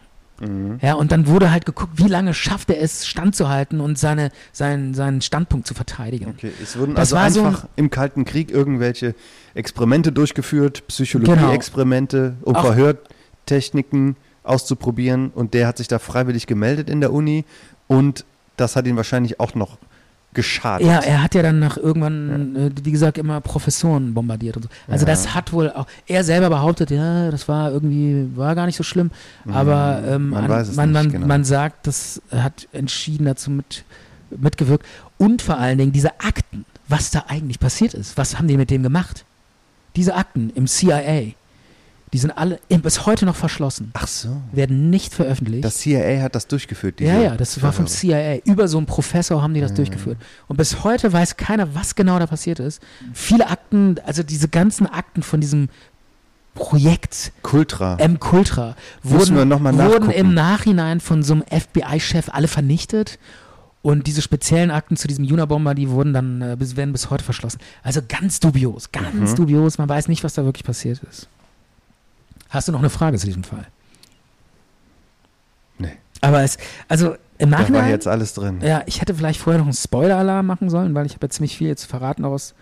Speaker 4: Mhm.
Speaker 3: Ja, und dann wurde halt geguckt, wie lange schafft er es, standzuhalten und seine, seinen, seinen Standpunkt zu verteidigen.
Speaker 4: Okay, es wurden
Speaker 3: Das
Speaker 4: also
Speaker 3: war so ein-
Speaker 4: einfach im Kalten Krieg irgendwelche Experimente durchgeführt, Psychologie-Experimente, um
Speaker 3: Genau. Auch-
Speaker 4: Verhörtechniken auszuprobieren. Und der hat sich da freiwillig gemeldet in der Uni und das hat ihn wahrscheinlich auch noch geschadet.
Speaker 3: Ja, er hat ja dann nach irgendwann, äh, wie gesagt, immer Professoren bombardiert und so. Also das hat wohl auch, er selber behauptet, ja, das war irgendwie, war gar nicht so schlimm, aber ähm,
Speaker 4: Mhm. man weiß es
Speaker 3: man,
Speaker 4: nicht
Speaker 3: man,
Speaker 4: genau.
Speaker 3: man sagt, das hat entschieden dazu mit, mitgewirkt. Und vor allen Dingen diese Akten, was da eigentlich passiert ist, was haben die mit dem gemacht? Diese Akten im CIA, die sind alle bis heute noch verschlossen,
Speaker 4: Ach so.
Speaker 3: werden nicht veröffentlicht.
Speaker 4: Das CIA hat das durchgeführt. diese
Speaker 3: Ja, ja, das war vom
Speaker 4: Verhöre.
Speaker 3: CIA. Über so einen Professor haben die das durchgeführt. Und bis heute weiß keiner, was genau da passiert ist. Viele Akten, also diese ganzen Akten von diesem Projekt
Speaker 4: Kultra.
Speaker 3: M-Cultra
Speaker 4: Müssen wir
Speaker 3: wurden,
Speaker 4: noch mal
Speaker 3: wurden
Speaker 4: nachgucken.
Speaker 3: im Nachhinein von so einem FBI-Chef alle vernichtet. Und diese speziellen Akten zu diesem Unabomber, die wurden dann, äh, bis, werden bis heute verschlossen. Also ganz dubios,
Speaker 4: Mhm.
Speaker 3: ganz dubios. Man weiß nicht, was da wirklich passiert ist. Hast du noch eine Frage zu diesem Fall?
Speaker 4: Nee.
Speaker 3: Aber es, also im
Speaker 4: Da war
Speaker 3: Nachhinein,
Speaker 4: jetzt alles drin.
Speaker 3: ja, ich hätte vielleicht vorher noch einen Spoiler-Alarm machen sollen, weil ich habe ja ziemlich viel jetzt verraten auch aus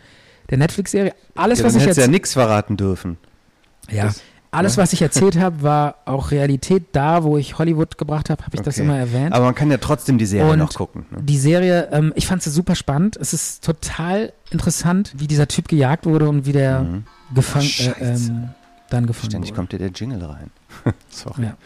Speaker 3: der Netflix-Serie. Alles,
Speaker 4: ja,
Speaker 3: was
Speaker 4: dann
Speaker 3: ich
Speaker 4: hättest
Speaker 3: jetzt
Speaker 4: du ja nichts verraten dürfen.
Speaker 3: Ja.
Speaker 4: Das- ne?
Speaker 3: Alles, was ich erzählt habe, war auch Realität da, wo ich Hollywood gebracht habe, habe ich das
Speaker 4: Okay.
Speaker 3: immer erwähnt.
Speaker 4: Aber man kann ja trotzdem die Serie
Speaker 3: Und
Speaker 4: noch gucken. Ne?
Speaker 3: Die Serie, ähm, ich fand sie super spannend. Es ist total interessant, wie dieser Typ gejagt wurde und wie der gefangen,
Speaker 4: Mhm. Ach,
Speaker 3: äh,
Speaker 4: Scheiße.
Speaker 3: ähm, dann gefangen
Speaker 4: Ständig
Speaker 3: wurde.
Speaker 4: kommt dir der Jingle rein. Sorry.
Speaker 3: Ja.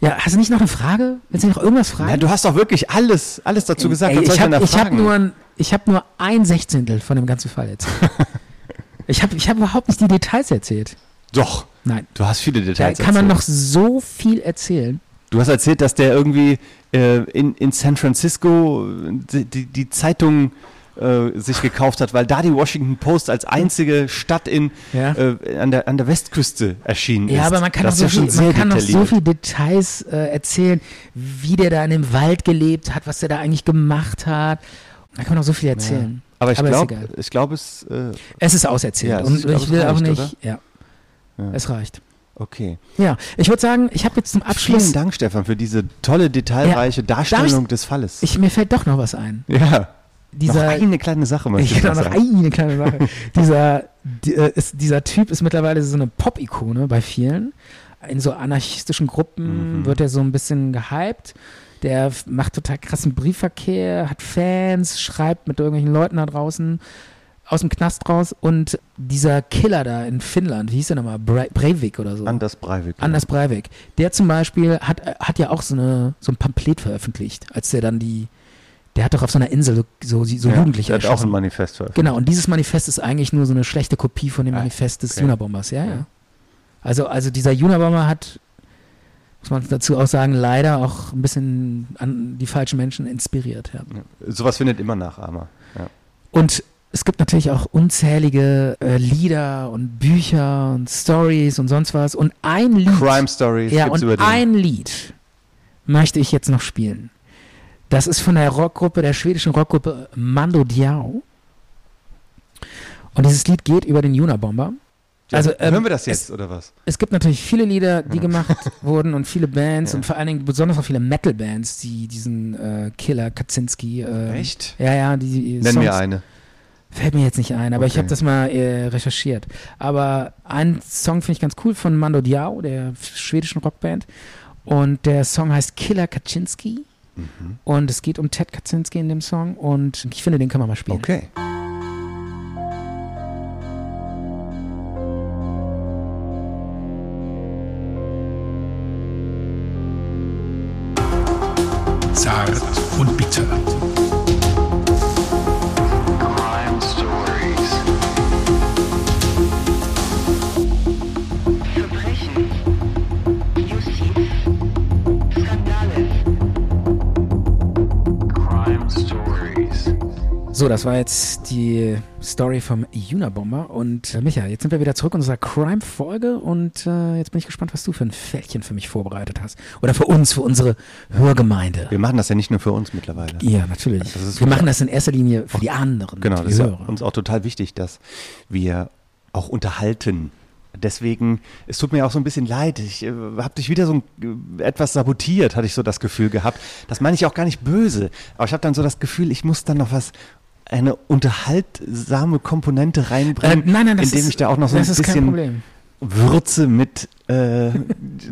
Speaker 3: Ja, hast du nicht noch eine Frage? Willst du noch irgendwas fragen?
Speaker 4: Na, du hast doch wirklich alles, alles dazu gesagt.
Speaker 3: Ey,
Speaker 4: Was soll
Speaker 3: ich
Speaker 4: ich denn
Speaker 3: habe
Speaker 4: da
Speaker 3: hab
Speaker 4: fragen?
Speaker 3: nur, ein- ich hab nur ein Sechzehntel von dem ganzen Fall erzählt. ich habe ich hab überhaupt nicht die Details erzählt.
Speaker 4: Doch,
Speaker 3: Nein,
Speaker 4: du hast viele
Speaker 3: da
Speaker 4: Details.
Speaker 3: kann man
Speaker 4: erzählt.
Speaker 3: noch so viel erzählen.
Speaker 4: Du hast erzählt, dass der irgendwie äh, in, in San Francisco äh, die, die, die Zeitung äh, sich gekauft hat, weil da die Washington Post als einzige Stadt in,
Speaker 3: Ja.
Speaker 4: äh, an, der, an der Westküste erschienen ist.
Speaker 3: Ja, aber man kann, noch
Speaker 4: das
Speaker 3: so,
Speaker 4: ist ja
Speaker 3: viel,
Speaker 4: schon
Speaker 3: man
Speaker 4: sehr
Speaker 3: kann noch so
Speaker 4: detailliert.
Speaker 3: viel Details äh, erzählen, wie der da in dem Wald gelebt hat, was der da eigentlich gemacht hat. Da kann man noch so viel erzählen.
Speaker 4: Aber ich
Speaker 3: ist
Speaker 4: glaube,
Speaker 3: egal.
Speaker 4: ich glaube es, äh,
Speaker 3: es ist auserzählt.
Speaker 4: Ja, es
Speaker 3: und
Speaker 4: ist- glaub,
Speaker 3: ich
Speaker 4: es
Speaker 3: will auch
Speaker 4: reicht,
Speaker 3: nicht.
Speaker 4: oder?
Speaker 3: Ja. Es reicht.
Speaker 4: okay.
Speaker 3: Ja, ich würde sagen, ich habe jetzt zum Abschluss.
Speaker 4: Vielen Dank, Stefan, für diese tolle, detailreiche
Speaker 3: Ja. Darf
Speaker 4: Darstellung
Speaker 3: ich-
Speaker 4: des Falles.
Speaker 3: Ich, mir fällt doch noch was ein.
Speaker 4: ja,
Speaker 3: Dieser,
Speaker 4: noch eine kleine Sache möchte ich
Speaker 3: ich
Speaker 4: noch
Speaker 3: noch
Speaker 4: sagen.
Speaker 3: eine kleine Sache. dieser, die, äh, ist, dieser Typ ist mittlerweile so eine Pop-Ikone bei vielen. In so anarchistischen Gruppen
Speaker 4: Mhm.
Speaker 3: wird er so ein bisschen gehypt. Der f- macht total krassen Briefverkehr, hat Fans, schreibt mit irgendwelchen Leuten da draußen aus dem Knast raus. Und dieser Killer da in Finnland, wie hieß der nochmal? Bre Breivik oder so.
Speaker 4: Anders Breivik.
Speaker 3: Anders Breivik. Der zum Beispiel hat, äh, hat ja auch so, eine, so ein Pamphlet veröffenlicht, als der dann die. Der hat doch auf so einer Insel so, so, so
Speaker 4: ja,
Speaker 3: Jugendliche
Speaker 4: der hat auch
Speaker 3: erschossen.
Speaker 4: ein Manifest veröffentlicht.
Speaker 3: Genau, und dieses Manifest ist eigentlich nur so eine schlechte Kopie von dem
Speaker 4: Ah,
Speaker 3: Manifest des
Speaker 4: okay.
Speaker 3: Junabombers, ja, ja.
Speaker 4: Ja.
Speaker 3: Also, also dieser Junabomber hat, muss man dazu auch sagen, leider auch ein bisschen an die falschen Menschen inspiriert. Ja.
Speaker 4: Sowas findet immer Nachahmer. Ja.
Speaker 3: Und es gibt natürlich auch unzählige äh, Lieder und Bücher und Stories und sonst was. Und ein Lied.
Speaker 4: Crime Stories
Speaker 3: ja,
Speaker 4: gibt's
Speaker 3: und
Speaker 4: über den.
Speaker 3: ein Lied möchte ich jetzt noch spielen. Das ist von der Rockgruppe, der schwedischen Rockgruppe Mando Diao. Und dieses Lied geht über den Junabomber.
Speaker 4: Ja,
Speaker 3: also, ähm,
Speaker 4: hören wir das jetzt oder was?
Speaker 3: Es gibt natürlich viele Lieder, die gemacht wurden und viele Bands
Speaker 4: Ja.
Speaker 3: und vor allen Dingen besonders auch viele Metal-Bands, die diesen äh, Killer Kaczynski. Äh,
Speaker 4: Echt?
Speaker 3: Ja, ja, die, die
Speaker 4: Nenn mir
Speaker 3: Songs-
Speaker 4: eine.
Speaker 3: Fällt mir jetzt nicht ein, aber ich
Speaker 4: Okay.
Speaker 3: habe das mal äh, recherchiert. Aber einen Song finde ich ganz cool von Mando Diao, der schwedischen Rockband. Und der Song heißt Killer Kaczynski.
Speaker 4: Mhm.
Speaker 3: Und es geht um Ted Kaczynski in dem Song. Und ich finde, den kann man mal spielen.
Speaker 4: Okay.
Speaker 5: Zart und bitter.
Speaker 6: Crime Stories.
Speaker 7: Verbrechen. Justiz. Skandale.
Speaker 6: Crime Stories.
Speaker 3: So, das war jetzt die Story vom Unabomber. Und äh, Micha, jetzt sind wir wieder zurück in unserer Crime-Folge. Und äh, jetzt bin ich gespannt, was du für ein Fältchen für mich vorbereitet hast. Oder für uns, für unsere Hörgemeinde.
Speaker 4: Wir machen das ja nicht nur für uns mittlerweile.
Speaker 3: Ja, natürlich.
Speaker 4: Das ist
Speaker 3: wir
Speaker 4: gut.
Speaker 3: machen das in erster Linie für die anderen.
Speaker 4: Genau,
Speaker 3: die
Speaker 4: das ist ja
Speaker 3: Hörer.
Speaker 4: uns auch total wichtig, dass wir auch unterhalten. Deswegen, es tut mir auch so ein bisschen leid. Ich äh, habe dich wieder so ein, äh, etwas sabotiert, hatte ich so das Gefühl gehabt. Das meine ich auch gar nicht böse. Aber ich habe dann so das Gefühl, ich muss dann noch was, eine unterhaltsame Komponente
Speaker 3: Äh,
Speaker 4: reinbringen,
Speaker 3: nein, nein, das
Speaker 4: indem
Speaker 3: ist,
Speaker 4: ich da auch noch so
Speaker 3: das
Speaker 4: ein
Speaker 3: ist kein
Speaker 4: bisschen
Speaker 3: Problem.
Speaker 4: Würze mit äh,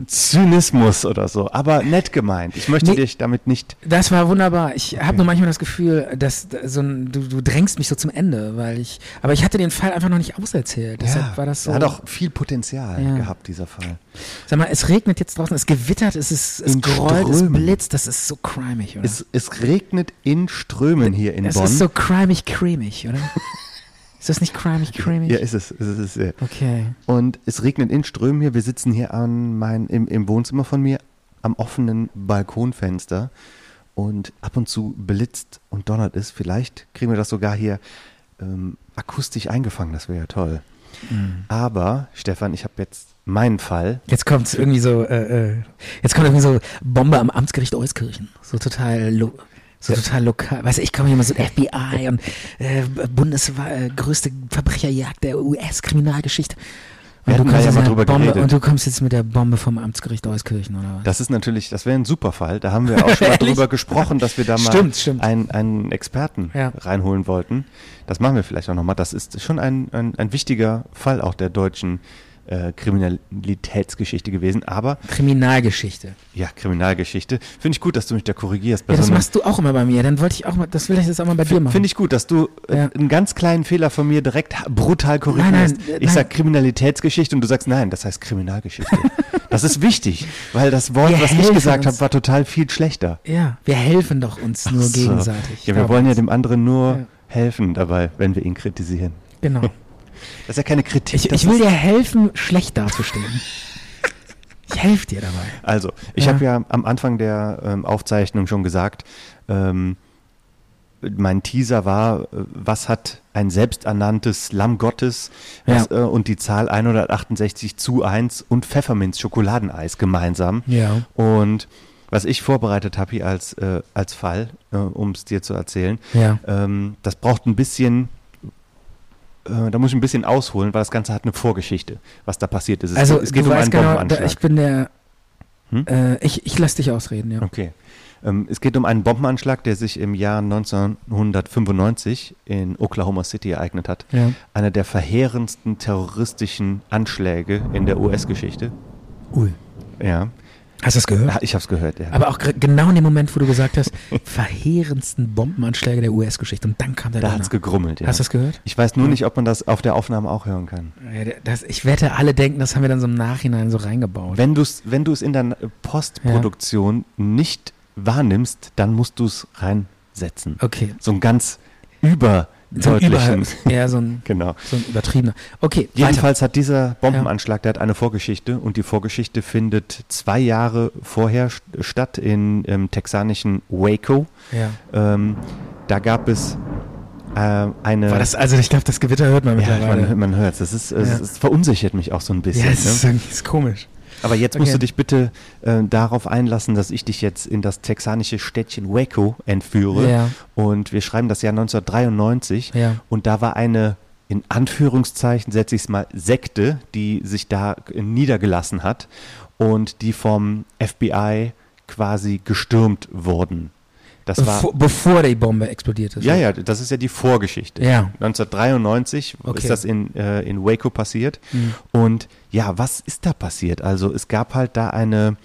Speaker 4: Zynismus oder so, aber nett gemeint. Ich möchte
Speaker 3: Nee.
Speaker 4: dich damit nicht.
Speaker 3: Das war wunderbar. Ich habe nur manchmal das Gefühl, dass d- so ein, du, du drängst mich so zum Ende, weil ich, aber ich hatte den Fall einfach noch nicht auserzählt. Deshalb war das so.
Speaker 4: Hat auch viel Potenzial
Speaker 3: Ja.
Speaker 4: gehabt, dieser Fall.
Speaker 3: Sag mal, es regnet jetzt draußen, es gewittert, es ist, es
Speaker 4: In
Speaker 3: grollt, es
Speaker 4: Strömen.
Speaker 3: blitzt, das ist so crimig, oder?
Speaker 4: Es, es regnet in Strömen hier in
Speaker 3: es
Speaker 4: Bonn.
Speaker 3: ist so crimig cremig, oder? ist das nicht crimig cremig?
Speaker 4: ja, ist es. es, ist, es ist, ja.
Speaker 3: okay.
Speaker 4: Und es regnet in Strömen hier. Wir sitzen hier an mein, im, im Wohnzimmer von mir am offenen Balkonfenster. Und ab und zu blitzt und donnert es. Vielleicht kriegen wir das sogar hier ähm, akustisch eingefangen. Das wäre ja toll.
Speaker 3: Mhm.
Speaker 4: Aber, Stefan, ich habe jetzt meinen Fall.
Speaker 3: Jetzt kommt irgendwie so, äh, äh, jetzt kommt irgendwie so Bombe am Amtsgericht Euskirchen. So total, lo so total lokal. Weißt du, ich komme hier mal so ein FBI und äh, Bundesgrößte äh, größte Verbrecherjagd der US-Kriminalgeschichte.
Speaker 4: Wir hatten da ja mal drüber
Speaker 3: Bombe,
Speaker 4: geredet.
Speaker 3: und du kommst jetzt mit der Bombe vom Amtsgericht Euskirchen, oder was?
Speaker 4: Das ist natürlich, das wäre ein super Fall. Da haben wir auch schon mal drüber gesprochen, dass wir da mal
Speaker 3: Stimmt, stimmt.
Speaker 4: Einen, einen Experten
Speaker 3: Ja.
Speaker 4: reinholen wollten. Das machen wir vielleicht auch nochmal. Das ist schon ein, ein, ein wichtiger Fall auch der deutschen äh, Kriminalitätsgeschichte gewesen. Aber
Speaker 3: Kriminalgeschichte.
Speaker 4: ja, Kriminalgeschichte. Finde ich gut, dass du mich da korrigierst. bei
Speaker 3: Ja,
Speaker 4: so
Speaker 3: das
Speaker 4: einem-
Speaker 3: machst du auch immer bei mir. Dann wollte ich auch mal, das will ich jetzt auch mal bei dir machen.
Speaker 4: Finde ich gut, dass du äh,
Speaker 3: Ja.
Speaker 4: einen ganz kleinen Fehler von mir direkt ha- brutal korrigierst.
Speaker 3: Nein, nein,
Speaker 4: ich
Speaker 3: nein.
Speaker 4: sag Kriminalitätsgeschichte und du sagst nein, das heißt Kriminalgeschichte. das ist wichtig, weil das Wort,
Speaker 3: Wir
Speaker 4: was ich
Speaker 3: helfen
Speaker 4: gesagt habe,
Speaker 3: uns.
Speaker 4: war total viel schlechter.
Speaker 3: ja, wir helfen doch uns nur
Speaker 4: So.
Speaker 3: gegenseitig.
Speaker 4: Ja, wir wollen ja dem anderen nur
Speaker 3: Ja.
Speaker 4: helfen dabei, wenn wir ihn kritisieren.
Speaker 3: Genau.
Speaker 4: Das ist ja keine Kritik.
Speaker 3: Ich,
Speaker 4: das
Speaker 3: ich will
Speaker 4: ist,
Speaker 3: dir helfen, schlecht dazustehen. ich helfe dir dabei.
Speaker 4: also, ich
Speaker 3: Ja.
Speaker 4: habe ja am Anfang der ähm, Aufzeichnung schon gesagt, ähm, mein Teaser war, äh, was hat ein selbsternanntes Lamm Gottes was, äh, und die Zahl 168 zu 1 und Pfefferminz-Schokoladeneis gemeinsam.
Speaker 3: Ja.
Speaker 4: Und was ich vorbereitet habe hier als, äh, als Fall, äh, um es dir zu erzählen,
Speaker 3: Ja.
Speaker 4: ähm, das braucht ein bisschen, äh, da muss ich ein bisschen ausholen, weil das Ganze hat eine Vorgeschichte, was da passiert ist. Es,
Speaker 3: Also,
Speaker 4: es geht
Speaker 3: du
Speaker 4: um
Speaker 3: weißt
Speaker 4: einen
Speaker 3: genau, da,
Speaker 4: Bombenanschlag.
Speaker 3: ich bin der.
Speaker 4: Hm?
Speaker 3: Äh, ich ich lasse dich ausreden, ja.
Speaker 4: Okay. Ähm, es geht um einen Bombenanschlag, der sich im Jahr 1995 in Oklahoma City ereignet hat.
Speaker 3: Ja.
Speaker 4: Einer der verheerendsten terroristischen Anschläge in der US-Geschichte.
Speaker 3: Ui.
Speaker 4: Ja,
Speaker 3: Hast du das gehört?
Speaker 4: Ah, ich habe es gehört. Ja.
Speaker 3: Aber auch gr- genau in dem Moment, wo du gesagt hast, verheerendsten Bombenanschläge der US-Geschichte. Und dann kam der
Speaker 4: da
Speaker 3: Donner.
Speaker 4: hat's gegrummelt. Ja.
Speaker 3: Hast du das gehört? Mhm.
Speaker 4: Ich weiß nur nicht, ob man das auf der Aufnahme auch hören kann.
Speaker 3: Ja, der- Das, ich wette, alle denken, das haben wir dann so im Nachhinein so reingebaut.
Speaker 4: Wenn du es wenn du's in der Postproduktion nicht wahrnimmst, dann musst du es reinsetzen.
Speaker 3: Okay.
Speaker 4: So ein ganz
Speaker 3: So ein
Speaker 4: überdeutlichen.
Speaker 3: Über- ja, so ein,
Speaker 4: genau.
Speaker 3: so ein übertriebener. Okay, weiter.
Speaker 4: Jedenfalls hat dieser Bombenanschlag, der hat eine Vorgeschichte und die Vorgeschichte findet zwei Jahre vorher st- statt in im texanischen Waco.
Speaker 3: Ja.
Speaker 4: Ähm, da gab es äh, eine.
Speaker 3: War das, also ich glaube, das Gewitter hört man
Speaker 4: ja,
Speaker 3: mittlerweile.
Speaker 4: man, man hört es. Ist,
Speaker 3: Ja.
Speaker 4: es, es verunsichert mich auch so ein bisschen.
Speaker 3: ja, es
Speaker 4: ne?
Speaker 3: ist, irgendwie- ist komisch.
Speaker 4: Aber jetzt musst
Speaker 3: Okay.
Speaker 4: du dich bitte äh, darauf einlassen, dass ich dich jetzt in das texanische Städtchen Waco entführe.
Speaker 3: Ja.
Speaker 4: Und wir schreiben das Jahr 1993.
Speaker 3: Ja.
Speaker 4: Und da war eine, in Anführungszeichen setze ich es mal, Sekte, die sich da äh, niedergelassen hat und die vom FBI quasi gestürmt wurden. Das war.
Speaker 3: Bevor, bevor die Bombe explodiert ist.
Speaker 4: Ja, ja, das ist ja die Vorgeschichte.
Speaker 3: Ja.
Speaker 4: 1993
Speaker 3: Okay. Hm.
Speaker 4: ist das in, äh, in Waco passiert. Und ja, was ist da passiert? Also es gab halt da eine,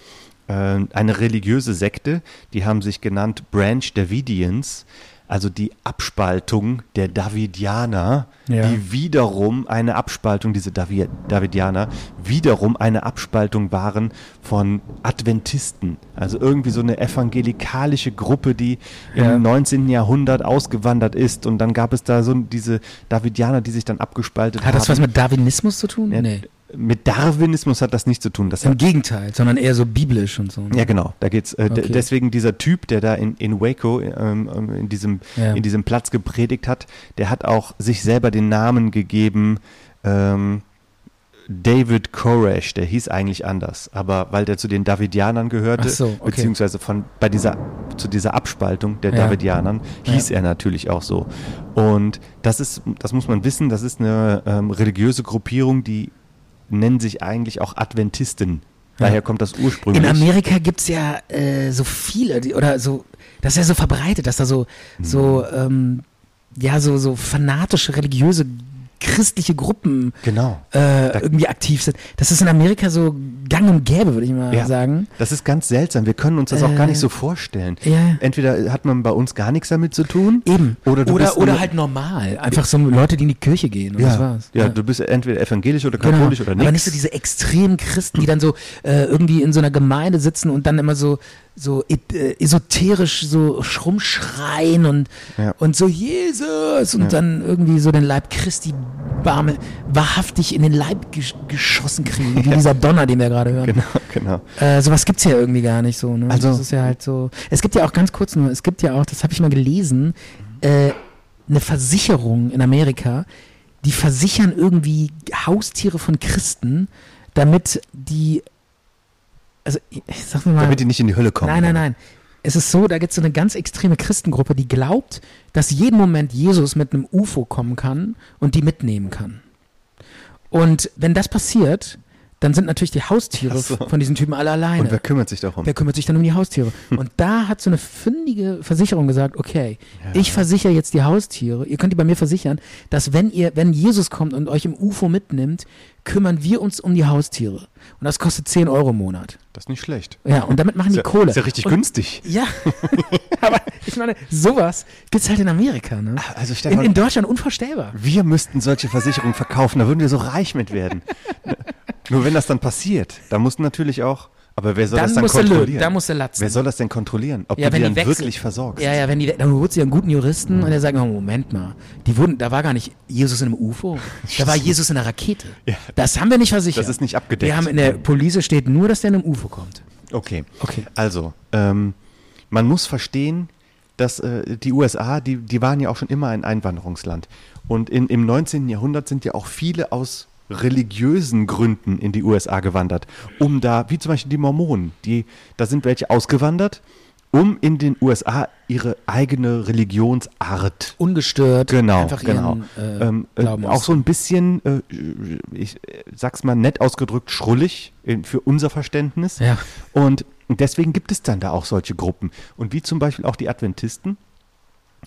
Speaker 4: äh, eine religiöse Sekte, die haben sich genannt Branch Davidians, also die Abspaltung der Davidianer,
Speaker 3: Ja.
Speaker 4: die wiederum eine Abspaltung, diese Davi Davidianer, wiederum eine Abspaltung waren von Adventisten. Also irgendwie so eine evangelikalische Gruppe, die
Speaker 3: Ja.
Speaker 4: im 19. Jahrhundert ausgewandert ist und dann gab es da so diese Davidianer, die sich dann abgespaltet
Speaker 3: Hat
Speaker 4: haben.
Speaker 3: das was mit Darwinismus zu tun?
Speaker 4: Ja,
Speaker 3: nee.
Speaker 4: Mit Darwinismus hat das nichts zu tun. Das
Speaker 3: Im
Speaker 4: hat,
Speaker 3: Gegenteil, sondern eher so biblisch und so. ne?
Speaker 4: ja, genau. Da geht's. Äh, de-
Speaker 3: Okay.
Speaker 4: Deswegen dieser Typ, der da in, in Waco ähm, ähm, in diesem
Speaker 3: Ja.
Speaker 4: in diesem Platz gepredigt hat, der hat auch sich selber den Namen gegeben. Ähm, David Koresh, der hieß eigentlich anders, aber weil der zu den Davidianern gehörte,
Speaker 3: Ach so, okay.
Speaker 4: beziehungsweise von bei dieser zu dieser Abspaltung der
Speaker 3: Ja.
Speaker 4: Davidianern hieß er natürlich auch so. Und das ist, das muss man wissen, das ist eine ähm, religiöse Gruppierung, die nennen sich eigentlich auch Adventisten. Daher kommt das ursprünglich.
Speaker 3: In Amerika gibt es ja äh, so viele, die, oder so, das ist ja so verbreitet, dass da so,
Speaker 4: Mhm.
Speaker 3: so, ähm, ja, so, so fanatische, religiöse, christliche Gruppen
Speaker 4: Genau.
Speaker 3: äh,
Speaker 4: Da-
Speaker 3: irgendwie aktiv sind. Das ist in Amerika so gang und gäbe, würde ich mal
Speaker 4: Ja.
Speaker 3: sagen.
Speaker 4: Das ist ganz seltsam. Wir können uns das auch gar
Speaker 3: Äh,
Speaker 4: nicht so vorstellen.
Speaker 3: ja.
Speaker 4: Entweder hat man bei uns gar nichts damit zu tun.
Speaker 3: Eben.
Speaker 4: Oder du
Speaker 3: oder,
Speaker 4: bist
Speaker 3: oder
Speaker 4: eine-
Speaker 3: halt normal. Einfach so Leute, die in die Kirche gehen und
Speaker 4: Ja,
Speaker 3: das war's.
Speaker 4: ja, du bist entweder evangelisch oder
Speaker 3: Genau.
Speaker 4: katholisch oder
Speaker 3: Aber
Speaker 4: nichts.
Speaker 3: nicht so diese extremen Christen, die dann so äh, irgendwie in so einer Gemeinde sitzen und dann immer so, so et- äh, esoterisch so rumschreien und,
Speaker 4: Ja.
Speaker 3: und so Jesus und dann irgendwie so den Leib Christi warme, wahrhaftig in den Leib gesch geschossen kriegen, wie dieser Donner, den wir gerade hören.
Speaker 4: Genau, genau.
Speaker 3: Äh, sowas gibt's ja irgendwie gar nicht so. Ne?
Speaker 4: Also-
Speaker 3: das ist ja halt so. Es gibt ja auch ganz kurz nur, es gibt ja auch, das habe ich mal gelesen, äh, eine Versicherung in Amerika, die versichern irgendwie Haustiere von Christen, damit die, also ich ich sag nur mal,
Speaker 4: Damit die nicht in die Hölle kommen.
Speaker 3: nein, nein, nein. Es ist so, da gibt's so eine ganz extreme Christengruppe, die glaubt, dass jeden Moment Jesus mit einem UFO kommen kann und die mitnehmen kann. Und wenn das passiert, dann sind natürlich die Haustiere
Speaker 4: Ach so.
Speaker 3: von diesen Typen alle alleine.
Speaker 4: Und wer Hm. kümmert sich darum?
Speaker 3: Wer kümmert sich dann um die Haustiere? Und da hat so eine findige Versicherung gesagt, okay, ich versichere jetzt die Haustiere, ihr könnt die bei mir versichern, dass wenn ihr, wenn Jesus kommt und euch im UFO mitnimmt, kümmern wir uns um die Haustiere. Und das kostet 10 Euro im Monat.
Speaker 4: Das ist nicht schlecht.
Speaker 3: Ja, und damit machen
Speaker 4: Ist
Speaker 3: die
Speaker 4: ja,
Speaker 3: Kohle.
Speaker 4: Ist ja richtig
Speaker 3: und,
Speaker 4: günstig.
Speaker 3: Ja, aber ich meine, sowas gibt's halt in Amerika, ne?
Speaker 4: Also Stefan,
Speaker 3: In, in Deutschland unvorstellbar.
Speaker 4: wir müssten solche Versicherungen verkaufen, da würden wir so reich mit werden. Nur wenn das dann passiert, da muss natürlich auch, aber wer soll
Speaker 3: Dann
Speaker 4: das dann
Speaker 3: muss der Löwen,
Speaker 4: kontrollieren?
Speaker 3: da muss der Latzen.
Speaker 4: Wer soll das denn kontrollieren? Ob
Speaker 3: Ja,
Speaker 4: du die
Speaker 3: wenn
Speaker 4: dann
Speaker 3: die wechseln.
Speaker 4: wirklich versorgst?
Speaker 3: Ja, ja, wenn die, dann holt sie einen guten Juristen und der sagt, oh, Moment mal, die wurden, da war gar nicht Jesus in einem UFO, da war Jesus in einer Rakete. Das haben wir nicht versichert.
Speaker 4: Das ist nicht abgedeckt.
Speaker 3: Wir haben in der Police steht nur, dass der in einem UFO kommt.
Speaker 4: Okay.
Speaker 3: Okay.
Speaker 4: Also, ähm, man muss verstehen, dass äh, die USA, die, die waren ja auch schon immer ein Einwanderungsland. Und in, im 19. Jahrhundert sind ja auch viele aus religiösen Gründen in die USA gewandert, um da, wie zum Beispiel die Mormonen, die, da sind welche ausgewandert, um in den USA ihre eigene Religionsart
Speaker 3: Ungestört.
Speaker 4: Genau,
Speaker 3: einfach
Speaker 4: genau.
Speaker 3: Ihren, äh,
Speaker 4: ähm, äh,
Speaker 3: Glauben
Speaker 4: auch so ein bisschen, äh, ich äh, sag's mal nett ausgedrückt, schrullig in, für unser Verständnis.
Speaker 3: Ja.
Speaker 4: Und deswegen gibt es dann da auch solche Gruppen. Und wie zum Beispiel auch die Adventisten.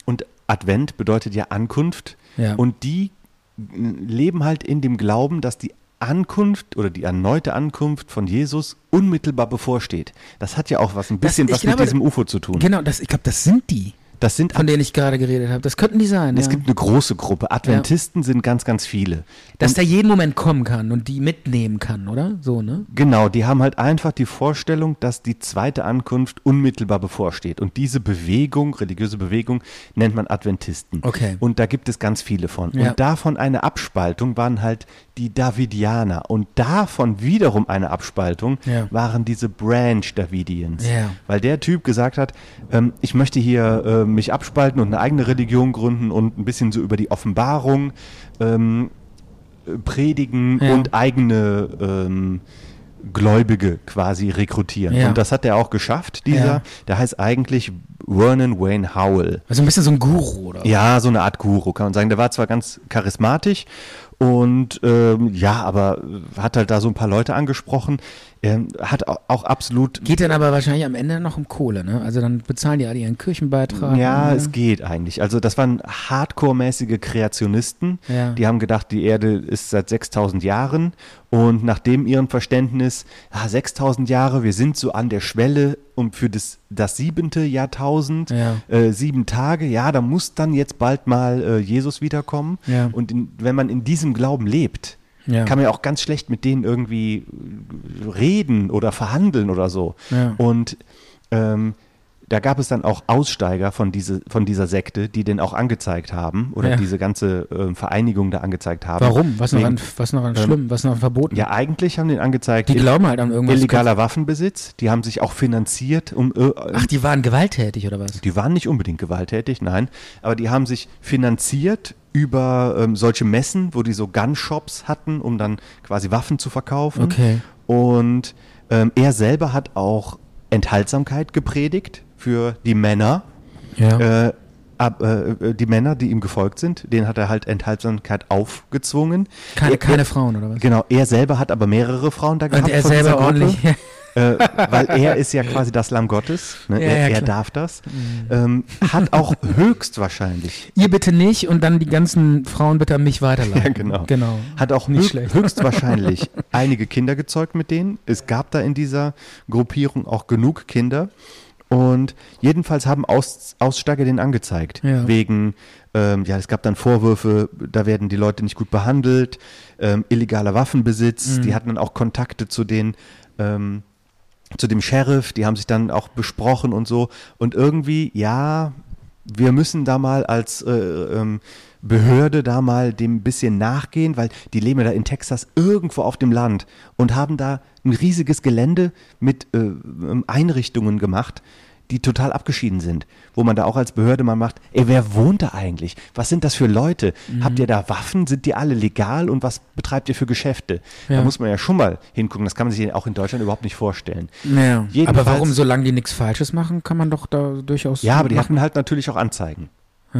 Speaker 4: Und Advent bedeutet ja Ankunft.
Speaker 3: Ja.
Speaker 4: Und die äh, leben halt in dem Glauben, dass die Ankunft oder die erneute Ankunft von Jesus unmittelbar bevorsteht. Das hat ja auch was ein
Speaker 3: Das-
Speaker 4: bisschen
Speaker 3: ich
Speaker 4: was
Speaker 3: glaube,
Speaker 4: mit diesem UFO zu tun.
Speaker 3: Genau, das, ich glaube, das sind die,
Speaker 4: Das sind
Speaker 3: von denen ich gerade geredet habe. Das könnten die sein.
Speaker 4: es
Speaker 3: ja.
Speaker 4: gibt eine große Gruppe. Adventisten sind ganz, ganz viele.
Speaker 3: dass der jeden Moment kommen kann und die mitnehmen kann, oder? So, ne?
Speaker 4: Genau, die haben halt einfach die Vorstellung, dass die zweite Ankunft unmittelbar bevorsteht. Und diese Bewegung, religiöse Bewegung, nennt man Adventisten.
Speaker 3: Okay.
Speaker 4: Und da gibt es ganz viele von.
Speaker 3: Ja.
Speaker 4: Und davon eine Abspaltung waren halt die Davidianer. Und davon wiederum eine Abspaltung
Speaker 3: Ja.
Speaker 4: waren diese Branch Davidians.
Speaker 3: Ja.
Speaker 4: Weil der Typ gesagt hat, ähm, ich möchte hier äh, mich abspalten und eine eigene Religion gründen und ein bisschen so über die Offenbarung ähm, äh, predigen
Speaker 3: Ja.
Speaker 4: und eigene ähm, Gläubige quasi rekrutieren.
Speaker 3: Ja.
Speaker 4: Und das hat er auch geschafft, dieser.
Speaker 3: Ja.
Speaker 4: Der heißt eigentlich Vernon Wayne Howell.
Speaker 3: Also ein bisschen so ein Guru, oder?
Speaker 4: Ja, so eine Art Guru, kann man sagen. Der war zwar ganz charismatisch und ähm, ja, aber hat halt da so ein paar Leute angesprochen, ähm, hat au- auch absolut
Speaker 3: Geht dann aber wahrscheinlich am Ende noch um Kohle, ne? Also dann bezahlen die alle ihren Kirchenbeitrag.
Speaker 4: Ja,
Speaker 3: ne?
Speaker 4: es geht eigentlich. Also das waren hardcore-mäßige Kreationisten.
Speaker 3: Ja.
Speaker 4: Die haben gedacht, die Erde ist seit 6000 Jahren und nach dem ihren Verständnis, ah, 6000 Jahre, wir sind so an der Schwelle und für das, das siebente Jahrtausend,
Speaker 3: Ja.
Speaker 4: äh, sieben Tage, ja, da muss dann jetzt bald mal äh, Jesus wiederkommen.
Speaker 3: Ja.
Speaker 4: Und in, wenn man in diesem Glauben lebt,
Speaker 3: Ja.
Speaker 4: kann man ja auch ganz schlecht mit denen irgendwie reden oder verhandeln oder so.
Speaker 3: Ja.
Speaker 4: Und ähm, da gab es dann auch Aussteiger von, diese, von dieser Sekte, die den auch angezeigt haben oder
Speaker 3: Ja.
Speaker 4: diese ganze ähm, Vereinigung da angezeigt haben.
Speaker 3: Warum? Was noch
Speaker 4: Wegen- Ähm,
Speaker 3: an, was noch an schlimm, was noch an verboten?
Speaker 4: Ja, eigentlich haben den angezeigt.
Speaker 3: Die glauben halt an irgendwas.
Speaker 4: Illegaler Waffenbesitz, die haben sich auch finanziert, um äh,
Speaker 3: Ach, die waren gewalttätig, oder was?
Speaker 4: die waren nicht unbedingt gewalttätig, nein, aber die haben sich finanziert über ähm, solche Messen, wo die so Gunshops hatten, um dann quasi Waffen zu verkaufen.
Speaker 3: Okay.
Speaker 4: Und ähm, er selber hat auch Enthaltsamkeit gepredigt für die Männer.
Speaker 3: Ja.
Speaker 4: Äh, ab, äh, die Männer, die ihm gefolgt sind, denen hat er halt Enthaltsamkeit aufgezwungen.
Speaker 3: keine,
Speaker 4: Er-
Speaker 3: keine Frauen, oder was?
Speaker 4: Genau, er selber hat aber mehrere Frauen da gehabt.
Speaker 3: Und er
Speaker 4: von dieser
Speaker 3: selber
Speaker 4: Gruppe.
Speaker 3: ordentlich.
Speaker 4: Äh, weil er ist ja quasi das Lamm Gottes. Ne?
Speaker 3: Ja,
Speaker 4: er,
Speaker 3: ja,
Speaker 4: er
Speaker 3: klar. Mhm.
Speaker 4: darf das. Ähm, hat auch höchstwahrscheinlich,
Speaker 3: Ihr bitte nicht und dann die ganzen Frauen bitte an mich weiterleiten.
Speaker 4: ja genau,
Speaker 3: Genau.
Speaker 4: hat auch
Speaker 3: Nicht
Speaker 4: hö
Speaker 3: schlecht.
Speaker 4: höchstwahrscheinlich einige Kinder gezeugt mit denen. Es gab da in dieser Gruppierung auch genug Kinder. Und jedenfalls haben Aus Aussteiger den angezeigt.
Speaker 3: Ja.
Speaker 4: Wegen, ähm, ja, es gab dann Vorwürfe, da werden die Leute nicht gut behandelt, ähm, illegaler Waffenbesitz,
Speaker 3: Mhm.
Speaker 4: die hatten dann auch Kontakte zu den ähm, zu dem Sheriff, die haben sich dann auch besprochen und so. Und irgendwie, ja, wir müssen da mal als äh, ähm, Behörde da mal dem ein bisschen nachgehen, weil die leben ja da in Texas irgendwo auf dem Land und haben da ein riesiges Gelände mit äh, ähm, Einrichtungen gemacht, die total abgeschieden sind, wo man da auch als Behörde mal macht, ey, wer wohnt da eigentlich? Was sind das für Leute? Habt ihr da Waffen? Sind die alle legal? Und was betreibt ihr für Geschäfte? Da
Speaker 3: Ja.
Speaker 4: muss man ja schon mal hingucken. Das kann man sich auch in Deutschland überhaupt nicht vorstellen.
Speaker 3: Naja.
Speaker 4: Jedenfalls-
Speaker 3: Aber warum, solange die nichts Falsches machen, kann man doch da durchaus.
Speaker 4: Ja, aber die
Speaker 3: machen.
Speaker 4: hatten halt natürlich auch Anzeigen.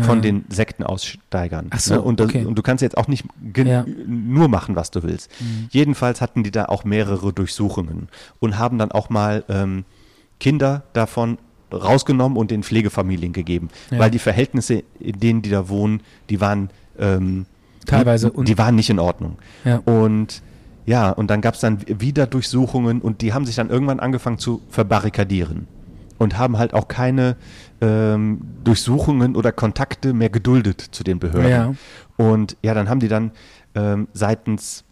Speaker 4: von den Sektenaussteigern.
Speaker 3: Ach so,
Speaker 4: ne? und, das,
Speaker 3: okay.
Speaker 4: und du kannst jetzt auch nicht gen-
Speaker 3: Ja. Mhm.
Speaker 4: nur machen, was du willst. Jedenfalls hatten die da auch mehrere Durchsuchungen und haben dann auch mal ähm, Kinder davon rausgenommen und den Pflegefamilien gegeben, weil die Verhältnisse, in denen die da wohnen, die waren ähm,
Speaker 3: Teilweise
Speaker 4: die, die waren nicht in Ordnung.
Speaker 3: Ja.
Speaker 4: Und ja, und dann gab es dann wieder Durchsuchungen und die haben sich dann irgendwann angefangen zu verbarrikadieren und haben halt auch keine ähm, Durchsuchungen oder Kontakte mehr geduldet zu den Behörden.
Speaker 3: Ja.
Speaker 4: Und ja, dann haben die dann ähm, seitens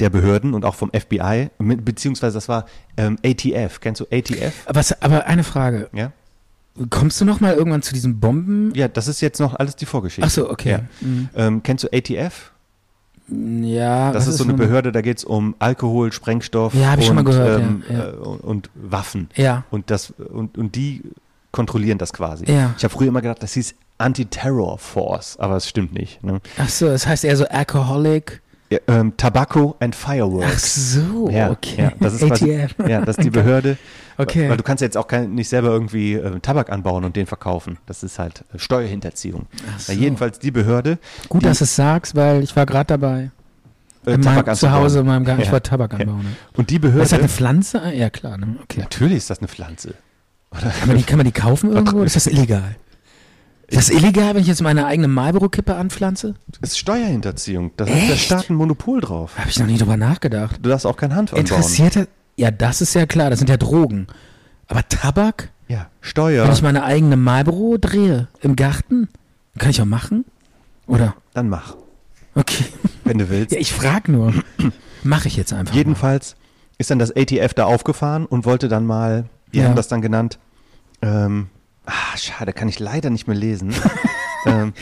Speaker 4: der Behörden und auch vom FBI, mit- beziehungsweise das war ähm, ATF, kennst du ATF?
Speaker 3: Was, aber eine Frage.
Speaker 4: Ja?
Speaker 3: Kommst du noch mal irgendwann zu diesen Bomben?
Speaker 4: ja, das ist jetzt noch alles die Vorgeschichte.
Speaker 3: Ach so, okay. Mhm.
Speaker 4: Ja. Ähm, kennst du ATF?
Speaker 3: Ja,
Speaker 4: Das
Speaker 3: was
Speaker 4: ist so eine Behörde, da geht es um Alkohol, Sprengstoff
Speaker 3: Ja, hab ich
Speaker 4: und,
Speaker 3: schon mal gehört, ja, ja.
Speaker 4: äh, und, und Waffen.
Speaker 3: Ja.
Speaker 4: Und, das, und, und die kontrollieren das quasi.
Speaker 3: Ja.
Speaker 4: Ich habe früher immer gedacht, das hieß Anti-Terror Force, aber es stimmt nicht. Ne?
Speaker 3: Ach so, das heißt eher so Alcoholic.
Speaker 4: Ja, ähm, Tobacco and
Speaker 3: Ach
Speaker 4: Fireworks.
Speaker 3: so,
Speaker 4: ja,
Speaker 3: okay.
Speaker 4: ja, das ist quasi,
Speaker 3: ATF.
Speaker 4: ja, das ist die Behörde.
Speaker 3: Okay.
Speaker 4: Weil du kannst jetzt auch kein, nicht selber irgendwie äh, Tabak anbauen und den verkaufen. Das ist halt äh, Steuerhinterziehung.
Speaker 3: so.
Speaker 4: Ja, jedenfalls die Behörde.
Speaker 3: Gut,
Speaker 4: die,
Speaker 3: dass du es sagst, weil ich war gerade dabei.
Speaker 4: äh,
Speaker 3: in
Speaker 4: Tabak
Speaker 3: meinem, zu
Speaker 4: anzubauen.
Speaker 3: Hause in meinem Garten. Ich
Speaker 4: Ja.
Speaker 3: wollte Tabak
Speaker 4: Ja.
Speaker 3: anbauen. Ne?
Speaker 4: Und die
Speaker 3: Ist das eine
Speaker 4: Behörde.
Speaker 3: Pflanze? Ah, Ja, klar. Ne? Okay.
Speaker 4: Natürlich ist das eine Pflanze.
Speaker 3: Kann, man die, kann man die kaufen irgendwo? Oder Ist das illegal? Ist das illegal, wenn ich jetzt meine eigene Marlboro-Kippe anpflanze?
Speaker 4: ist Steuerhinterziehung. Da hat der
Speaker 3: Echt?
Speaker 4: Staat ein Monopol drauf.
Speaker 3: Habe ich noch nie drüber nachgedacht.
Speaker 4: Du darfst auch kein Hanf anbauen.
Speaker 3: Interessiert das? Ja, das ist ja klar. Das sind ja Drogen. Aber Tabak?
Speaker 4: Ja, Steuer.
Speaker 3: Wenn ich meine eigene Marlboro drehe im Garten, kann ich auch machen? Oder?
Speaker 4: Dann mach,
Speaker 3: Okay.
Speaker 4: wenn du willst.
Speaker 3: Ja, ich frage nur. Mache ich jetzt einfach. mal.
Speaker 4: Jedenfalls ist dann das ATF da aufgefahren und wollte dann mal, die
Speaker 3: Ja.
Speaker 4: haben das dann genannt, ähm, ah, schade, kann ich leider nicht mehr lesen. ähm,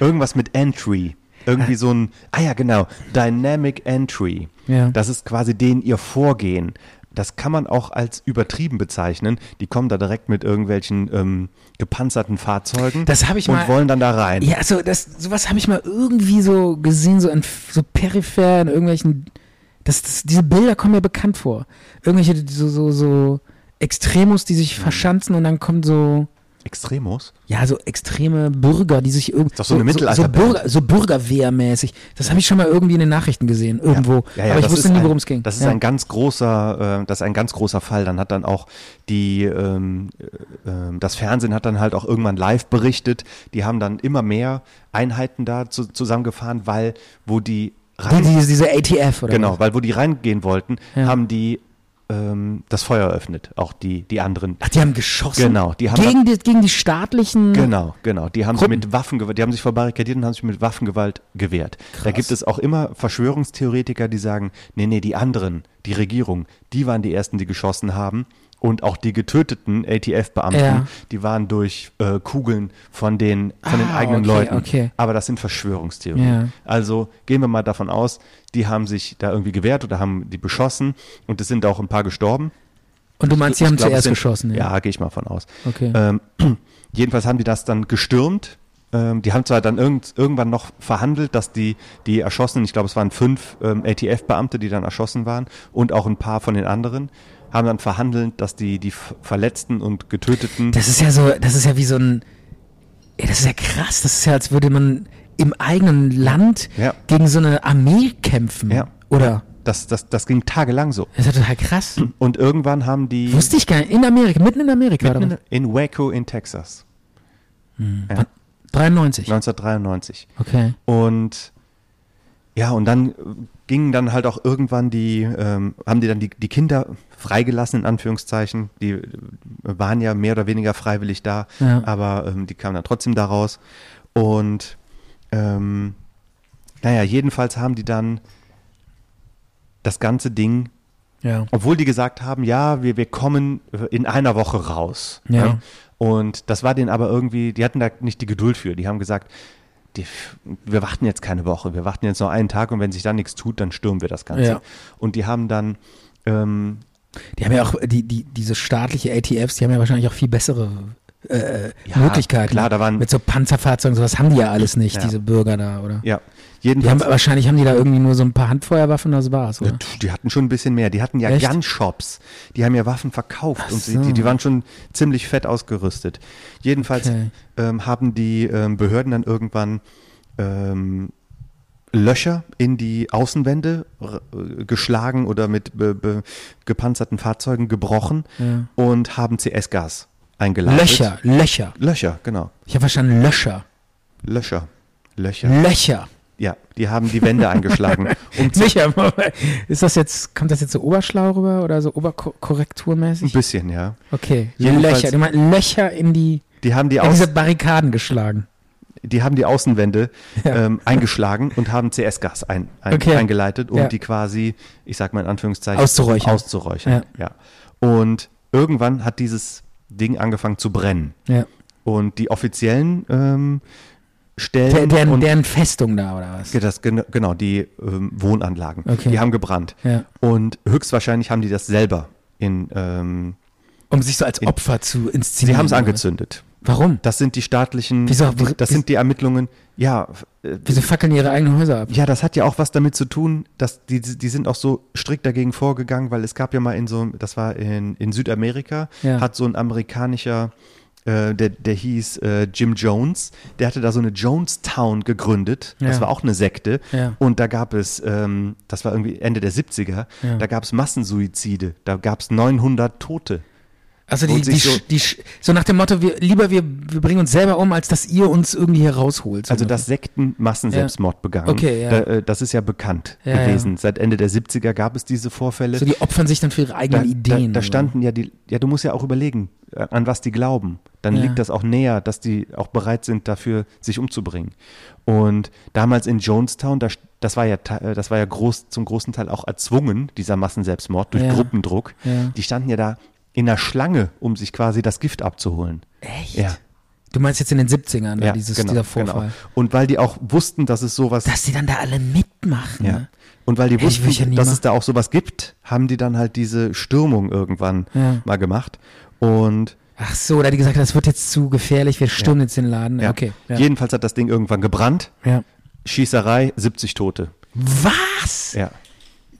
Speaker 4: irgendwas mit Entry. Irgendwie so ein, ah ja, genau, Dynamic Entry.
Speaker 3: Ja.
Speaker 4: Das ist quasi denen ihr Vorgehen. Das kann man auch als übertrieben bezeichnen. Die kommen da direkt mit irgendwelchen ähm, gepanzerten Fahrzeugen
Speaker 3: Das habe ich
Speaker 4: und
Speaker 3: mal-
Speaker 4: wollen dann da rein.
Speaker 3: Ja, also das, sowas habe ich mal irgendwie so gesehen, so, in, so peripher in irgendwelchen. Das, das, diese Bilder kommen mir bekannt vor. Irgendwelche so, so, so Extremos, die sich verschanzen und dann kommen so.
Speaker 4: Extremos?
Speaker 3: Ja, so extreme Bürger, die sich irgendwie.
Speaker 4: doch so
Speaker 3: so,
Speaker 4: eine
Speaker 3: so,
Speaker 4: Mittelalterband.
Speaker 3: Bürger, so Bürgerwehrmäßig. Das habe ich schon mal irgendwie in den Nachrichten gesehen, irgendwo.
Speaker 4: Ja, ja,
Speaker 3: Aber ich
Speaker 4: das
Speaker 3: wusste
Speaker 4: ist
Speaker 3: nie,
Speaker 4: ein-
Speaker 3: worum es ging.
Speaker 4: Das ist
Speaker 3: ja.
Speaker 4: ein ganz großer, äh, das ist ein ganz großer Fall. Dann hat dann auch die, ähm, äh, ähm, das Fernsehen hat dann halt auch irgendwann live berichtet. Die haben dann immer mehr Einheiten da zu, zusammengefahren, weil wo die
Speaker 3: Die,
Speaker 4: rein,
Speaker 3: die, diese ATF oder
Speaker 4: genau,
Speaker 3: was?
Speaker 4: weil wo die reingehen wollten,
Speaker 3: Ja.
Speaker 4: haben die ähm, das Feuer eröffnet. Auch die die anderen.
Speaker 3: Ach, die haben geschossen.
Speaker 4: Genau, die haben
Speaker 3: gegen, die, gegen die staatlichen.
Speaker 4: Genau, genau. Die haben sich mit Waffengewalt, die haben sich verbarrikadiert und haben sich mit Waffengewalt gewehrt. Da gibt es auch immer Verschwörungstheoretiker, die sagen, nee, nee, die anderen, die Regierung, die waren die ersten, die geschossen haben. Und auch die getöteten ATF-Beamten,
Speaker 3: Ja.
Speaker 4: die waren durch äh, Kugeln von den, von den
Speaker 3: Ah,
Speaker 4: eigenen
Speaker 3: okay,
Speaker 4: Leuten.
Speaker 3: okay.
Speaker 4: Aber das sind Verschwörungstheorien.
Speaker 3: Ja.
Speaker 4: Also gehen wir mal davon aus, die haben sich da irgendwie gewehrt oder haben die beschossen und es sind auch ein paar gestorben.
Speaker 3: Und du meinst, die
Speaker 4: Ich
Speaker 3: haben
Speaker 4: glaub, es
Speaker 3: zuerst
Speaker 4: sind-
Speaker 3: geschossen, ja.
Speaker 4: Ja, gehe ich mal von aus.
Speaker 3: Okay.
Speaker 4: Ähm, jedenfalls haben die das dann gestürmt. Ähm, die haben zwar dann irgend, irgendwann noch verhandelt, dass die, die Erschossenen, ich glaube, es waren fünf ähm, ATF-Beamte, die dann erschossen waren und auch ein paar von den anderen, haben dann verhandelt, dass die, die F- Verletzten und Getöteten.
Speaker 3: Das ist ja so, das ist ja wie so ein. Ja, das ist ja krass. Das ist ja, als würde man im eigenen Land
Speaker 4: Ja.
Speaker 3: gegen so eine Armee kämpfen.
Speaker 4: Ja.
Speaker 3: Oder?
Speaker 4: das, das, das ging tagelang so.
Speaker 3: Das ist ja total krass.
Speaker 4: Und irgendwann haben die
Speaker 3: Wusste ich gar nicht. In Amerika, mitten in Amerika. oder was?
Speaker 4: in Waco in Texas,
Speaker 3: 93.
Speaker 4: 1993.
Speaker 3: Okay.
Speaker 4: Und ja, und dann äh, gingen dann halt auch irgendwann die, ähm, haben die dann die, die Kinder freigelassen, in Anführungszeichen. Die äh, waren ja mehr oder weniger freiwillig da,
Speaker 3: Ja.
Speaker 4: aber ähm, die kamen dann trotzdem da raus. Und ähm, naja, jedenfalls haben die dann das ganze Ding
Speaker 3: Ja.
Speaker 4: obwohl die gesagt haben, ja, wir, wir kommen äh, in einer Woche raus.
Speaker 3: Ja.
Speaker 4: Ne? Und das war denen aber irgendwie, die hatten da nicht die Geduld für. Die haben gesagt, die, wir warten jetzt keine Woche, wir warten jetzt noch einen Tag und wenn sich dann nichts tut, dann stürmen wir das Ganze.
Speaker 3: Ja.
Speaker 4: Und die haben dann, ähm,
Speaker 3: Die haben ja auch, die, die, diese staatliche ATFs, die haben ja wahrscheinlich auch viel bessere äh, Möglichkeiten.
Speaker 4: klar, da waren-
Speaker 3: Mit so Panzerfahrzeugen, sowas haben die ja alles nicht,
Speaker 4: Ja.
Speaker 3: diese Bürger da, oder?
Speaker 4: ja,
Speaker 3: Die haben,
Speaker 4: Jedenfalls.
Speaker 3: wahrscheinlich haben die da irgendwie nur so ein paar Handfeuerwaffen, das war's,
Speaker 4: Ja,
Speaker 3: oder?
Speaker 4: pf, Ne? die hatten schon ein bisschen mehr. Die hatten ja
Speaker 3: Echt?
Speaker 4: Gun-Shops. Die haben ja Waffen verkauft und sie-
Speaker 3: so.
Speaker 4: die, die waren schon ziemlich fett ausgerüstet. Jedenfalls
Speaker 3: Okay.
Speaker 4: ähm, haben die ähm, Behörden dann irgendwann ähm, Löcher in die Außenwände r- äh, geschlagen oder mit be, be, gepanzerten Fahrzeugen gebrochen und haben CS-Gas eingeleitet.
Speaker 3: Löcher, Löcher.
Speaker 4: Löcher, genau.
Speaker 3: Ich habe verstanden, Löcher.
Speaker 4: Löcher. Löcher.
Speaker 3: Löcher.
Speaker 4: ja, die haben die Wände eingeschlagen, um zu
Speaker 3: Sicher, ist das jetzt, kommt das jetzt so oberschlau rüber oder so
Speaker 4: ein
Speaker 3: oberkorrekturmäßig?
Speaker 4: bisschen, ja.
Speaker 3: Okay,
Speaker 4: Jedenfalls-
Speaker 3: Löcher. Du meinst Löcher in die,
Speaker 4: Die haben die
Speaker 3: in
Speaker 4: Außen
Speaker 3: diese Barrikaden geschlagen.
Speaker 4: die haben die Außenwände
Speaker 3: Ja.
Speaker 4: ähm, eingeschlagen und haben CS-Gas ein, ein,
Speaker 3: Okay.
Speaker 4: eingeleitet, um
Speaker 3: Ja.
Speaker 4: die quasi, ich sag mal in Anführungszeichen,
Speaker 3: Auszuräuchern.
Speaker 4: auszuräuchern. Ja. Und irgendwann hat dieses Ding angefangen zu brennen.
Speaker 3: Ja.
Speaker 4: Und die offiziellen ähm,
Speaker 3: Der,
Speaker 4: Stellen
Speaker 3: deren,
Speaker 4: und
Speaker 3: deren Festung da oder was?
Speaker 4: Ge- Das, gen- genau, die ähm, Wohnanlagen.
Speaker 3: Okay.
Speaker 4: Die haben gebrannt.
Speaker 3: Ja.
Speaker 4: Und höchstwahrscheinlich haben die das selber in. Ähm,
Speaker 3: Um sich so als
Speaker 4: In-
Speaker 3: Opfer zu inszenieren.
Speaker 4: sie haben es
Speaker 3: oder was?
Speaker 4: angezündet.
Speaker 3: Warum?
Speaker 4: Das sind die staatlichen.
Speaker 3: Wieso-
Speaker 4: die, das
Speaker 3: wie-
Speaker 4: sind die Ermittlungen. Ja, f- äh,
Speaker 3: Wieso fackeln ihre eigenen Häuser ab?
Speaker 4: ja, das hat ja auch was damit zu tun, dass die, die sind auch so strikt dagegen vorgegangen, weil es gab ja mal in so, das war in, in Südamerika,
Speaker 3: Ja.
Speaker 4: hat so ein amerikanischer, äh, der, der hieß äh, Jim Jones, der hatte da so eine Jonestown gegründet, das
Speaker 3: Ja.
Speaker 4: war auch eine Sekte
Speaker 3: Ja.
Speaker 4: und da gab es, ähm, das war irgendwie Ende der 70er, da gab es Massensuizide, da gab es 900 Tote.
Speaker 3: Also die,
Speaker 4: Und
Speaker 3: die,
Speaker 4: sich so-
Speaker 3: so, die, sch- so nach dem Motto, wir, lieber wir, wir bringen uns selber um, als dass ihr uns irgendwie hier rausholt. So
Speaker 4: Also
Speaker 3: ungefähr.
Speaker 4: dass Sekten Massenselbstmord begangen.
Speaker 3: Okay, ja.
Speaker 4: da, äh, das ist ja bekannt
Speaker 3: Ja, ja.
Speaker 4: gewesen. Seit Ende der 70er gab es diese Vorfälle.
Speaker 3: So die opfern sich dann für ihre eigenen Ideen.
Speaker 4: Da, da
Speaker 3: oder?
Speaker 4: standen ja die, ja, du musst ja auch überlegen, äh, an was die glauben. Dann
Speaker 3: Ja.
Speaker 4: liegt das auch näher, dass die auch bereit sind, dafür sich umzubringen. Und damals in Jonestown, da, st- das war ja, te- äh, das war ja groß, zum großen Teil auch erzwungen, dieser Massenselbstmord durch
Speaker 3: Ja.
Speaker 4: Gruppendruck.
Speaker 3: Ja.
Speaker 4: Die standen ja da in einer Schlange, um sich quasi das Gift abzuholen. Echt? Ja,
Speaker 3: Du meinst jetzt in den 70ern,
Speaker 4: ja
Speaker 3: ja, dieses,
Speaker 4: genau,
Speaker 3: dieser Vorfall.
Speaker 4: Genau. Und weil die auch wussten, dass es sowas
Speaker 3: Dass die dann da alle mitmachen.
Speaker 4: ja.
Speaker 3: ne?
Speaker 4: Und weil die
Speaker 3: Ey, ich
Speaker 4: wussten,
Speaker 3: will ja nie
Speaker 4: dass
Speaker 3: mal-
Speaker 4: es da auch sowas gibt, haben die dann halt diese Stürmung irgendwann
Speaker 3: Ja.
Speaker 4: mal gemacht. Und
Speaker 3: Ach so, da hat die gesagt, das wird jetzt zu gefährlich, wir stürmen jetzt den Laden.
Speaker 4: ja,
Speaker 3: Okay. Ja.
Speaker 4: jedenfalls hat das Ding irgendwann gebrannt.
Speaker 3: ja.
Speaker 4: Schießerei, 70 Tote.
Speaker 3: Was?
Speaker 4: Ja.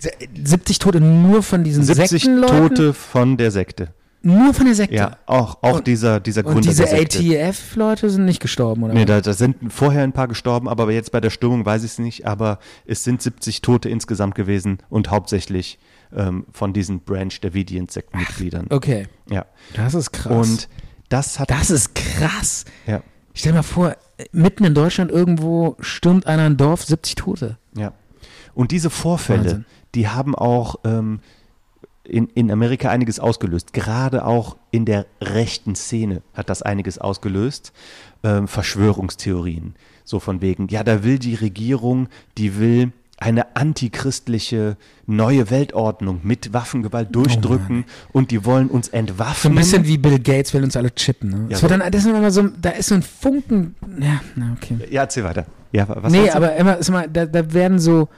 Speaker 3: 70 Tote nur von diesen
Speaker 4: 70
Speaker 3: Sektenleuten?
Speaker 4: Tote von der Sekte.
Speaker 3: Nur von der Sekte?
Speaker 4: Ja, auch, auch
Speaker 3: Und-
Speaker 4: dieser, dieser Gründer
Speaker 3: Und diese
Speaker 4: der Sekte.
Speaker 3: ATF-Leute sind nicht gestorben, oder?
Speaker 4: Nee,
Speaker 3: was?
Speaker 4: da, da sind vorher ein paar gestorben, aber jetzt bei der Stürmung weiß ich es nicht. Aber es sind 70 Tote insgesamt gewesen und hauptsächlich ähm, von diesen Branch Davidian Sektenmitgliedern.
Speaker 3: okay.
Speaker 4: Ja.
Speaker 3: Das ist krass.
Speaker 4: Und das hat.
Speaker 3: das ist krass.
Speaker 4: ja.
Speaker 3: Ich stell mir vor, mitten in Deutschland irgendwo stürmt einer ein Dorf, 70 Tote.
Speaker 4: Ja. Und diese Vorfälle,
Speaker 3: Wahnsinn.
Speaker 4: die haben auch ähm, in, in Amerika einiges ausgelöst. Gerade auch in der rechten Szene hat das einiges ausgelöst. Ähm, Verschwörungstheorien. So von wegen, ja, da will die Regierung, die will eine antichristliche neue Weltordnung mit Waffengewalt durchdrücken und die wollen uns
Speaker 3: Oh So
Speaker 4: entwaffnen.
Speaker 3: ein bisschen wie Bill Gates will uns alle chippen. Ne?
Speaker 4: Mhm. Ja,
Speaker 3: Es wird
Speaker 4: so.
Speaker 3: dann, das ist immer so, da ist so ein Funken. Ja, na, okay.
Speaker 4: ja, erzähl weiter. Ja, wa- was
Speaker 3: nee,
Speaker 4: wolltest du?
Speaker 3: aber immer, ist immer da, da werden so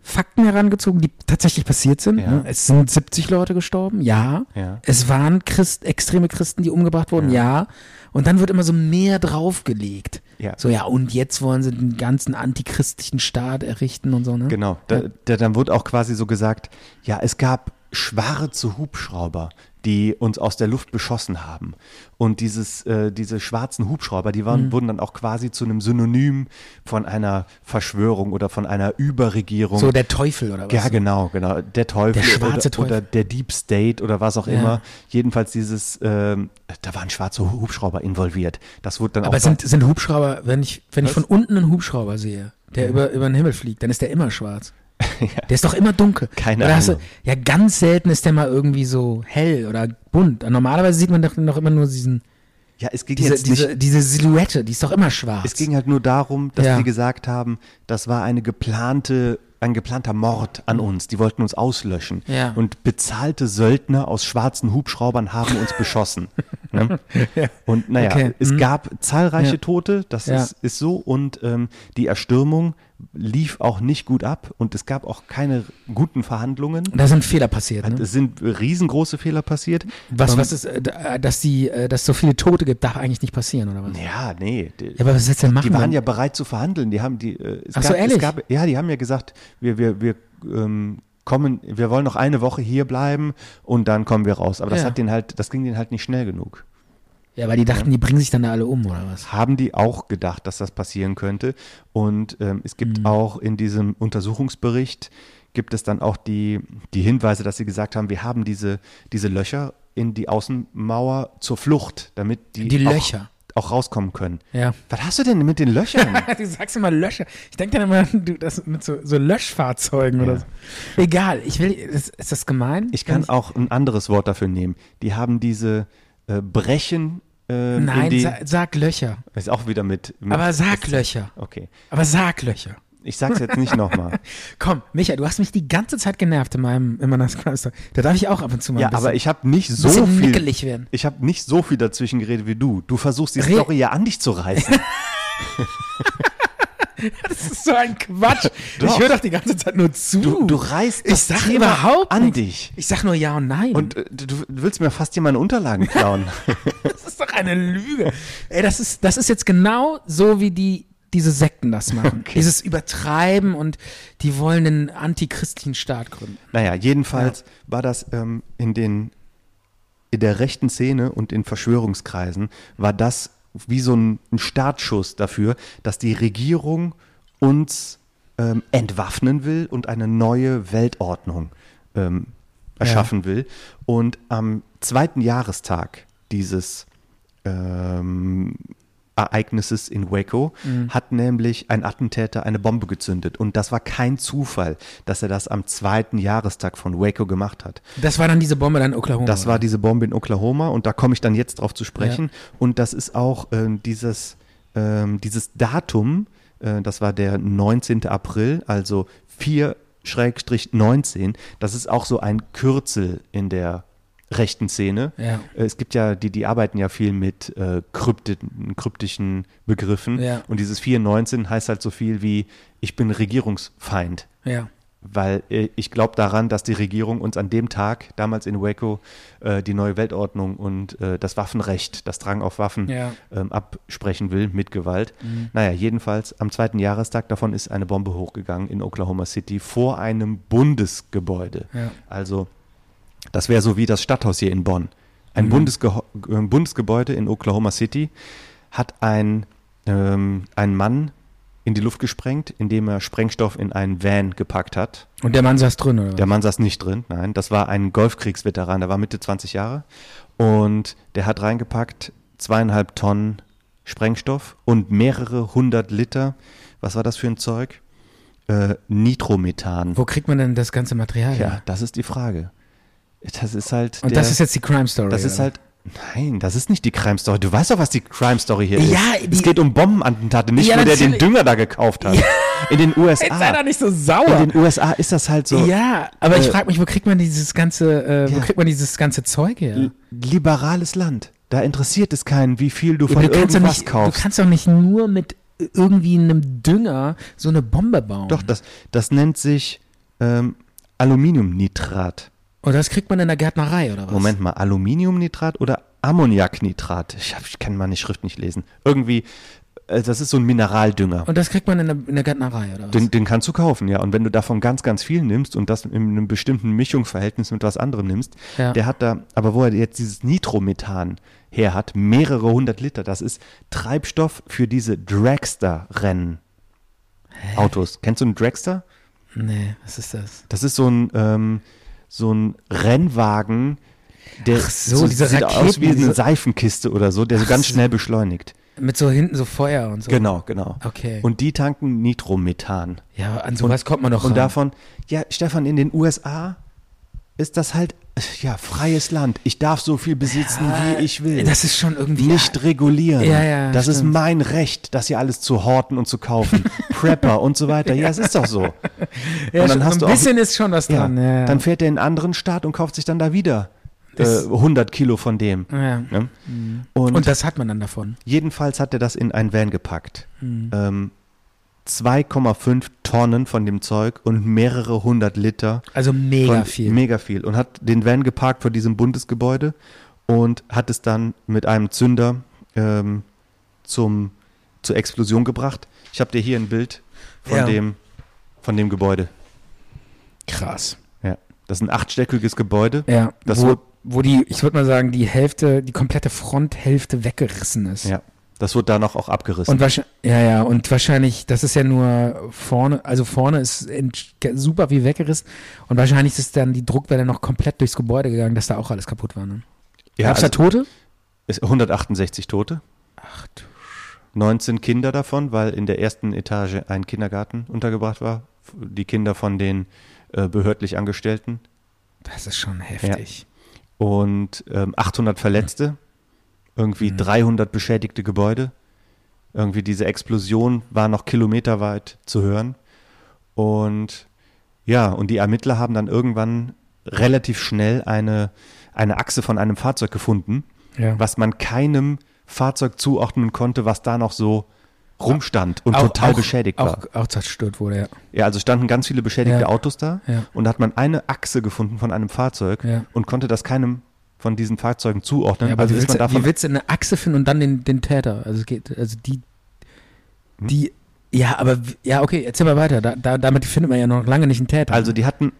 Speaker 3: Fakten herangezogen, die tatsächlich passiert sind.
Speaker 4: Ja.
Speaker 3: Ne? Es sind 70 Leute gestorben, ja.
Speaker 4: Ja.
Speaker 3: Es waren Christ, extreme Christen, die umgebracht wurden, ja. Und dann wird immer so mehr draufgelegt.
Speaker 4: Ja.
Speaker 3: So, ja, und jetzt wollen sie den ganzen antichristlichen Staat errichten und so, ne?
Speaker 4: Genau, da, da, dann wurde auch quasi so gesagt, ja, es gab schwarze Hubschrauber, die uns aus der Luft beschossen haben. Und dieses, äh, diese schwarzen Hubschrauber, die
Speaker 3: Mhm.
Speaker 4: waren, wurden dann auch quasi zu einem Synonym von einer Verschwörung oder von einer Überregierung.
Speaker 3: So der Teufel oder was?
Speaker 4: ja, genau, genau. Der Teufel,
Speaker 3: Der schwarze
Speaker 4: oder, oder der Deep State oder was auch
Speaker 3: Ja.
Speaker 4: immer. Jedenfalls dieses, ähm, da waren schwarze Hubschrauber involviert. Das wurde dann
Speaker 3: Aber
Speaker 4: auch.
Speaker 3: sind, sind Hubschrauber, wenn ich, wenn ich von unten einen Hubschrauber sehe, der über, über den Himmel fliegt, dann ist der immer schwarz. Der ist doch immer dunkel.
Speaker 4: Keine
Speaker 3: oder hast du,
Speaker 4: Ahnung.
Speaker 3: Ja, ganz selten ist der mal irgendwie so hell oder bunt. Normalerweise sieht man doch noch immer nur diesen,
Speaker 4: ja, es ging
Speaker 3: diese,
Speaker 4: jetzt nicht
Speaker 3: diese, diese Silhouette, die ist doch immer schwarz.
Speaker 4: Es ging halt nur darum, dass
Speaker 3: Ja.
Speaker 4: die gesagt haben, das war eine geplante, ein geplanter Mord an uns. Die wollten uns auslöschen.
Speaker 3: Mhm. Ja.
Speaker 4: Und bezahlte Söldner aus schwarzen Hubschraubern haben uns beschossen. ne? Und naja,
Speaker 3: Okay.
Speaker 4: es
Speaker 3: Mhm.
Speaker 4: gab zahlreiche
Speaker 3: Ja.
Speaker 4: Tote, das
Speaker 3: Ja.
Speaker 4: ist, ist so. Und ähm, die Erstürmung lief auch nicht gut ab und es gab auch keine guten Verhandlungen.
Speaker 3: Da sind Fehler passiert. Ne?
Speaker 4: Es sind riesengroße Fehler passiert.
Speaker 3: Was,
Speaker 4: Ähm,
Speaker 3: was ist, äh, da- dass die, äh, dass es so viele Tote gibt, darf eigentlich nicht passieren, oder was?
Speaker 4: Ja, nee. d-
Speaker 3: Ja, aber was willst du denn machen?
Speaker 4: die waren
Speaker 3: wenn-
Speaker 4: ja bereit zu verhandeln. Die haben die. Äh, es
Speaker 3: Ach so,
Speaker 4: gab,
Speaker 3: ehrlich?
Speaker 4: Es gab, ja, die haben ja gesagt, wir, wir, wir ähm, kommen, wir wollen noch eine Woche hier bleiben und dann kommen wir raus. Aber das
Speaker 3: Ja.
Speaker 4: hat den halt, das ging denen halt nicht schnell genug.
Speaker 3: ja, weil die dachten, die bringen sich dann da alle um, oder was?
Speaker 4: Haben die auch gedacht, dass das passieren könnte? Und ähm, es gibt
Speaker 3: Mhm.
Speaker 4: auch in diesem Untersuchungsbericht gibt es dann auch die, die Hinweise, dass sie gesagt haben, wir haben diese, diese Löcher in die Außenmauer zur Flucht, damit die,
Speaker 3: Die
Speaker 4: auch,
Speaker 3: Löcher.
Speaker 4: auch rauskommen können.
Speaker 3: Ja.
Speaker 4: Was hast du denn mit den Löchern?
Speaker 3: du sagst immer Löscher. Ich denke dann immer, du, das mit so, so Löschfahrzeugen oder so. Egal, ich will, ist, ist das gemein?
Speaker 4: Ich kann auch ein anderes Wort dafür nehmen. Die haben diese äh, Brechen. Äh, in
Speaker 3: Nein,
Speaker 4: die,
Speaker 3: sa sag Löcher.
Speaker 4: ist auch wieder mit. mit
Speaker 3: Aber sag Löcher.
Speaker 4: Okay.
Speaker 3: Aber sag Löcher.
Speaker 4: Ich sag's jetzt nicht nochmal.
Speaker 3: Komm, Micha, du hast mich die ganze Zeit genervt in meinem in meiner Scrum-Story. Da darf ich auch ab und zu mal
Speaker 4: ja,
Speaker 3: ein bisschen.
Speaker 4: aber ich habe nicht so
Speaker 3: bisschen
Speaker 4: viel.
Speaker 3: nickelig werden.
Speaker 4: Ich habe nicht so viel dazwischen geredet wie du. Du versuchst die
Speaker 3: Re-
Speaker 4: Story ja an dich zu reißen.
Speaker 3: das ist so ein Quatsch. ich
Speaker 4: Doch.
Speaker 3: höre doch die ganze Zeit nur zu.
Speaker 4: Du, du reißt
Speaker 3: Ich
Speaker 4: das
Speaker 3: sag
Speaker 4: Thema
Speaker 3: überhaupt
Speaker 4: an
Speaker 3: nichts.
Speaker 4: dich.
Speaker 3: Ich sag nur ja und nein.
Speaker 4: Und äh, du, du willst mir fast hier meine Unterlagen klauen.
Speaker 3: das ist doch eine Lüge. Ey, das ist, das ist jetzt genau so, wie die, diese Sekten das machen. Dieses Übertreiben und die wollen einen antichristlichen Staat gründen.
Speaker 4: Naja, jedenfalls war das ähm, in den in der rechten Szene und in Verschwörungskreisen war das wie so ein, ein Startschuss dafür, dass die Regierung uns ähm, entwaffnen will und eine neue Weltordnung ähm, erschaffen will. Und am zweiten Jahrestag dieses ähm, Ereignisses in Waco hat nämlich ein Attentäter eine Bombe gezündet. Und das war kein Zufall, dass er das am zweiten Jahrestag von Waco gemacht hat.
Speaker 3: Das war dann diese Bombe dann in Oklahoma.
Speaker 4: Das war diese Bombe in Oklahoma und da komme ich dann jetzt drauf zu sprechen. Und das ist auch ähm, dieses, ähm, dieses Datum, äh, das war der 19. April, also 4-19, das ist auch so ein Kürzel in der rechten Szene.
Speaker 3: Ja.
Speaker 4: Äh, Es gibt ja, die, die arbeiten ja viel mit äh, kryptischen, kryptischen Begriffen.
Speaker 3: Ja.
Speaker 4: Und dieses 4-19 heißt halt so viel wie, ich bin Regierungsfeind
Speaker 3: Ja.
Speaker 4: weil äh, ich glaube daran, dass die Regierung uns an dem Tag, damals in Waco, äh, die neue Weltordnung und äh, das Waffenrecht, das Drang auf Waffen
Speaker 3: Ja.
Speaker 4: ähm, absprechen will mit Gewalt. Naja, jedenfalls am zweiten Jahrestag davon ist eine Bombe hochgegangen in Oklahoma City vor einem Bundesgebäude.
Speaker 3: Ja.
Speaker 4: Also das wäre so wie das Stadthaus hier in Bonn. Ein Bundesgeho- äh, Bundesgebäude in Oklahoma City hat ein, ähm, ein Mann in die Luft gesprengt, indem er Sprengstoff in einen Van gepackt hat.
Speaker 3: Und der Mann saß drin, oder? was?
Speaker 4: Der Mann saß nicht drin, nein. Das war ein Golfkriegsveteran, der war Mitte 20 Jahre. Und der hat reingepackt zweieinhalb Tonnen Sprengstoff und mehrere hundert Liter, was war das für ein Zeug? Äh, Nitromethan.
Speaker 3: Wo kriegt man denn das ganze Material?
Speaker 4: Ja,
Speaker 3: her?
Speaker 4: das ist die Frage. Das ist halt.
Speaker 3: Und
Speaker 4: der,
Speaker 3: das ist jetzt die Crime Story.
Speaker 4: Das ist
Speaker 3: oder?
Speaker 4: halt. Nein, das ist nicht die Crime Story. Du weißt doch, was die Crime Story hier
Speaker 3: Ja,
Speaker 4: ist.
Speaker 3: die-
Speaker 4: es geht um Bombenattentate, nicht
Speaker 3: Ja,
Speaker 4: nur der den
Speaker 3: natürlich.
Speaker 4: Dünger da gekauft hat. In den USA.
Speaker 3: Jetzt sei doch nicht so
Speaker 4: in
Speaker 3: sauer.
Speaker 4: Ah. den USA ist das halt so.
Speaker 3: ja, aber ich
Speaker 4: Äh,
Speaker 3: frage mich, wo kriegt man dieses ganze, äh, wo
Speaker 4: ja.
Speaker 3: kriegt man dieses ganze Zeug her?
Speaker 4: L- Liberales Land. Da interessiert es keinen, wie viel du von
Speaker 3: du, kannst doch
Speaker 4: irgendwas
Speaker 3: nicht, du
Speaker 4: kaufst.
Speaker 3: kannst doch nicht nur mit irgendwie einem Dünger so eine Bombe bauen.
Speaker 4: Doch, das, das nennt sich ähm, Aluminiumnitrat.
Speaker 3: Und das kriegt man in der Gärtnerei, oder was?
Speaker 4: Moment mal, Aluminiumnitrat oder Ammoniaknitrat? Ich, hab- ich kann meine Schrift nicht lesen. Irgendwie, äh, das ist so ein Mineraldünger.
Speaker 3: Und das kriegt man in der, in der Gärtnerei, oder was?
Speaker 4: Den, den kannst du kaufen, ja. Und wenn du davon ganz, ganz viel nimmst und das in einem bestimmten Mischungsverhältnis mit was anderem nimmst,
Speaker 3: Ja.
Speaker 4: der hat da, aber wo er jetzt dieses Nitromethan her hat, mehrere hundert Liter, das ist Treibstoff für diese Dragster-Rennen. Autos. Kennst du einen Dragster?
Speaker 3: nee, was ist das?
Speaker 4: Das ist so ein, ähm, so ein Rennwagen, der
Speaker 3: Ach so, diese
Speaker 4: sieht aus wie
Speaker 3: Raketen, diese-
Speaker 4: eine Seifenkiste oder so, der so ganz schnell beschleunigt.
Speaker 3: Mit so hinten so Feuer und so.
Speaker 4: Genau, genau.
Speaker 3: Okay.
Speaker 4: Und die tanken Nitromethan.
Speaker 3: Ja, an sowas kommt man doch
Speaker 4: Und
Speaker 3: ran.
Speaker 4: davon, ja, Stefan, in den USA ist das halt, ja, freies Land. Ich darf so viel besitzen, wie ich will.
Speaker 3: Das ist schon irgendwie...
Speaker 4: nicht regulieren.
Speaker 3: Ja, ja,
Speaker 4: das ist
Speaker 3: stimmt.
Speaker 4: mein Recht, das hier alles zu horten und zu kaufen. Prepper und so weiter. Ja, es ist doch so.
Speaker 3: ja,
Speaker 4: und dann
Speaker 3: schon,
Speaker 4: hast
Speaker 3: so
Speaker 4: du
Speaker 3: ein
Speaker 4: auch-
Speaker 3: bisschen ist schon was
Speaker 4: Ja,
Speaker 3: dran. Ja, ja.
Speaker 4: Dann fährt er in einen anderen Staat und kauft sich dann da wieder äh,
Speaker 3: Das-
Speaker 4: 100 Kilo von dem.
Speaker 3: Ja. Mhm.
Speaker 4: Ne? Und,
Speaker 3: und das hat man dann davon. Mhm.
Speaker 4: jedenfalls hat er das in einen Van gepackt. Ähm, 2,5 Tonnen von dem Zeug und mehrere hundert Liter.
Speaker 3: Also mega
Speaker 4: von,
Speaker 3: viel.
Speaker 4: Mega viel. Und hat den Van geparkt vor diesem Bundesgebäude und hat es dann mit einem Zünder ähm, zum, zur Explosion gebracht. Ich habe dir hier ein Bild von,
Speaker 3: Ja.
Speaker 4: dem, von dem Gebäude.
Speaker 3: Krass.
Speaker 4: Ja. Das ist ein achtstöckiges Gebäude.
Speaker 3: Ja,
Speaker 4: Das
Speaker 3: wo,
Speaker 4: wird-
Speaker 3: wo die, ich würde mal sagen, die Hälfte, die komplette Fronthälfte weggerissen ist.
Speaker 4: Ja. Das wurde danach auch abgerissen.
Speaker 3: Und wahrscheinlich, ja, ja, und wahrscheinlich, das ist ja nur vorne, also vorne ist ent- ge- super wie weggerissen und wahrscheinlich ist dann die Druckwelle noch komplett durchs Gebäude gegangen, dass da auch alles kaputt war. Ne?
Speaker 4: ja,
Speaker 3: Gab's
Speaker 4: also,
Speaker 3: da Tote?
Speaker 4: es- 168 Tote.
Speaker 3: Ach du.
Speaker 4: 19 Kinder davon, weil in der ersten Etage ein Kindergarten untergebracht war. F- Die Kinder von den äh, behördlich Angestellten
Speaker 3: Das ist schon heftig.
Speaker 4: und ähm, 800 Verletzte, irgendwie
Speaker 3: Mhm.
Speaker 4: 300 beschädigte Gebäude. Irgendwie diese Explosion war noch kilometerweit zu hören. Und ja, und die Ermittler haben dann irgendwann relativ schnell eine, eine Achse von einem Fahrzeug gefunden,
Speaker 3: Ja.
Speaker 4: was man keinem Fahrzeug zuordnen konnte, was da noch so rumstand und total beschädigt war.
Speaker 3: auch, Auch zerstört wurde, ja.
Speaker 4: Ja, also standen ganz viele beschädigte
Speaker 3: Ja.
Speaker 4: Autos da
Speaker 3: Ja.
Speaker 4: und da hat man eine Achse gefunden von einem Fahrzeug
Speaker 3: Ja.
Speaker 4: und konnte das keinem von diesen Fahrzeugen zuordnen.
Speaker 3: ja aber
Speaker 4: also
Speaker 3: wie,
Speaker 4: ist
Speaker 3: willst,
Speaker 4: man
Speaker 3: du- wie
Speaker 4: davon.
Speaker 3: willst du eine Achse finden und dann den, den Täter? Also, es geht, also die,
Speaker 4: Hm?
Speaker 3: die, ja, aber, w- ja, okay, erzähl mal weiter. Da, da, damit findet man ja noch lange nicht einen Täter.
Speaker 4: Also die hatten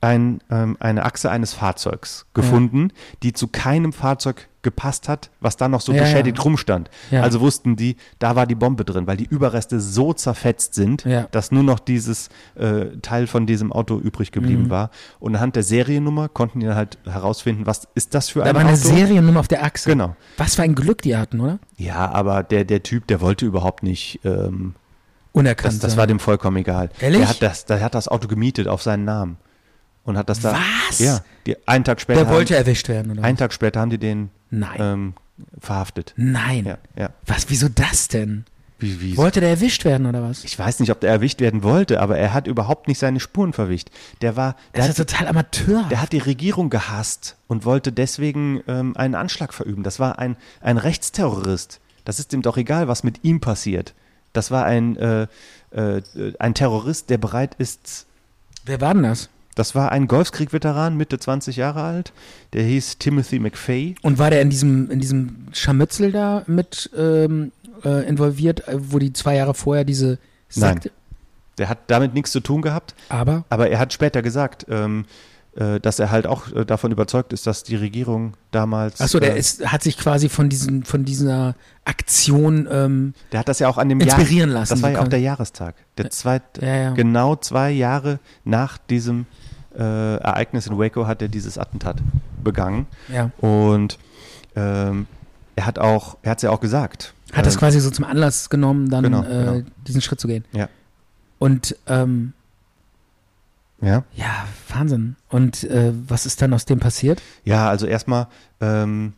Speaker 4: ein, ähm, eine Achse eines Fahrzeugs gefunden, die zu keinem Fahrzeug gepasst hat, was dann noch so
Speaker 3: Ja,
Speaker 4: beschädigt
Speaker 3: ja.
Speaker 4: rumstand.
Speaker 3: Ja.
Speaker 4: Also wussten die, da war die Bombe drin, weil die Überreste so zerfetzt sind,
Speaker 3: Ja.
Speaker 4: dass nur noch dieses äh, Teil von diesem Auto übrig
Speaker 3: Mhm.
Speaker 4: geblieben war. Und anhand der Seriennummer konnten die dann halt herausfinden, was ist das für
Speaker 3: da
Speaker 4: ein
Speaker 3: war
Speaker 4: Auto?
Speaker 3: eine Seriennummer auf der Achse.
Speaker 4: Genau.
Speaker 3: Was für ein Glück die hatten, oder?
Speaker 4: Ja, aber der, der Typ, der wollte überhaupt nicht. Ähm,
Speaker 3: Unerkannt.
Speaker 4: das, das
Speaker 3: sein.
Speaker 4: war dem vollkommen egal.
Speaker 3: Ehrlich?
Speaker 4: Der hat das, der hat das Auto gemietet auf seinen Namen. Und hat das da.
Speaker 3: Was?
Speaker 4: Ja. Die, einen Tag später.
Speaker 3: Der wollte
Speaker 4: haben,
Speaker 3: erwischt werden, oder?
Speaker 4: einen Tag später haben die den
Speaker 3: Nein.
Speaker 4: ähm, verhaftet.
Speaker 3: Nein.
Speaker 4: Ja, ja.
Speaker 3: Was, wieso das denn?
Speaker 4: Wie, wie,
Speaker 3: Wollte der erwischt werden, oder was?
Speaker 4: ich weiß nicht, ob der erwischt werden wollte, aber er hat überhaupt nicht seine Spuren verwischt. Der war.
Speaker 3: Das
Speaker 4: Der hat,
Speaker 3: ist ja total Amateur.
Speaker 4: der hat die Regierung gehasst und wollte deswegen ähm, einen Anschlag verüben. Das war ein, ein Rechtsterrorist. Das ist ihm doch egal, was mit ihm passiert. Das war ein, äh, äh, ein Terrorist, der bereit ist.
Speaker 3: Wer war denn das?
Speaker 4: Das war ein Golfkrieg-Veteran, Mitte 20 Jahre alt. Der hieß Timothy McFay.
Speaker 3: Und war der in diesem, in diesem Scharmützel da mit ähm, äh, involviert, äh, wo die zwei Jahre vorher diese Sekte.
Speaker 4: Der hat damit nichts zu tun gehabt.
Speaker 3: Aber
Speaker 4: Aber er hat später gesagt, ähm, äh, dass er halt auch äh, davon überzeugt ist, dass die Regierung damals.
Speaker 3: Achso, der
Speaker 4: äh,
Speaker 3: ist, hat sich quasi von, diesen, von dieser Aktion, ähm,
Speaker 4: Der hat das ja auch an dem
Speaker 3: Inspirieren
Speaker 4: Jahr,
Speaker 3: lassen,
Speaker 4: Das war ja
Speaker 3: so
Speaker 4: auch der
Speaker 3: kann-
Speaker 4: Jahrestag. Der zweit,
Speaker 3: Ja, ja.
Speaker 4: Genau zwei Jahre nach diesem äh, Ereignis in Waco hat er dieses Attentat begangen.
Speaker 3: Ja.
Speaker 4: Und ähm, er hat auch, er hat es ja auch gesagt.
Speaker 3: hat das
Speaker 4: Ähm,
Speaker 3: quasi so zum Anlass genommen, dann
Speaker 4: genau,
Speaker 3: äh,
Speaker 4: genau.
Speaker 3: diesen Schritt zu gehen.
Speaker 4: Ja.
Speaker 3: Und ähm,
Speaker 4: Ja.
Speaker 3: ja, Wahnsinn. Und äh, was ist dann aus dem passiert?
Speaker 4: Ja, also erstmal, ähm,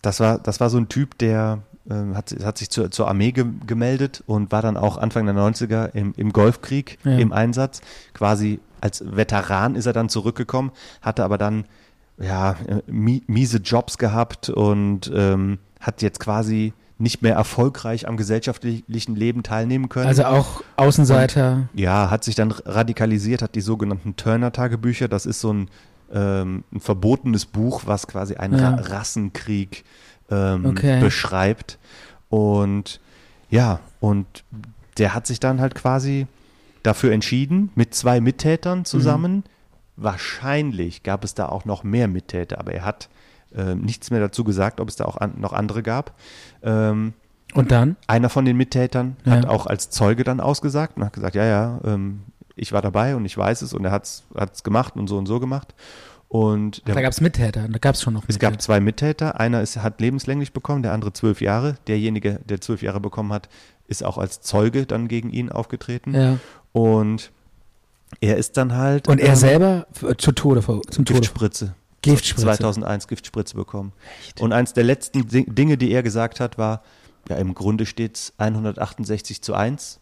Speaker 4: das, war, das war so ein Typ, der ähm, hat, hat sich zur, zur Armee ge gemeldet und war dann auch Anfang der 90er im, im Golfkrieg
Speaker 3: Ja.
Speaker 4: im Einsatz. Quasi als Veteran ist er dann zurückgekommen, hatte aber dann ja, äh, mi miese Jobs gehabt und ähm, hat jetzt quasi nicht mehr erfolgreich am gesellschaftlichen Leben teilnehmen können.
Speaker 3: Also auch Außenseiter.
Speaker 4: Ja, hat sich dann radikalisiert, hat die sogenannten Turner-Tagebücher. Das ist so ein, ähm, ein verbotenes Buch, was quasi einen
Speaker 3: Ja.
Speaker 4: Ra Rassenkrieg ähm,
Speaker 3: Okay.
Speaker 4: beschreibt. Und ja, und der hat sich dann halt quasi dafür entschieden, mit zwei Mittätern zusammen.
Speaker 3: Mhm.
Speaker 4: Wahrscheinlich gab es da auch noch mehr Mittäter, aber er hat ähm, nichts mehr dazu gesagt, ob es da auch an, noch andere gab. Ähm,
Speaker 3: Und dann?
Speaker 4: einer von den Mittätern hat
Speaker 3: Ja.
Speaker 4: auch als Zeuge dann ausgesagt und hat gesagt, ja, ja, ähm, ich war dabei und ich weiß es und er hat es gemacht und so und so gemacht. Und der,
Speaker 3: Da gab es Mittäter, da gab es schon noch
Speaker 4: es gab zwei Mittäter, einer ist, hat lebenslänglich bekommen, der andere zwölf Jahre. Derjenige, der zwölf Jahre bekommen hat, ist auch als Zeuge dann gegen ihn aufgetreten.
Speaker 3: Ja.
Speaker 4: Und er ist dann halt
Speaker 3: Und er
Speaker 4: ähm,
Speaker 3: selber äh, zu Tode, ver- zum Tode. ver-
Speaker 4: Giftspritze.
Speaker 3: Giftspritze.
Speaker 4: 2001 Giftspritze bekommen. Und eins der letzten Di- Dinge, die er gesagt hat, war, ja, im Grunde steht es 168 zu 1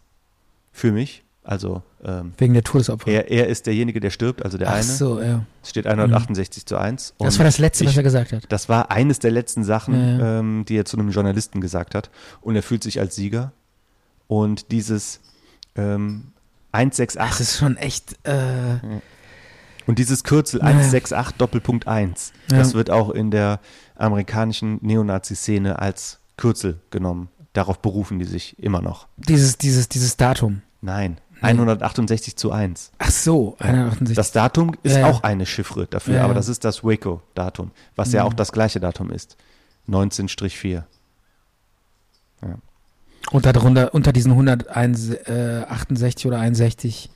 Speaker 4: für mich. Also ähm,
Speaker 3: Wegen der Todesopfer.
Speaker 4: er, er ist derjenige, der stirbt, also der
Speaker 3: Ach
Speaker 4: eine.
Speaker 3: so, ja.
Speaker 4: Es steht 168 zu 1.
Speaker 3: Das
Speaker 4: Und
Speaker 3: war das Letzte,
Speaker 4: ich-
Speaker 3: was er gesagt hat.
Speaker 4: Das war eines der letzten Sachen,
Speaker 3: Ja, ja.
Speaker 4: Ähm, die er zu einem Journalisten gesagt hat. Und er fühlt sich als Sieger. Und dieses, Ähm,
Speaker 3: Das
Speaker 4: 168.
Speaker 3: ist schon echt. Äh,
Speaker 4: Und dieses Kürzel
Speaker 3: Naja.
Speaker 4: 168 Doppelpunkt 1, das
Speaker 3: Ja.
Speaker 4: wird auch in der amerikanischen Neonazi-Szene als Kürzel genommen. Darauf berufen die sich immer noch.
Speaker 3: dieses, dieses, dieses Datum.
Speaker 4: Nein, 168 zu 1.
Speaker 3: Ach so, 168.
Speaker 4: Das Datum ist
Speaker 3: Ja, ja.
Speaker 4: auch eine Chiffre dafür,
Speaker 3: Ja, ja.
Speaker 4: aber das ist das Waco-Datum, was ja auch das gleiche Datum ist. 19-4.
Speaker 3: Und darunter, unter diesen 168 oder 61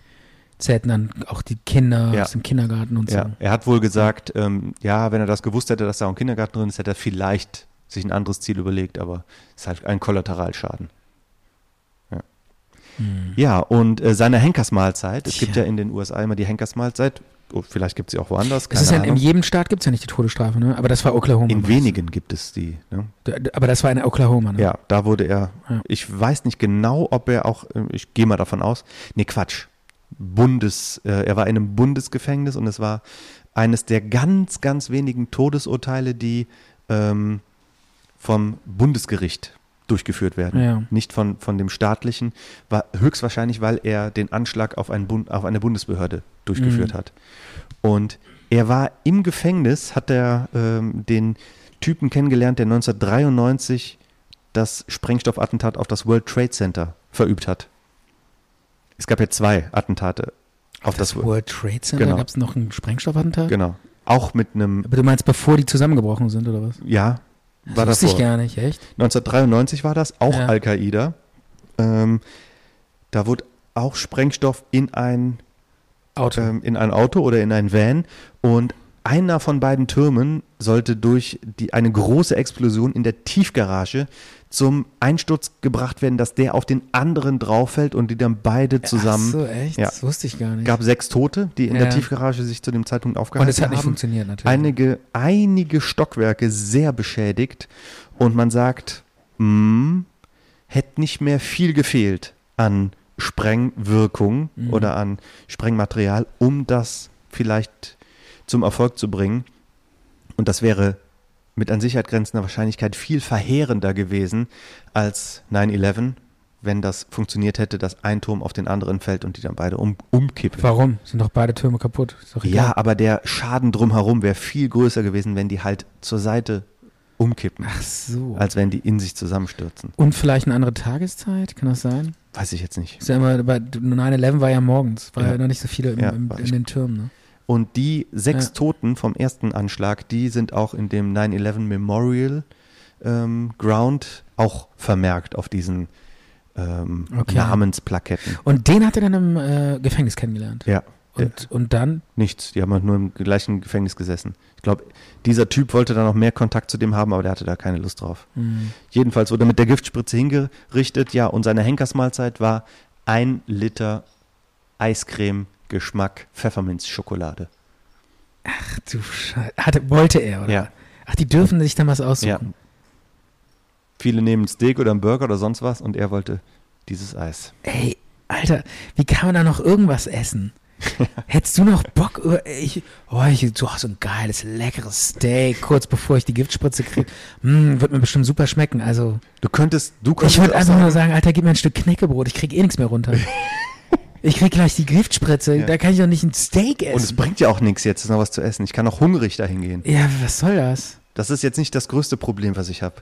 Speaker 3: zählten dann auch die Kinder
Speaker 4: Ja.
Speaker 3: aus dem Kindergarten und so.
Speaker 4: Ja, er hat wohl gesagt, ähm, ja, wenn er das gewusst hätte, dass da auch ein Kindergarten drin ist, hätte er vielleicht sich ein anderes Ziel überlegt, aber es ist halt ein Kollateralschaden. Ja, ja und äh, seine Henkersmahlzeit, es gibt
Speaker 3: Hm. Tja.
Speaker 4: ja in den USA immer die Henkersmahlzeit, oh, vielleicht gibt es sie auch woanders,
Speaker 3: Es
Speaker 4: keine
Speaker 3: ist ja, in
Speaker 4: Ahnung.
Speaker 3: jedem Staat gibt es ja nicht die Todesstrafe, ne? Aber das war Oklahoma.
Speaker 4: In wenigen gibt es die. Ne?
Speaker 3: D- d- Aber das war in Oklahoma, ne?
Speaker 4: Ja, da wurde er,
Speaker 3: Ja.
Speaker 4: ich weiß nicht genau, ob er auch, äh, ich gehe mal davon aus, nee, Quatsch, Bundes, äh, er war in einem Bundesgefängnis und es war eines der ganz, ganz wenigen Todesurteile, die ähm, vom Bundesgericht durchgeführt werden,
Speaker 3: Ja.
Speaker 4: nicht von, von dem staatlichen, war höchstwahrscheinlich, weil er den Anschlag auf, einen Bund, auf eine Bundesbehörde
Speaker 3: Mhm.
Speaker 4: durchgeführt hat. Und er war im Gefängnis, hat er ähm, den Typen kennengelernt, der 1993 das Sprengstoffattentat auf das World Trade Center verübt hat. Es gab ja zwei Attentate auf das,
Speaker 3: Das
Speaker 4: World.
Speaker 3: World Trade Center
Speaker 4: Genau.
Speaker 3: gab es noch einen Sprengstoffattentat?
Speaker 4: Genau. Auch mit einem,
Speaker 3: Aber du meinst, bevor die zusammengebrochen sind, oder was?
Speaker 4: ja, war das
Speaker 3: wusste ich gar nicht, echt?
Speaker 4: 1993 war das, auch
Speaker 3: Ja.
Speaker 4: Al-Qaida. Ähm, da wurde auch Sprengstoff in ein
Speaker 3: Auto.
Speaker 4: ähm, in ein Auto oder in ein Van und einer von beiden Türmen sollte durch die, eine große Explosion in der Tiefgarage zum Einsturz gebracht werden, dass der auf den anderen drauf fällt und die dann beide zusammen.
Speaker 3: Ach so, echt?
Speaker 4: Ja.
Speaker 3: Das wusste ich gar nicht.
Speaker 4: gab sechs Tote, die in der
Speaker 3: Ja.
Speaker 4: Tiefgarage sich zu dem Zeitpunkt aufgehalten
Speaker 3: Und
Speaker 4: haben.
Speaker 3: es hat nicht funktioniert, natürlich. ne?
Speaker 4: Einige, einige Stockwerke sehr beschädigt und man sagt, hm, hätte nicht mehr viel gefehlt an Sprengwirkung
Speaker 3: Mhm.
Speaker 4: oder an Sprengmaterial, um das vielleicht zum Erfolg zu bringen. Und das wäre mit an Sicherheit grenzender Wahrscheinlichkeit viel verheerender gewesen als 9-11, wenn das funktioniert hätte, dass ein Turm auf den anderen fällt und die dann beide um, umkippen.
Speaker 3: Warum? Sind doch beide Türme kaputt. Ist doch egal.
Speaker 4: Ja, aber der Schaden drumherum wäre viel größer gewesen, wenn die halt zur Seite umkippen,
Speaker 3: Ach so.
Speaker 4: als wenn die in sich zusammenstürzen.
Speaker 3: Und vielleicht eine andere Tageszeit? Kann das sein?
Speaker 4: Weiß ich jetzt nicht.
Speaker 3: Ist ja immer, bei 9-11 war ja morgens, war ja,
Speaker 4: Ja.
Speaker 3: noch nicht so viele im,
Speaker 4: Ja,
Speaker 3: im,
Speaker 4: war
Speaker 3: in
Speaker 4: ich-
Speaker 3: den Türmen. Ne?
Speaker 4: Und die sechs
Speaker 3: Ja.
Speaker 4: Toten vom ersten Anschlag, die sind auch in dem 9-11 Memorial ähm, Ground auch vermerkt auf diesen ähm,
Speaker 3: Okay.
Speaker 4: Namensplaketten.
Speaker 3: Und den hat er dann im äh, Gefängnis kennengelernt.
Speaker 4: Ja.
Speaker 3: Und, und dann,
Speaker 4: Nichts, die haben halt nur im gleichen Gefängnis gesessen. Ich glaube, dieser Typ wollte da noch mehr Kontakt zu dem haben, aber der hatte da keine Lust drauf.
Speaker 3: Mhm.
Speaker 4: Jedenfalls wurde er mit der Giftspritze hingerichtet, ja, und seine Henkersmahlzeit war ein Liter Eiscreme, Geschmack, Pfefferminzschokolade.
Speaker 3: ach du Scheiße, hatte, wollte er, oder?
Speaker 4: Ja.
Speaker 3: Ach, die dürfen sich dann was
Speaker 4: Ja.
Speaker 3: aussuchen.
Speaker 4: Viele nehmen einen Steak oder einen Burger oder sonst was und er wollte dieses Eis.
Speaker 3: Ey, Alter, wie kann man da noch irgendwas essen? Hättest du noch Bock? über- Ich, oh, ich, du hast so ein geiles, leckeres Steak, kurz bevor ich die Giftspritze kriege. Mm, wird mir bestimmt super schmecken. Also,
Speaker 4: Du könntest, du
Speaker 3: Ich
Speaker 4: könntest
Speaker 3: würde
Speaker 4: auch
Speaker 3: einfach
Speaker 4: sagen-
Speaker 3: nur sagen, Alter, gib mir ein Stück Knäckebrot, ich krieg eh nichts mehr runter. Ich krieg gleich die Giftspritze,
Speaker 4: Ja.
Speaker 3: da kann ich doch nicht ein Steak
Speaker 4: und es
Speaker 3: essen.
Speaker 4: bringt ja auch nichts jetzt noch was zu essen. Ich kann auch hungrig dahin gehen.
Speaker 3: Ja, was soll das?
Speaker 4: Das ist jetzt nicht das größte Problem, was ich habe.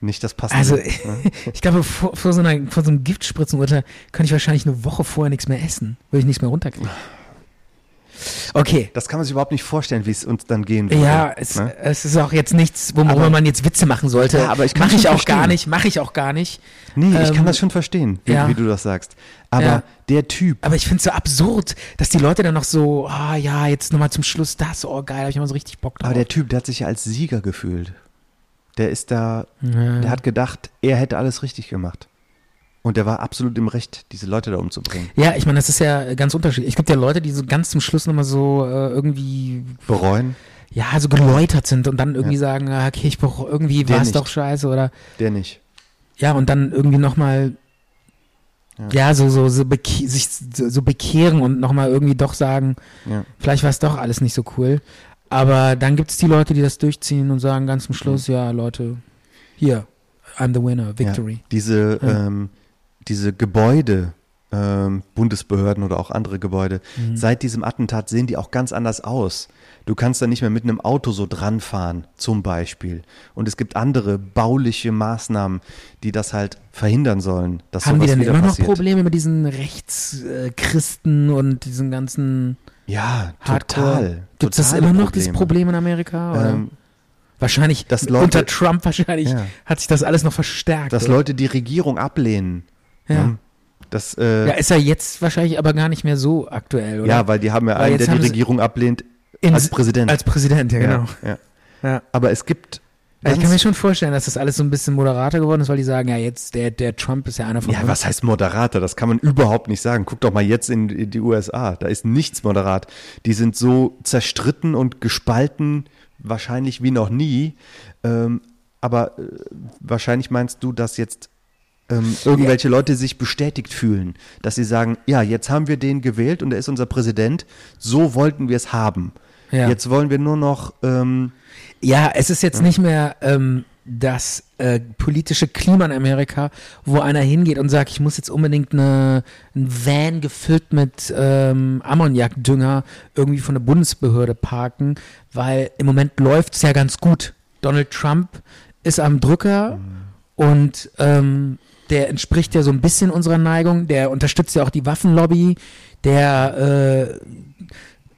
Speaker 4: Nicht das passende.
Speaker 3: Also,
Speaker 4: ne?
Speaker 3: ich glaube, vor, vor, so einer, vor so einem Giftspritzenurteil könnte ich wahrscheinlich eine Woche vorher nichts mehr essen, würde ich nichts mehr runterkriegen. Okay.
Speaker 4: Das kann man sich überhaupt nicht vorstellen, wie es uns dann gehen würde.
Speaker 3: Ja, es,
Speaker 4: ne?
Speaker 3: es ist auch jetzt nichts, worüber
Speaker 4: Aber-
Speaker 3: man jetzt Witze machen sollte.
Speaker 4: Ja, aber ich kann
Speaker 3: mache ich
Speaker 4: schon
Speaker 3: auch gar
Speaker 4: verstehen.
Speaker 3: nicht, mache ich auch gar nicht.
Speaker 4: Nee, ich
Speaker 3: ähm,
Speaker 4: kann das schon verstehen, wie,
Speaker 3: ja.
Speaker 4: wie du das sagst. Aber
Speaker 3: Ja.
Speaker 4: der Typ,
Speaker 3: Aber ich finde es so absurd, dass die Leute dann noch so, ah ja, jetzt nochmal zum Schluss das, oh geil, habe ich immer so richtig Bock drauf.
Speaker 4: aber der Typ, der hat sich ja als Sieger gefühlt. Der ist da,
Speaker 3: Mhm.
Speaker 4: der hat gedacht, er hätte alles richtig gemacht. Und der war absolut im Recht, diese Leute da umzubringen.
Speaker 3: Ja, ich meine, das ist ja ganz unterschiedlich. Es gibt ja Leute, die so ganz zum Schluss nochmal so äh, irgendwie,
Speaker 4: Bereuen,
Speaker 3: ja, so geläutert sind und dann irgendwie sagen, ah, okay, ich brauche irgendwie
Speaker 4: Der
Speaker 3: war es
Speaker 4: nicht.
Speaker 3: doch scheiße oder
Speaker 4: der nicht.
Speaker 3: ja, und dann irgendwie nochmal ja. ja, so, so, so beke sich so, so bekehren und nochmal irgendwie doch sagen,
Speaker 4: Ja.
Speaker 3: vielleicht war es doch alles nicht so cool. Aber dann gibt es die Leute, die das durchziehen und sagen ganz zum Schluss, ja, Leute, hier, I'm the winner,
Speaker 4: Mhm. Ja.
Speaker 3: victory.
Speaker 4: Diese,
Speaker 3: Ja.
Speaker 4: ähm, diese Gebäude, ähm, Bundesbehörden oder auch andere Gebäude.
Speaker 3: Mhm.
Speaker 4: Seit diesem Attentat sehen die auch ganz anders aus. Du kannst da nicht mehr mit einem Auto so dran fahren, zum Beispiel. Und es gibt andere bauliche Maßnahmen, die das halt verhindern sollen, dass
Speaker 3: Haben die
Speaker 4: sowas
Speaker 3: denn
Speaker 4: wieder
Speaker 3: immer noch
Speaker 4: passiert.
Speaker 3: Probleme mit diesen Rechtschristen und diesen ganzen
Speaker 4: Ja,
Speaker 3: Hardcore?
Speaker 4: total.
Speaker 3: Gibt es das
Speaker 4: Totale
Speaker 3: immer noch, dieses
Speaker 4: Probleme.
Speaker 3: Problem in Amerika? Oder?
Speaker 4: Ähm,
Speaker 3: wahrscheinlich,
Speaker 4: dass Leute-
Speaker 3: unter Trump wahrscheinlich
Speaker 4: Ja.
Speaker 3: hat sich das alles noch verstärkt.
Speaker 4: dass
Speaker 3: oder?
Speaker 4: Leute die Regierung ablehnen.
Speaker 3: ja.
Speaker 4: ne? Das, äh,
Speaker 3: ja,
Speaker 4: ja,
Speaker 3: ist ja jetzt wahrscheinlich aber gar nicht mehr so aktuell, oder?
Speaker 4: weil die haben ja
Speaker 3: Weil
Speaker 4: einen,
Speaker 3: jetzt
Speaker 4: der die
Speaker 3: haben sie-
Speaker 4: Regierung ablehnt
Speaker 3: In-
Speaker 4: als Präsident.
Speaker 3: Als Präsident, ja, genau.
Speaker 4: Ja, ja.
Speaker 3: Ja.
Speaker 4: Aber es gibt.
Speaker 3: Also ich kann mir
Speaker 4: ganz-
Speaker 3: schon vorstellen, dass das alles so ein bisschen moderater geworden ist, weil die sagen, ja, jetzt, der, der Trump ist ja einer von
Speaker 4: ja,
Speaker 3: uns.
Speaker 4: was heißt Moderator? Das kann man überhaupt nicht sagen. Guck doch mal jetzt in in die USA. Da ist nichts moderat. Die sind so zerstritten und gespalten, wahrscheinlich wie noch nie. Ähm, aber äh, wahrscheinlich meinst du, dass jetzt ähm, irgendwelche Leute sich bestätigt fühlen, dass sie sagen, ja, jetzt haben wir den gewählt und er ist unser Präsident. So wollten wir es haben.
Speaker 3: Ja.
Speaker 4: Jetzt wollen wir nur noch ähm,
Speaker 3: Ja, es ist jetzt nicht mehr ähm, das äh, politische Klima in Amerika, wo einer hingeht und sagt, ich muss jetzt unbedingt eine, einen Van gefüllt mit ähm, Ammoniakdünger irgendwie von der Bundesbehörde parken, weil im Moment läuft's ja ganz gut. Donald Trump ist am Drücker
Speaker 4: Mhm.
Speaker 3: und ähm, der entspricht ja so ein bisschen unserer Neigung, der unterstützt ja auch die Waffenlobby, der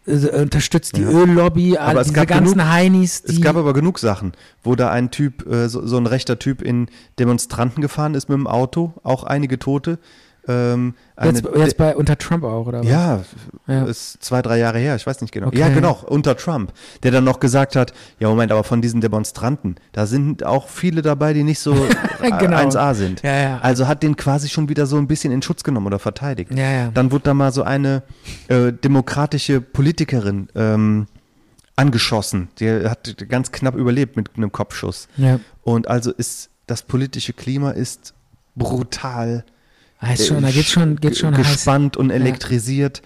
Speaker 3: äh, äh, unterstützt die Öllobby, all
Speaker 4: Aber es
Speaker 3: diese
Speaker 4: gab
Speaker 3: ganzen
Speaker 4: genug-
Speaker 3: Heinis, die
Speaker 4: Es gab aber genug Sachen, wo da ein Typ, äh, so, so ein rechter Typ in Demonstranten gefahren ist mit dem Auto, auch einige Tote. Ähm, eine,
Speaker 3: jetzt, jetzt bei unter Trump auch, oder? was?
Speaker 4: ja,
Speaker 3: Ja.
Speaker 4: ist zwei, drei Jahre her, ich weiß nicht genau.
Speaker 3: Okay.
Speaker 4: Ja, genau, unter Trump, der dann noch gesagt hat, ja Moment, aber von diesen Demonstranten, da sind auch viele dabei, die nicht so
Speaker 3: Genau.
Speaker 4: 1A sind.
Speaker 3: Ja, ja.
Speaker 4: Also hat den quasi schon wieder so ein bisschen in Schutz genommen oder verteidigt.
Speaker 3: Ja, ja.
Speaker 4: Dann wurde da mal so eine äh, demokratische Politikerin ähm, angeschossen. Die hat ganz knapp überlebt mit einem Kopfschuss.
Speaker 3: Ja.
Speaker 4: Und also ist das politische Klima ist brutal
Speaker 3: Ah, ist schon, da
Speaker 4: äh,
Speaker 3: geht schon, geht schon
Speaker 4: ge-
Speaker 3: heiß.
Speaker 4: gespannt und elektrisiert.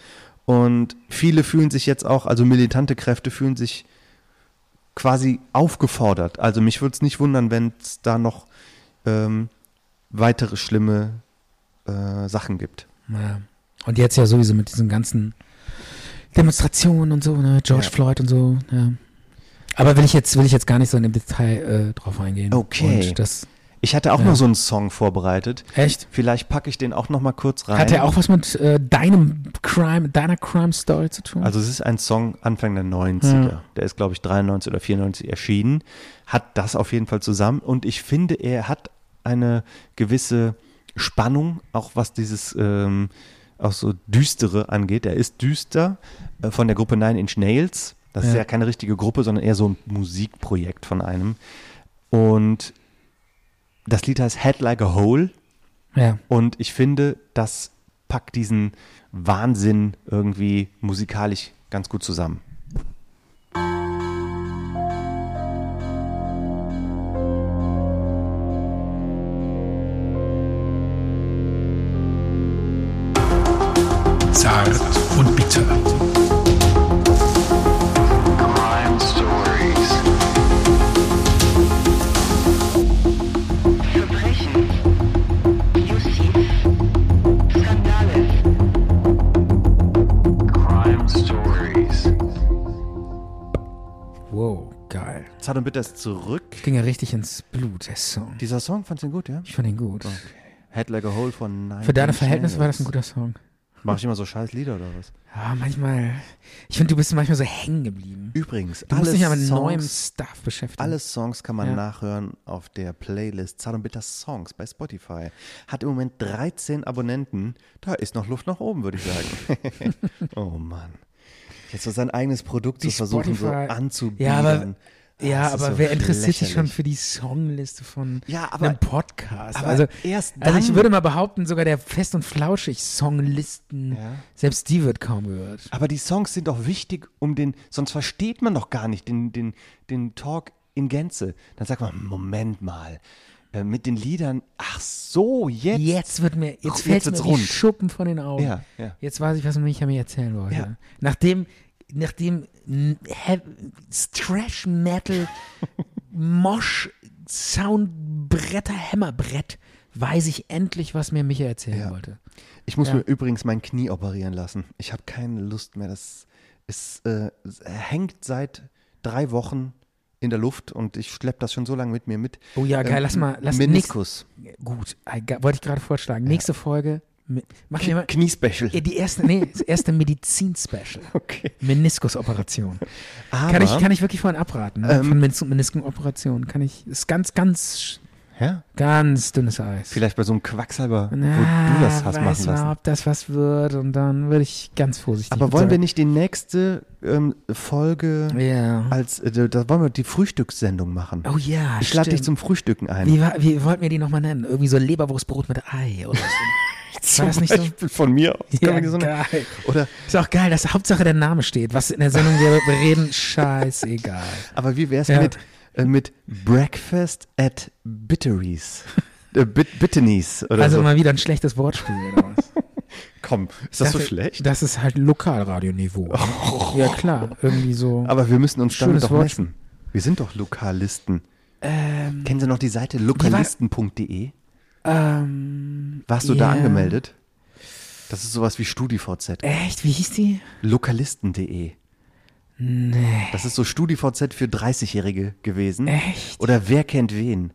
Speaker 4: Und viele fühlen sich jetzt auch, also militante Kräfte fühlen sich quasi aufgefordert. Also mich würde es nicht wundern, wenn es da noch ähm, weitere schlimme äh, Sachen gibt.
Speaker 3: Ja. Und jetzt ja sowieso mit diesen ganzen Demonstrationen und so, ne? George
Speaker 4: Ja.
Speaker 3: Floyd und so, ja. Aber will ich jetzt, will ich jetzt gar nicht so in dem Detail äh, drauf eingehen.
Speaker 4: Okay.
Speaker 3: Und das,
Speaker 4: Ich hatte auch
Speaker 3: Ja.
Speaker 4: noch so einen Song vorbereitet.
Speaker 3: echt?
Speaker 4: Vielleicht packe ich den auch noch mal kurz rein.
Speaker 3: Hat er auch was mit äh, deinem Crime, deiner Crime Story zu tun?
Speaker 4: Also es ist ein Song Anfang der 90er. Der ist, glaube ich, 93 oder 94 erschienen. Hat das auf jeden Fall zusammen. Und ich finde, er hat eine gewisse Spannung, auch was dieses ähm, auch so Düstere angeht. Er ist düster äh, von der Gruppe Nine Inch Nails. Das ist
Speaker 3: Ja.
Speaker 4: ja keine richtige Gruppe, sondern eher so ein Musikprojekt von einem. Und das Lied heißt Head Like a Hole.
Speaker 3: ja.
Speaker 4: Und ich finde, das packt diesen Wahnsinn irgendwie musikalisch ganz gut zusammen.
Speaker 5: Zart und bitter.
Speaker 6: Crime Stories.
Speaker 8: Verbrechen, Justiz, Skandale.
Speaker 6: Crime Stories.
Speaker 3: Wow, geil.
Speaker 4: Zart und bitter ist zurück.
Speaker 3: Ging ja richtig ins Blut, der Song.
Speaker 4: Dieser Song fandst du gut, ja?
Speaker 3: Ich fand ihn gut.
Speaker 4: Head Like a Hole von Nine
Speaker 3: Für deine
Speaker 4: Inch
Speaker 3: Verhältnisse war
Speaker 4: Nails.
Speaker 3: das ein guter Song.
Speaker 4: Mach ich immer so scheiß Lieder oder was?
Speaker 3: Ja, Ah, manchmal. Ich finde, du bist manchmal so hängen geblieben.
Speaker 4: Übrigens,
Speaker 3: Du
Speaker 4: alle,
Speaker 3: musst dich ja mit neuem
Speaker 4: Songs,
Speaker 3: Stuff beschäftigen.
Speaker 4: alle Songs kann man
Speaker 3: Ja.
Speaker 4: nachhören auf der Playlist Zart und bitter Songs bei Spotify. Hat im Moment 13 Abonnenten. Da ist noch Luft nach oben, würde ich sagen. oh Mann. Jetzt so sein eigenes Produkt zu versuchen, so anzubieten. Ah,
Speaker 3: Ja, aber, ja,
Speaker 4: das ist
Speaker 3: aber
Speaker 4: so
Speaker 3: wer interessiert sich schon
Speaker 4: lächerlich.
Speaker 3: für die Songliste von
Speaker 4: Ja, aber-
Speaker 3: einem Podcast?
Speaker 4: aber
Speaker 3: also,
Speaker 4: erst
Speaker 3: also ich
Speaker 4: dann-
Speaker 3: würde mal behaupten, sogar der Fest- und Flauschig-Songlisten,
Speaker 4: Ja.
Speaker 3: selbst die wird kaum gehört.
Speaker 4: Aber die Songs sind doch wichtig, um den, sonst versteht man doch gar nicht den, den, den Talk in Gänze. Dann sagt man, Moment mal, äh, mit den Liedern, ach so, jetzt.
Speaker 3: Jetzt wird mir, jetzt
Speaker 4: Jetzt
Speaker 3: fällt mir
Speaker 4: wird's
Speaker 3: die
Speaker 4: rund.
Speaker 3: Schuppen von den Augen.
Speaker 4: Ja, ja.
Speaker 3: Jetzt weiß ich, was Micha mir erzählen wollte.
Speaker 4: Ja.
Speaker 3: Nachdem, nachdem n- He- Thrash Metal Mosch Soundbretter Hämmerbrett weiß ich endlich, was mir Micha erzählen
Speaker 4: Ja.
Speaker 3: wollte.
Speaker 4: Ich muss
Speaker 3: Ja.
Speaker 4: mir übrigens mein Knie operieren lassen. Ich habe keine Lust mehr. Das es, äh, es hängt seit drei Wochen in der Luft und ich schleppe das schon so lange mit mir mit.
Speaker 3: Oh ja, geil,
Speaker 4: Ähm,
Speaker 3: lass mal, lass
Speaker 4: Meniskus.
Speaker 3: nix- Gut, äh, ge- wollte ich gerade vorschlagen. Nächste Folge. mi- Machen wir mal.
Speaker 4: Kniespecial.
Speaker 3: Ja, die erste, nee, das erste Medizin-Special.
Speaker 4: Okay.
Speaker 3: Meniskusoperation.
Speaker 4: Aber,
Speaker 3: Kann ich, kann ich wirklich von abraten, ne?
Speaker 4: Ähm,
Speaker 3: von Menis Meniskenoperationen. Kann ich, ist ganz, ganz,
Speaker 4: ja?
Speaker 3: ganz dünnes Eis.
Speaker 4: Vielleicht bei so einem Quacksalber,
Speaker 3: Na,
Speaker 4: wo du das hast
Speaker 3: weiß
Speaker 4: machen lassen.
Speaker 3: Mal, ob das was wird und dann würde ich ganz vorsichtig.
Speaker 4: Aber
Speaker 3: mit
Speaker 4: wollen wir
Speaker 3: sein.
Speaker 4: nicht die nächste ähm, Folge
Speaker 3: Ja.
Speaker 4: als, äh, da wollen wir die Frühstückssendung machen.
Speaker 3: Oh ja,
Speaker 4: ich lade dich
Speaker 3: stimmt.
Speaker 4: zum Frühstücken ein.
Speaker 3: Wie, war, wie wollten wir die nochmal nennen? Irgendwie so Leberwurstbrot mit Ei oder so. war das nicht so?
Speaker 4: Von mir aus. Können wir die so eine-
Speaker 3: geil.
Speaker 4: Oder
Speaker 3: Ist auch geil, dass Hauptsache der Name steht. Was in der Sendung wir reden, scheißegal.
Speaker 4: Aber wie wär's
Speaker 3: Ja.
Speaker 4: mit, äh, mit Breakfast at Bitteries? Äh, Bit Bittenies oder
Speaker 3: Also
Speaker 4: so.
Speaker 3: mal wieder ein schlechtes Wortspiel oder was?
Speaker 4: Komm, ist das so
Speaker 3: dachte,
Speaker 4: schlecht? Oh.
Speaker 3: Das ist halt Lokalradioniveau. ne? Ja klar, irgendwie so.
Speaker 4: Aber wir müssen uns damit
Speaker 3: Schönes
Speaker 4: doch
Speaker 3: Wort.
Speaker 4: messen. Wir sind doch Lokalisten. Kennen Sie noch die Seite lokalisten.de?
Speaker 3: ähm,
Speaker 4: E? Warst du da
Speaker 3: ja. Äh.
Speaker 4: angemeldet? Das ist sowas wie StudiVZ.
Speaker 3: echt, wie hieß die?
Speaker 4: Lokalisten.de. Nee. E. Das ist so StudiVZ für 30-Jährige gewesen.
Speaker 3: Echt?
Speaker 4: Oder wer kennt wen?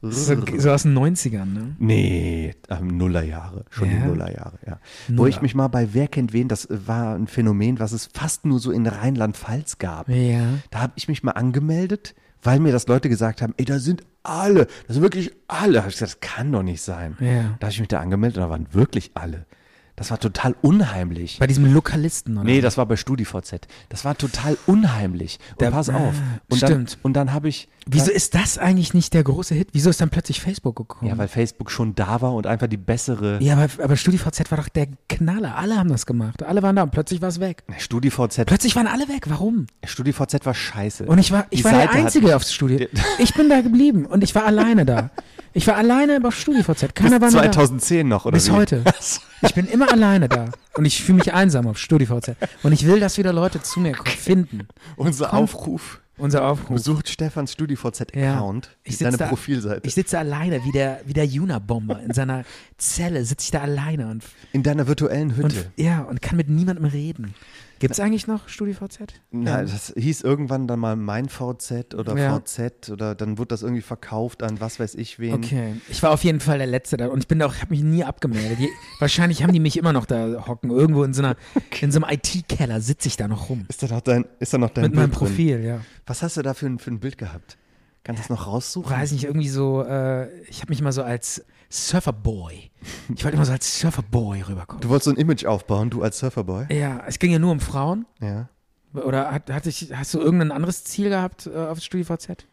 Speaker 3: So, so aus den 90ern, ne?
Speaker 4: Nee, ähm, Nullerjahre, schon
Speaker 3: Ja?
Speaker 4: die Nullerjahre, ja. Wo ich mich mal bei Wer kennt wen, das äh, war ein Phänomen, was es fast nur so in Rheinland-Pfalz gab.
Speaker 3: Ja.
Speaker 4: Da habe ich mich mal angemeldet, weil mir das Leute gesagt haben, ey, da sind alle, das sind wirklich alle. Da hab ich gesagt, das kann doch nicht sein.
Speaker 3: Ja.
Speaker 4: Da habe ich mich da angemeldet und da waren wirklich alle. Das war total unheimlich.
Speaker 3: Bei diesem Lokalisten, oder?
Speaker 4: Nee, das war bei StudiVZ. Das war total unheimlich. Und
Speaker 3: Da-
Speaker 4: pass auf.
Speaker 3: Ah,
Speaker 4: Und
Speaker 3: stimmt.
Speaker 4: Dann, und dann habe ich.
Speaker 3: Wieso ist das eigentlich nicht der große Hit? Wieso ist dann plötzlich Facebook gekommen?
Speaker 4: ja, weil Facebook schon da war und einfach die bessere.
Speaker 3: Ja, aber, aber StudiVZ war doch der Knaller. Alle haben das gemacht. Alle waren da und plötzlich war es weg.
Speaker 4: StudiVZ
Speaker 3: Plötzlich waren alle weg. Warum?
Speaker 4: StudiVZ war scheiße.
Speaker 3: Und ich war, ich
Speaker 4: Die
Speaker 3: war der
Speaker 4: Seite hat
Speaker 3: Einzige
Speaker 4: mich-
Speaker 3: aufs Studio. Ich bin da geblieben und ich war alleine da. Ich war alleine auf StudiVZ. Keiner war
Speaker 4: Bis
Speaker 3: mehr da.
Speaker 4: 2010 noch, oder
Speaker 3: Bis
Speaker 4: wie? Also
Speaker 3: heute. Ich bin immer alleine da. Und ich fühle mich einsam auf StudiVZ. Und ich will, dass wieder Leute zu mir ko- finden.
Speaker 4: Unser
Speaker 3: Komm.
Speaker 4: Aufruf.
Speaker 3: Unser Aufruf.
Speaker 4: Besucht Stefans StudiVZ-Account,
Speaker 3: Ja. Ich sitz
Speaker 4: deine
Speaker 3: da-
Speaker 4: Profilseite.
Speaker 3: Ich sitze alleine wie der, wie der Juna-Bomber in seiner Zelle. Sitze ich da alleine und,
Speaker 4: in deiner virtuellen
Speaker 3: und,
Speaker 4: Hütte.
Speaker 3: ja, und kann mit niemandem reden. Gibt's eigentlich noch StudiVZ?
Speaker 4: Na, das hieß irgendwann dann mal mein VZ oder
Speaker 3: Ja.
Speaker 4: VZ oder dann wurde das irgendwie verkauft an was weiß ich wen.
Speaker 3: Okay, ich war auf jeden Fall der Letzte da und ich bin da auch, habe mich nie abgemeldet. Die, wahrscheinlich haben die mich immer noch da hocken. Irgendwo in so einer, in so einem IT-Keller sitze ich da noch rum.
Speaker 4: Ist da noch dein, ist da noch dein
Speaker 3: Mit
Speaker 4: Bild
Speaker 3: meinem
Speaker 4: drin?
Speaker 3: Profil, ja.
Speaker 4: Was hast du da für ein, für ein Bild gehabt? Kannst du das noch raussuchen?
Speaker 3: Weiß nicht, irgendwie so, äh, ich habe mich immer so als Surferboy. Ich wollte immer so als Surferboy rüberkommen.
Speaker 4: Du wolltest so ein Image aufbauen, du als Surferboy?
Speaker 3: ja, es ging ja nur um Frauen.
Speaker 4: Ja.
Speaker 3: Oder hat, hatte ich, hast du irgendein anderes Ziel gehabt äh, auf StudiVZ?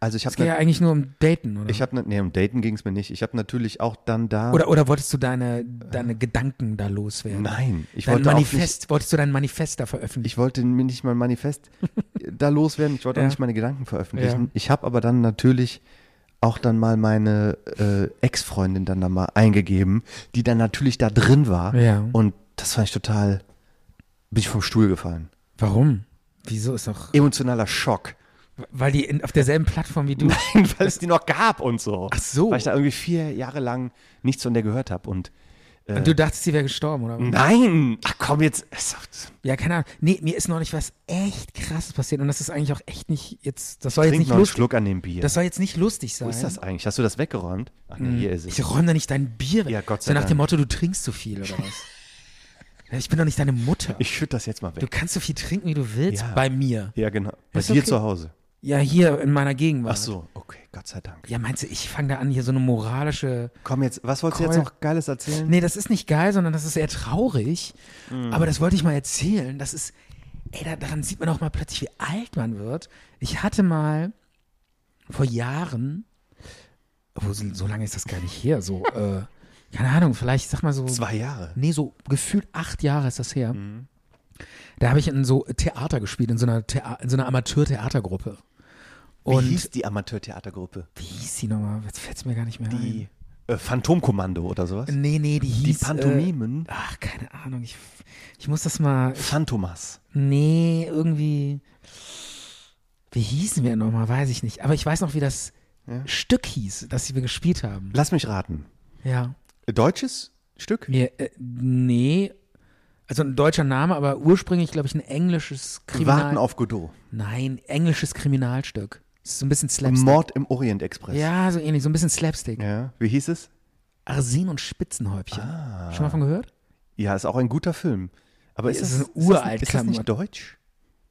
Speaker 4: Also ich
Speaker 3: Es ging
Speaker 4: habe
Speaker 3: ja eigentlich nur um Daten, oder?
Speaker 4: ich habe ne, nee, um Daten ging es mir nicht. Ich habe natürlich auch dann da
Speaker 3: oder, oder wolltest du deine, deine Gedanken da loswerden?
Speaker 4: Nein, ich
Speaker 3: dein
Speaker 4: wollte auch
Speaker 3: Manifest,
Speaker 4: nicht,
Speaker 3: wolltest du dein Manifest da veröffentlichen?
Speaker 4: ich wollte mir nicht mein Manifest da loswerden, ich wollte
Speaker 3: Ja.
Speaker 4: auch nicht meine Gedanken veröffentlichen.
Speaker 3: Ja.
Speaker 4: Ich habe aber dann natürlich auch dann mal meine äh, Ex-Freundin dann da mal eingegeben, die dann natürlich da drin war
Speaker 3: Ja.
Speaker 4: und das fand ich total bin ich vom Stuhl gefallen.
Speaker 3: Warum? Wieso ist doch.
Speaker 4: Emotionaler Schock,
Speaker 3: Weil die in, auf derselben Plattform wie du.
Speaker 4: weil es die noch gab und so. Ach
Speaker 3: so.
Speaker 4: Weil ich da irgendwie vier Jahre lang nichts von der gehört habe und
Speaker 3: Und du dachtest, sie wäre gestorben, oder? was?
Speaker 4: nein, ach komm jetzt, ist doch-
Speaker 3: Ja, keine Ahnung. Nee, mir ist neulich was echt krasses passiert. Und das ist eigentlich auch echt nicht. Jetzt, das soll jetzt
Speaker 4: trink
Speaker 3: nicht
Speaker 4: noch einen
Speaker 3: lustig.
Speaker 4: Schluck an dem Bier.
Speaker 3: Das soll jetzt nicht lustig sein.
Speaker 4: Wo ist das eigentlich? Hast du das weggeräumt? Ach nee, hier ist es.
Speaker 3: Ich räume da nicht dein Bier weg.
Speaker 4: Ja, Gott sei
Speaker 3: so nach dem
Speaker 4: Dank.
Speaker 3: Motto, du trinkst zu viel, oder was? ja, ich bin doch nicht deine Mutter.
Speaker 4: Ich schütte das jetzt mal
Speaker 3: du
Speaker 4: weg.
Speaker 3: kannst so viel trinken, wie du willst,
Speaker 4: Ja.
Speaker 3: bei mir.
Speaker 4: ja, genau. Bei
Speaker 3: Ist
Speaker 4: dir
Speaker 3: okay.
Speaker 4: zu Hause.
Speaker 3: Ja, hier in meiner Gegenwart.
Speaker 4: Ach so, okay, Gott sei Dank.
Speaker 3: Ja, meinst du, ich fange da an, hier so eine moralische.
Speaker 4: Komm jetzt, was wolltest du
Speaker 3: Keul-
Speaker 4: jetzt noch Geiles erzählen?
Speaker 3: Nee, das ist nicht geil, sondern das ist eher traurig.
Speaker 4: Hm.
Speaker 3: Aber das wollte ich mal erzählen. Das ist, ey, da, daran sieht man auch mal plötzlich, wie alt man wird. Ich hatte mal vor Jahren, obwohl so, so lange ist das gar nicht her, so, äh, keine Ahnung, vielleicht, sag mal so.
Speaker 4: Zwei Jahre.
Speaker 3: Nee, so gefühlt acht Jahre ist das her.
Speaker 4: Mhm.
Speaker 3: Da habe ich in so Theater gespielt, in so einer, Thea in so einer Amateur-Theatergruppe. Und
Speaker 4: Wie hieß die Amateurtheatergruppe?
Speaker 3: wie hieß die nochmal? Jetzt fällt es mir gar nicht mehr ein.
Speaker 4: Die äh, Phantomkommando oder sowas?
Speaker 3: Nee, nee, die hieß.
Speaker 4: Die
Speaker 3: äh,
Speaker 4: Pantomimen?
Speaker 3: Ach, keine Ahnung. Ich, ich muss das mal.
Speaker 4: Phantomas.
Speaker 3: Nee, irgendwie. Wie hießen wir nochmal? Weiß ich nicht. Aber ich weiß noch, wie das, Stück hieß, das wir gespielt haben.
Speaker 4: Lass mich raten.
Speaker 3: Ja.
Speaker 4: Deutsches Stück?
Speaker 3: Mir, äh, nee. Also ein deutscher Name, aber ursprünglich, glaube ich, ein englisches Kriminal.
Speaker 4: Warten auf Godot.
Speaker 3: Nein, englisches Kriminalstück. Ist so ein bisschen Slapstick.
Speaker 4: Mord im Orient Express.
Speaker 3: Ja, so ähnlich, so ein bisschen Slapstick.
Speaker 4: Ja. Wie hieß es?
Speaker 3: Arsen und Spitzenhäubchen.
Speaker 4: Ah.
Speaker 3: Schon mal von gehört?
Speaker 4: Ja, ist auch ein guter Film. Aber ist,
Speaker 3: Es
Speaker 4: das,
Speaker 3: ist ein
Speaker 4: das-
Speaker 3: uralt
Speaker 4: Ist das
Speaker 3: Klamotten.
Speaker 4: nicht deutsch?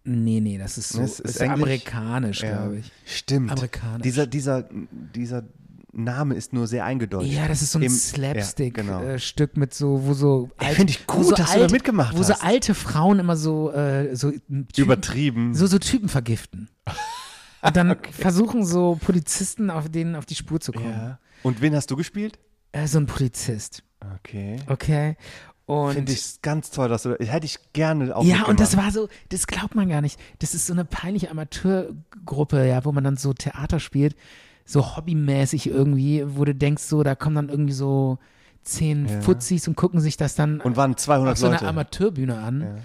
Speaker 3: Nee, nee, das ist so.
Speaker 4: Es ist
Speaker 3: ist
Speaker 4: Englisch.
Speaker 3: amerikanisch, glaube ich.
Speaker 4: Stimmt.
Speaker 3: Amerikanisch.
Speaker 4: Dieser, dieser, dieser Name ist nur sehr eingedeutscht.
Speaker 3: Ja, das ist so ein äh,
Speaker 4: Im- ja,
Speaker 3: Slapstick-Stück
Speaker 4: genau.
Speaker 3: mit so, wo so
Speaker 4: Ey,
Speaker 3: alt-
Speaker 4: find ich
Speaker 3: wo
Speaker 4: gut,
Speaker 3: so
Speaker 4: dass du da mitgemacht
Speaker 3: wo
Speaker 4: hast.
Speaker 3: so alte Frauen immer so, äh, so Typen,
Speaker 4: Übertrieben.
Speaker 3: so, so Typen vergiften. Und dann versuchen so Polizisten auf denen auf die Spur zu kommen.
Speaker 4: ja. Und wen hast du gespielt?
Speaker 3: Äh, so ein Polizist,
Speaker 4: Okay.
Speaker 3: okay? Und
Speaker 4: Finde ich ganz toll, dass du hätte ich gerne auch
Speaker 3: ja, und das
Speaker 4: mitgemacht.
Speaker 3: war so, das glaubt man gar nicht. Das ist so eine peinliche Amateurgruppe, ja, wo man dann so Theater spielt, so hobbymäßig irgendwie, wo du denkst, so, da kommen dann irgendwie so zehn Fuzzis und gucken sich das dann
Speaker 4: und waren 200
Speaker 3: auf so einer
Speaker 4: Leute.
Speaker 3: Amateurbühne an.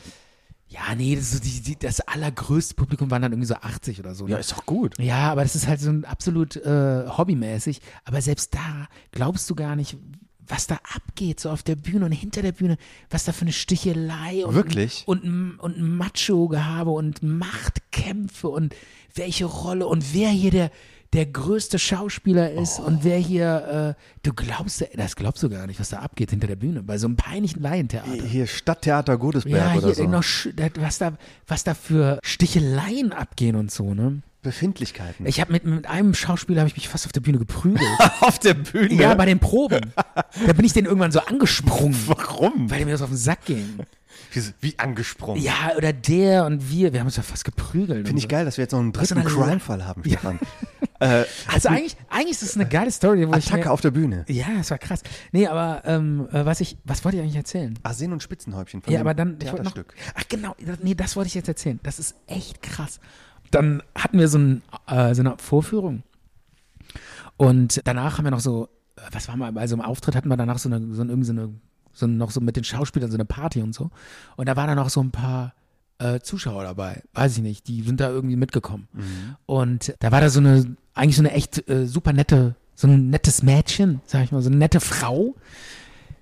Speaker 3: Ja, nee, das, ist so die, die, das allergrößte Publikum waren dann irgendwie so 80 oder so. ne?
Speaker 4: ja, ist doch gut.
Speaker 3: Ja, aber das ist halt so ein absolut äh, hobbymäßig. Aber selbst da glaubst du gar nicht, was da abgeht, so auf der Bühne und hinter der Bühne, was da für eine Stichelei und,
Speaker 4: Wirklich?
Speaker 3: und, und, Macho-Gehabe und Machtkämpfe und welche Rolle und wer hier der, der größte Schauspieler ist und wer hier, äh, du glaubst, das glaubst du gar nicht, was da abgeht hinter der Bühne, bei so einem peinlichen Laientheater.
Speaker 4: Hier Stadttheater Godesberg
Speaker 3: Ja,
Speaker 4: oder
Speaker 3: hier
Speaker 4: so.
Speaker 3: noch, sch- das- was da, was da für Sticheleien abgehen und so, ne?
Speaker 4: Befindlichkeiten.
Speaker 3: Ich habe mit, mit einem Schauspieler habe ich mich fast auf der Bühne geprügelt.
Speaker 4: auf der Bühne.
Speaker 3: ja, bei den Proben. Da bin ich den irgendwann so angesprungen,
Speaker 4: warum?
Speaker 3: weil der mir das auf den Sack ging.
Speaker 4: Wie, wie angesprungen.
Speaker 3: Ja, oder der und wir, wir haben uns ja fast geprügelt. und
Speaker 4: Finde ich
Speaker 3: so.
Speaker 4: geil, dass wir jetzt noch einen
Speaker 3: Was
Speaker 4: dritten
Speaker 3: für eine
Speaker 4: Crime-Fall haben, Stefan.
Speaker 3: Also eigentlich, eigentlich ist es eine geile Story, wo ich
Speaker 4: Attacke
Speaker 3: mir,
Speaker 4: auf der Bühne.
Speaker 3: Ja, das war krass. Nee, aber ähm, äh, was ich was wollte ich eigentlich erzählen?
Speaker 4: Arsen und Spitzenhäubchen von
Speaker 3: Ja,
Speaker 4: dem
Speaker 3: aber dann ich wollte noch,
Speaker 4: Theaterstück.
Speaker 3: Ach genau, das- nee, das wollte ich jetzt erzählen. Das ist echt krass. Dann hatten wir so, ein, äh, so eine Vorführung. Und danach haben wir noch so, äh, was war mal, bei so einem Auftritt hatten wir danach so eine, so eine, irgendwie so eine, so ein- noch so mit den Schauspielern so eine Party und so. Und da waren dann noch so ein paar äh, Zuschauer dabei, weiß ich nicht, die sind da irgendwie mitgekommen.
Speaker 4: Mhm.
Speaker 3: Und da war da so eine, eigentlich so eine echt äh, super nette, so ein nettes Mädchen, sag ich mal, so eine nette Frau.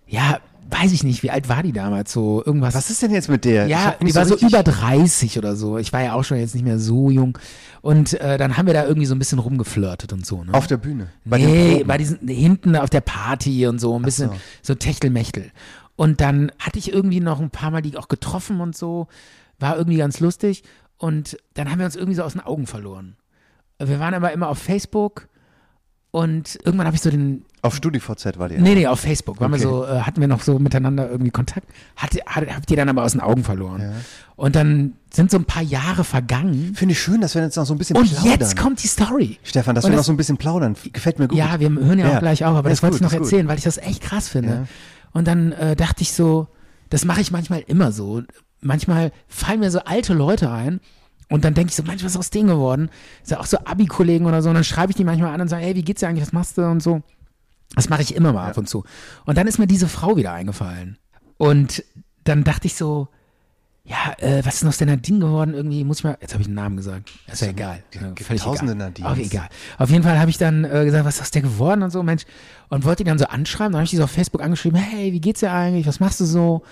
Speaker 3: Ja, weiß ich nicht, wie alt war die damals? So irgendwas.
Speaker 4: Was ist denn jetzt mit der? Ich
Speaker 3: Ja,
Speaker 4: hab
Speaker 3: die
Speaker 4: nicht
Speaker 3: war so
Speaker 4: richtig-
Speaker 3: über 30 oder so. Ich war ja auch schon jetzt nicht mehr so jung. Und äh, dann haben wir da irgendwie so ein bisschen rumgeflirtet und so. Ne?
Speaker 4: Auf der Bühne. Bei den
Speaker 3: nee,
Speaker 4: Proben.
Speaker 3: bei diesen hinten auf der Party und so ein bisschen so, Techtelmechtel. Und dann hatte ich irgendwie noch ein paar Mal die auch getroffen und so. War irgendwie ganz lustig. Und dann haben wir uns irgendwie so aus den Augen verloren. Wir waren aber immer auf Facebook und irgendwann habe ich so den
Speaker 4: Auf StudiVZ war die.
Speaker 3: Nee, nee, auf Facebook. Waren wir
Speaker 4: Okay.
Speaker 3: so, äh, hatten wir noch so miteinander irgendwie Kontakt. Hat, hat, habt ihr dann aber aus den Augen verloren. Und dann sind so ein paar Jahre vergangen.
Speaker 4: Finde ich schön, dass wir jetzt noch so ein bisschen
Speaker 3: Und
Speaker 4: plaudern.
Speaker 3: jetzt kommt die Story.
Speaker 4: Stefan, dass
Speaker 3: Und
Speaker 4: wir
Speaker 3: das-
Speaker 4: noch so ein bisschen plaudern. Gefällt mir gut.
Speaker 3: Ja, wir hören ja, auch gleich auf, aber
Speaker 4: Ja,
Speaker 3: das
Speaker 4: ist
Speaker 3: wollte ich
Speaker 4: gut,
Speaker 3: noch
Speaker 4: ist gut.
Speaker 3: erzählen, weil ich das echt krass finde. Und dann äh, dachte ich so, das mache ich manchmal immer so. Manchmal fallen mir so alte Leute ein und dann denke ich so, Mensch, was ist aus denen geworden? Ist ja auch so Abi-Kollegen oder so. Und dann schreibe ich die manchmal an und sage, hey, wie geht's dir eigentlich, was machst du und so. Das mache ich immer mal ab und zu. Und dann ist mir diese Frau wieder eingefallen. Und dann dachte ich so, ja, äh, was ist denn aus der Nadine geworden? Irgendwie muss ich mal, jetzt habe ich einen Namen gesagt. Ist ja egal. Ja,
Speaker 4: gibt
Speaker 3: völlig
Speaker 4: tausende
Speaker 3: egal.
Speaker 4: Nadines.
Speaker 3: Auch egal. Auf jeden Fall habe ich dann äh, gesagt, was ist aus der geworden und so, Mensch. Und wollte die dann so anschreiben. Dann habe ich die so auf Facebook angeschrieben, hey, wie geht's dir eigentlich? Was machst du so?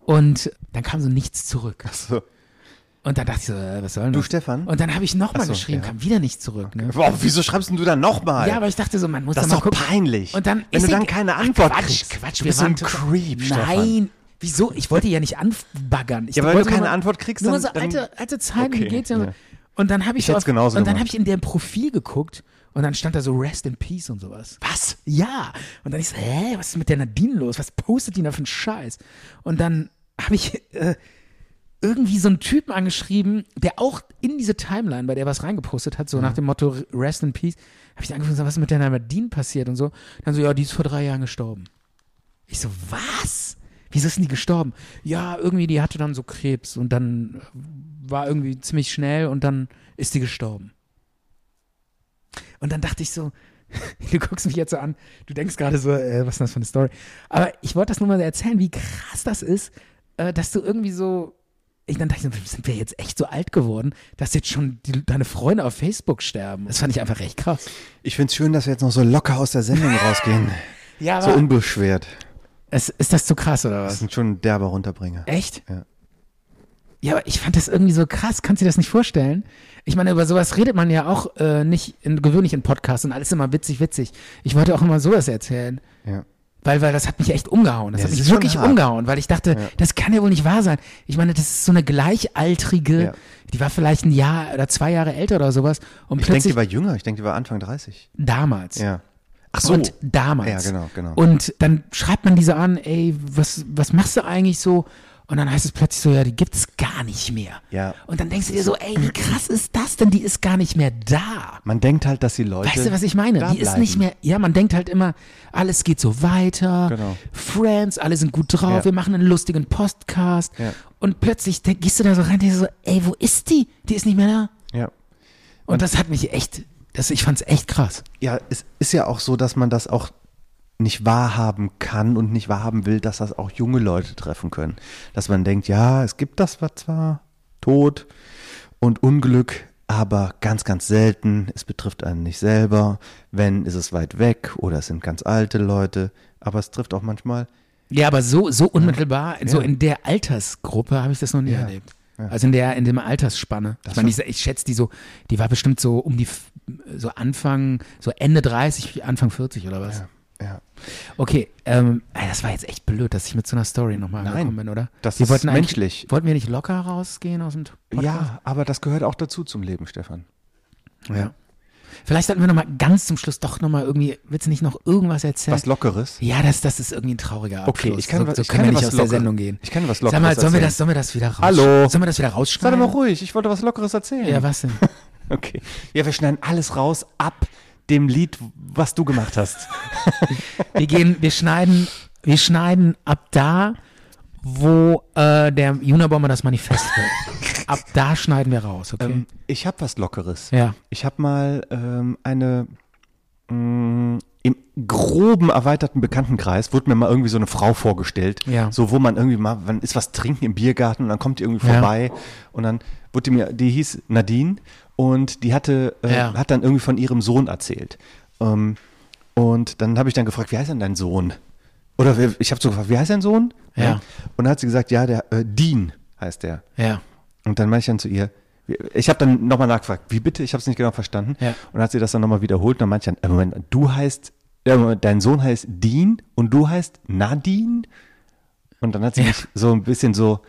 Speaker 3: Und dann kam so nichts zurück.
Speaker 4: So.
Speaker 3: Und dann dachte ich so, äh, was soll denn
Speaker 4: Du,
Speaker 3: das?
Speaker 4: Stefan?
Speaker 3: Und dann habe ich nochmal
Speaker 4: Ach so,
Speaker 3: geschrieben,
Speaker 4: ja.
Speaker 3: kam wieder nicht zurück. Ne?
Speaker 4: Wow, wieso schreibst denn du dann nochmal?
Speaker 3: Ja, aber ich dachte so, man muss
Speaker 4: Das
Speaker 3: doch
Speaker 4: ist
Speaker 3: mal
Speaker 4: doch
Speaker 3: gucken.
Speaker 4: peinlich.
Speaker 3: Und dann
Speaker 4: Wenn
Speaker 3: ist
Speaker 4: du dann
Speaker 3: egal.
Speaker 4: keine
Speaker 3: Ach,
Speaker 4: Antwart
Speaker 3: Quatsch,
Speaker 4: kriegst.
Speaker 3: Quatsch,
Speaker 4: Du
Speaker 3: wir
Speaker 4: bist so ein
Speaker 3: waren total-
Speaker 4: Creep, Stefan.
Speaker 3: Nein, wieso? Ich wollte ja nicht anbaggern. Ich
Speaker 4: Ja, weil du
Speaker 3: wollte
Speaker 4: keine
Speaker 3: nur-
Speaker 4: Antwort kriegst,
Speaker 3: Nur
Speaker 4: dann-
Speaker 3: so
Speaker 4: dann-
Speaker 3: alte, alte Zeiten, wie
Speaker 4: Okay,
Speaker 3: geht's dir?
Speaker 4: ja.
Speaker 3: Und dann habe ich, so
Speaker 4: hätt's
Speaker 3: auf-
Speaker 4: genauso
Speaker 3: Und dann
Speaker 4: gemacht.
Speaker 3: habe ich in deren Profil geguckt und dann stand da so Rest in Peace und sowas. Was? Ja. Und dann ich so, hä, was ist mit der Nadine los? Was postet die da für einen Scheiß? Und dann habe ich äh, irgendwie so einen Typen angeschrieben, der auch in diese Timeline, bei der was reingepostet hat, so nach dem Motto Rest in Peace, habe ich dann angefangen, was ist mit der Nadine passiert und so. Dann so, ja, die ist vor drei Jahren gestorben. Ich so, was? Wieso ist denn die gestorben? Ja, irgendwie, die hatte dann so Krebs und dann war irgendwie ziemlich schnell und dann ist die gestorben. Und dann dachte ich so, du guckst mich jetzt so an, du denkst gerade so, äh, was ist das für eine Story? Aber ich wollte das nur mal erzählen, wie krass das ist, äh, dass du irgendwie so, ich dann dachte ich, sind wir jetzt echt so alt geworden, dass jetzt schon die, deine Freunde auf Facebook sterben? Das fand ich einfach echt krass.
Speaker 4: Ich find's schön, dass wir jetzt noch so locker aus der Sendung rausgehen.
Speaker 3: Ja,
Speaker 4: So unbeschwert.
Speaker 3: es, ist das zu krass oder
Speaker 4: Das
Speaker 3: was?
Speaker 4: sind schon ein derber Runterbringer.
Speaker 3: Echt?
Speaker 4: Ja.
Speaker 3: Ja, aber ich fand das irgendwie so krass. Kannst du dir das nicht vorstellen? Ich meine, über sowas redet man ja auch äh, nicht in, gewöhnlich in Podcasts und alles immer witzig, witzig. Ich wollte auch immer sowas erzählen.
Speaker 4: Ja.
Speaker 3: Weil, weil das hat mich echt umgehauen. Das
Speaker 4: Ja,
Speaker 3: hat
Speaker 4: das
Speaker 3: mich
Speaker 4: ist schon
Speaker 3: wirklich
Speaker 4: hart.
Speaker 3: umgehauen, weil ich dachte, das kann ja wohl nicht wahr sein. Ich meine, das ist so eine gleichaltrige,
Speaker 4: Ja.
Speaker 3: die war vielleicht ein Jahr oder zwei Jahre älter oder sowas. Und
Speaker 4: Ich denke,
Speaker 3: plötzlich
Speaker 4: die war jünger. Ich denke, die war Anfang 30.
Speaker 3: damals.
Speaker 4: Ja. Ach
Speaker 3: Und damals.
Speaker 4: Ja, genau, genau.
Speaker 3: Und dann schreibt man diese an, ey, was, was machst du eigentlich so? Und dann heißt es plötzlich so, ja, die gibt's gar nicht mehr.
Speaker 4: Ja.
Speaker 3: Und dann denkst du dir so, ey, wie krass ist das denn? Die ist gar nicht mehr da.
Speaker 4: Man denkt halt, dass die Leute.
Speaker 3: Weißt du, was ich meine?
Speaker 4: da
Speaker 3: Die ist
Speaker 4: bleiben.
Speaker 3: nicht mehr, ja, man denkt halt immer, alles geht so weiter,
Speaker 4: Genau.
Speaker 3: Friends, alle sind gut drauf,
Speaker 4: Ja.
Speaker 3: wir machen einen lustigen Podcast
Speaker 4: Ja.
Speaker 3: und plötzlich denk, gehst du da so rein, denkst du so, ey, wo ist die? Die ist nicht mehr da.
Speaker 4: Ja.
Speaker 3: Und, das hat mich echt, das, ich fand's echt krass.
Speaker 4: ja, es ist ja auch so, dass man das auch nicht wahrhaben kann und nicht wahrhaben will, dass das auch junge Leute treffen können. Dass man denkt, ja, es gibt das was zwar, Tod und Unglück, aber ganz, ganz selten. Es betrifft einen nicht selber. Wenn, ist es weit weg oder es sind ganz alte Leute. Aber es trifft auch manchmal
Speaker 3: Ja, aber so, so unmittelbar, so in der Altersgruppe habe ich das noch nie
Speaker 4: Ja.
Speaker 3: erlebt. Also in der, in dem Altersspanne. ich meine, ich, ich schätze die so, die war bestimmt so um die, f- so Anfang, so Ende 30, Anfang 40 oder was?
Speaker 4: ja.
Speaker 3: Okay, ähm, ey, das war jetzt echt blöd, dass ich mit so einer Story nochmal
Speaker 4: Nein,
Speaker 3: gekommen bin, oder?
Speaker 4: das
Speaker 3: Wir
Speaker 4: ist
Speaker 3: wollten eigentlich-
Speaker 4: menschlich.
Speaker 3: Wollten wir nicht locker rausgehen aus dem Podcast?
Speaker 4: Ja, aber das gehört auch dazu zum Leben, Stefan.
Speaker 3: ja. Vielleicht sollten wir nochmal ganz zum Schluss doch nochmal irgendwie, willst du nicht noch irgendwas erzählen?
Speaker 4: Was Lockeres.
Speaker 3: ja, das, das ist irgendwie ein trauriger Abschluss.
Speaker 4: Okay, ich kann
Speaker 3: so,
Speaker 4: was-
Speaker 3: so
Speaker 4: ich
Speaker 3: können
Speaker 4: kann
Speaker 3: wir
Speaker 4: was
Speaker 3: nicht aus der
Speaker 4: Lockeres-
Speaker 3: Sendung gehen.
Speaker 4: ich kann was
Speaker 3: Sag mal,
Speaker 4: Lockeres
Speaker 3: sollen wir,
Speaker 4: erzählen.
Speaker 3: das, sollen wir das wieder raus?
Speaker 4: Hallo?
Speaker 3: Sollen wir das wieder rausschreiben?
Speaker 4: Sei doch mal ruhig, ich wollte was Lockeres erzählen.
Speaker 3: Ja, was denn?
Speaker 4: Okay. Ja, wir schneiden alles raus ab dem Lied, was du gemacht hast.
Speaker 3: Wir gehen, wir schneiden, wir schneiden ab da, wo äh, der Junabomber das Manifest will. ab da schneiden wir raus, okay?
Speaker 4: Ähm, ich habe was Lockeres.
Speaker 3: Hm. ja.
Speaker 4: Ich habe mal ähm, eine mh, im groben erweiterten Bekanntenkreis wurde mir mal irgendwie so eine Frau vorgestellt,
Speaker 3: Ja.
Speaker 4: so wo man irgendwie mal, man ist was trinken im Biergarten und dann kommt die irgendwie
Speaker 3: Ja.
Speaker 4: vorbei und dann wurde die mir, die hieß Nadine und die hatte äh,
Speaker 3: Ja.
Speaker 4: hat dann irgendwie von ihrem Sohn erzählt ähm, und dann habe ich dann gefragt, wie heißt denn dein Sohn? Oder wer- ich habe so gefragt, wie heißt dein Sohn?
Speaker 3: Ja.
Speaker 4: Und dann hat sie gesagt, ja, der äh, Dean heißt der.
Speaker 3: Ja.
Speaker 4: Und dann meinte ich dann zu ihr, ich habe dann nochmal nachgefragt, wie bitte? Ich habe es nicht genau verstanden.
Speaker 3: Ja.
Speaker 4: Und dann hat sie das dann nochmal wiederholt. Und dann meinte ich dann, äh, Moment, du heißt, äh, Moment, dein Sohn heißt Dean und du heißt Nadine? Und dann hat sie mich so ein bisschen so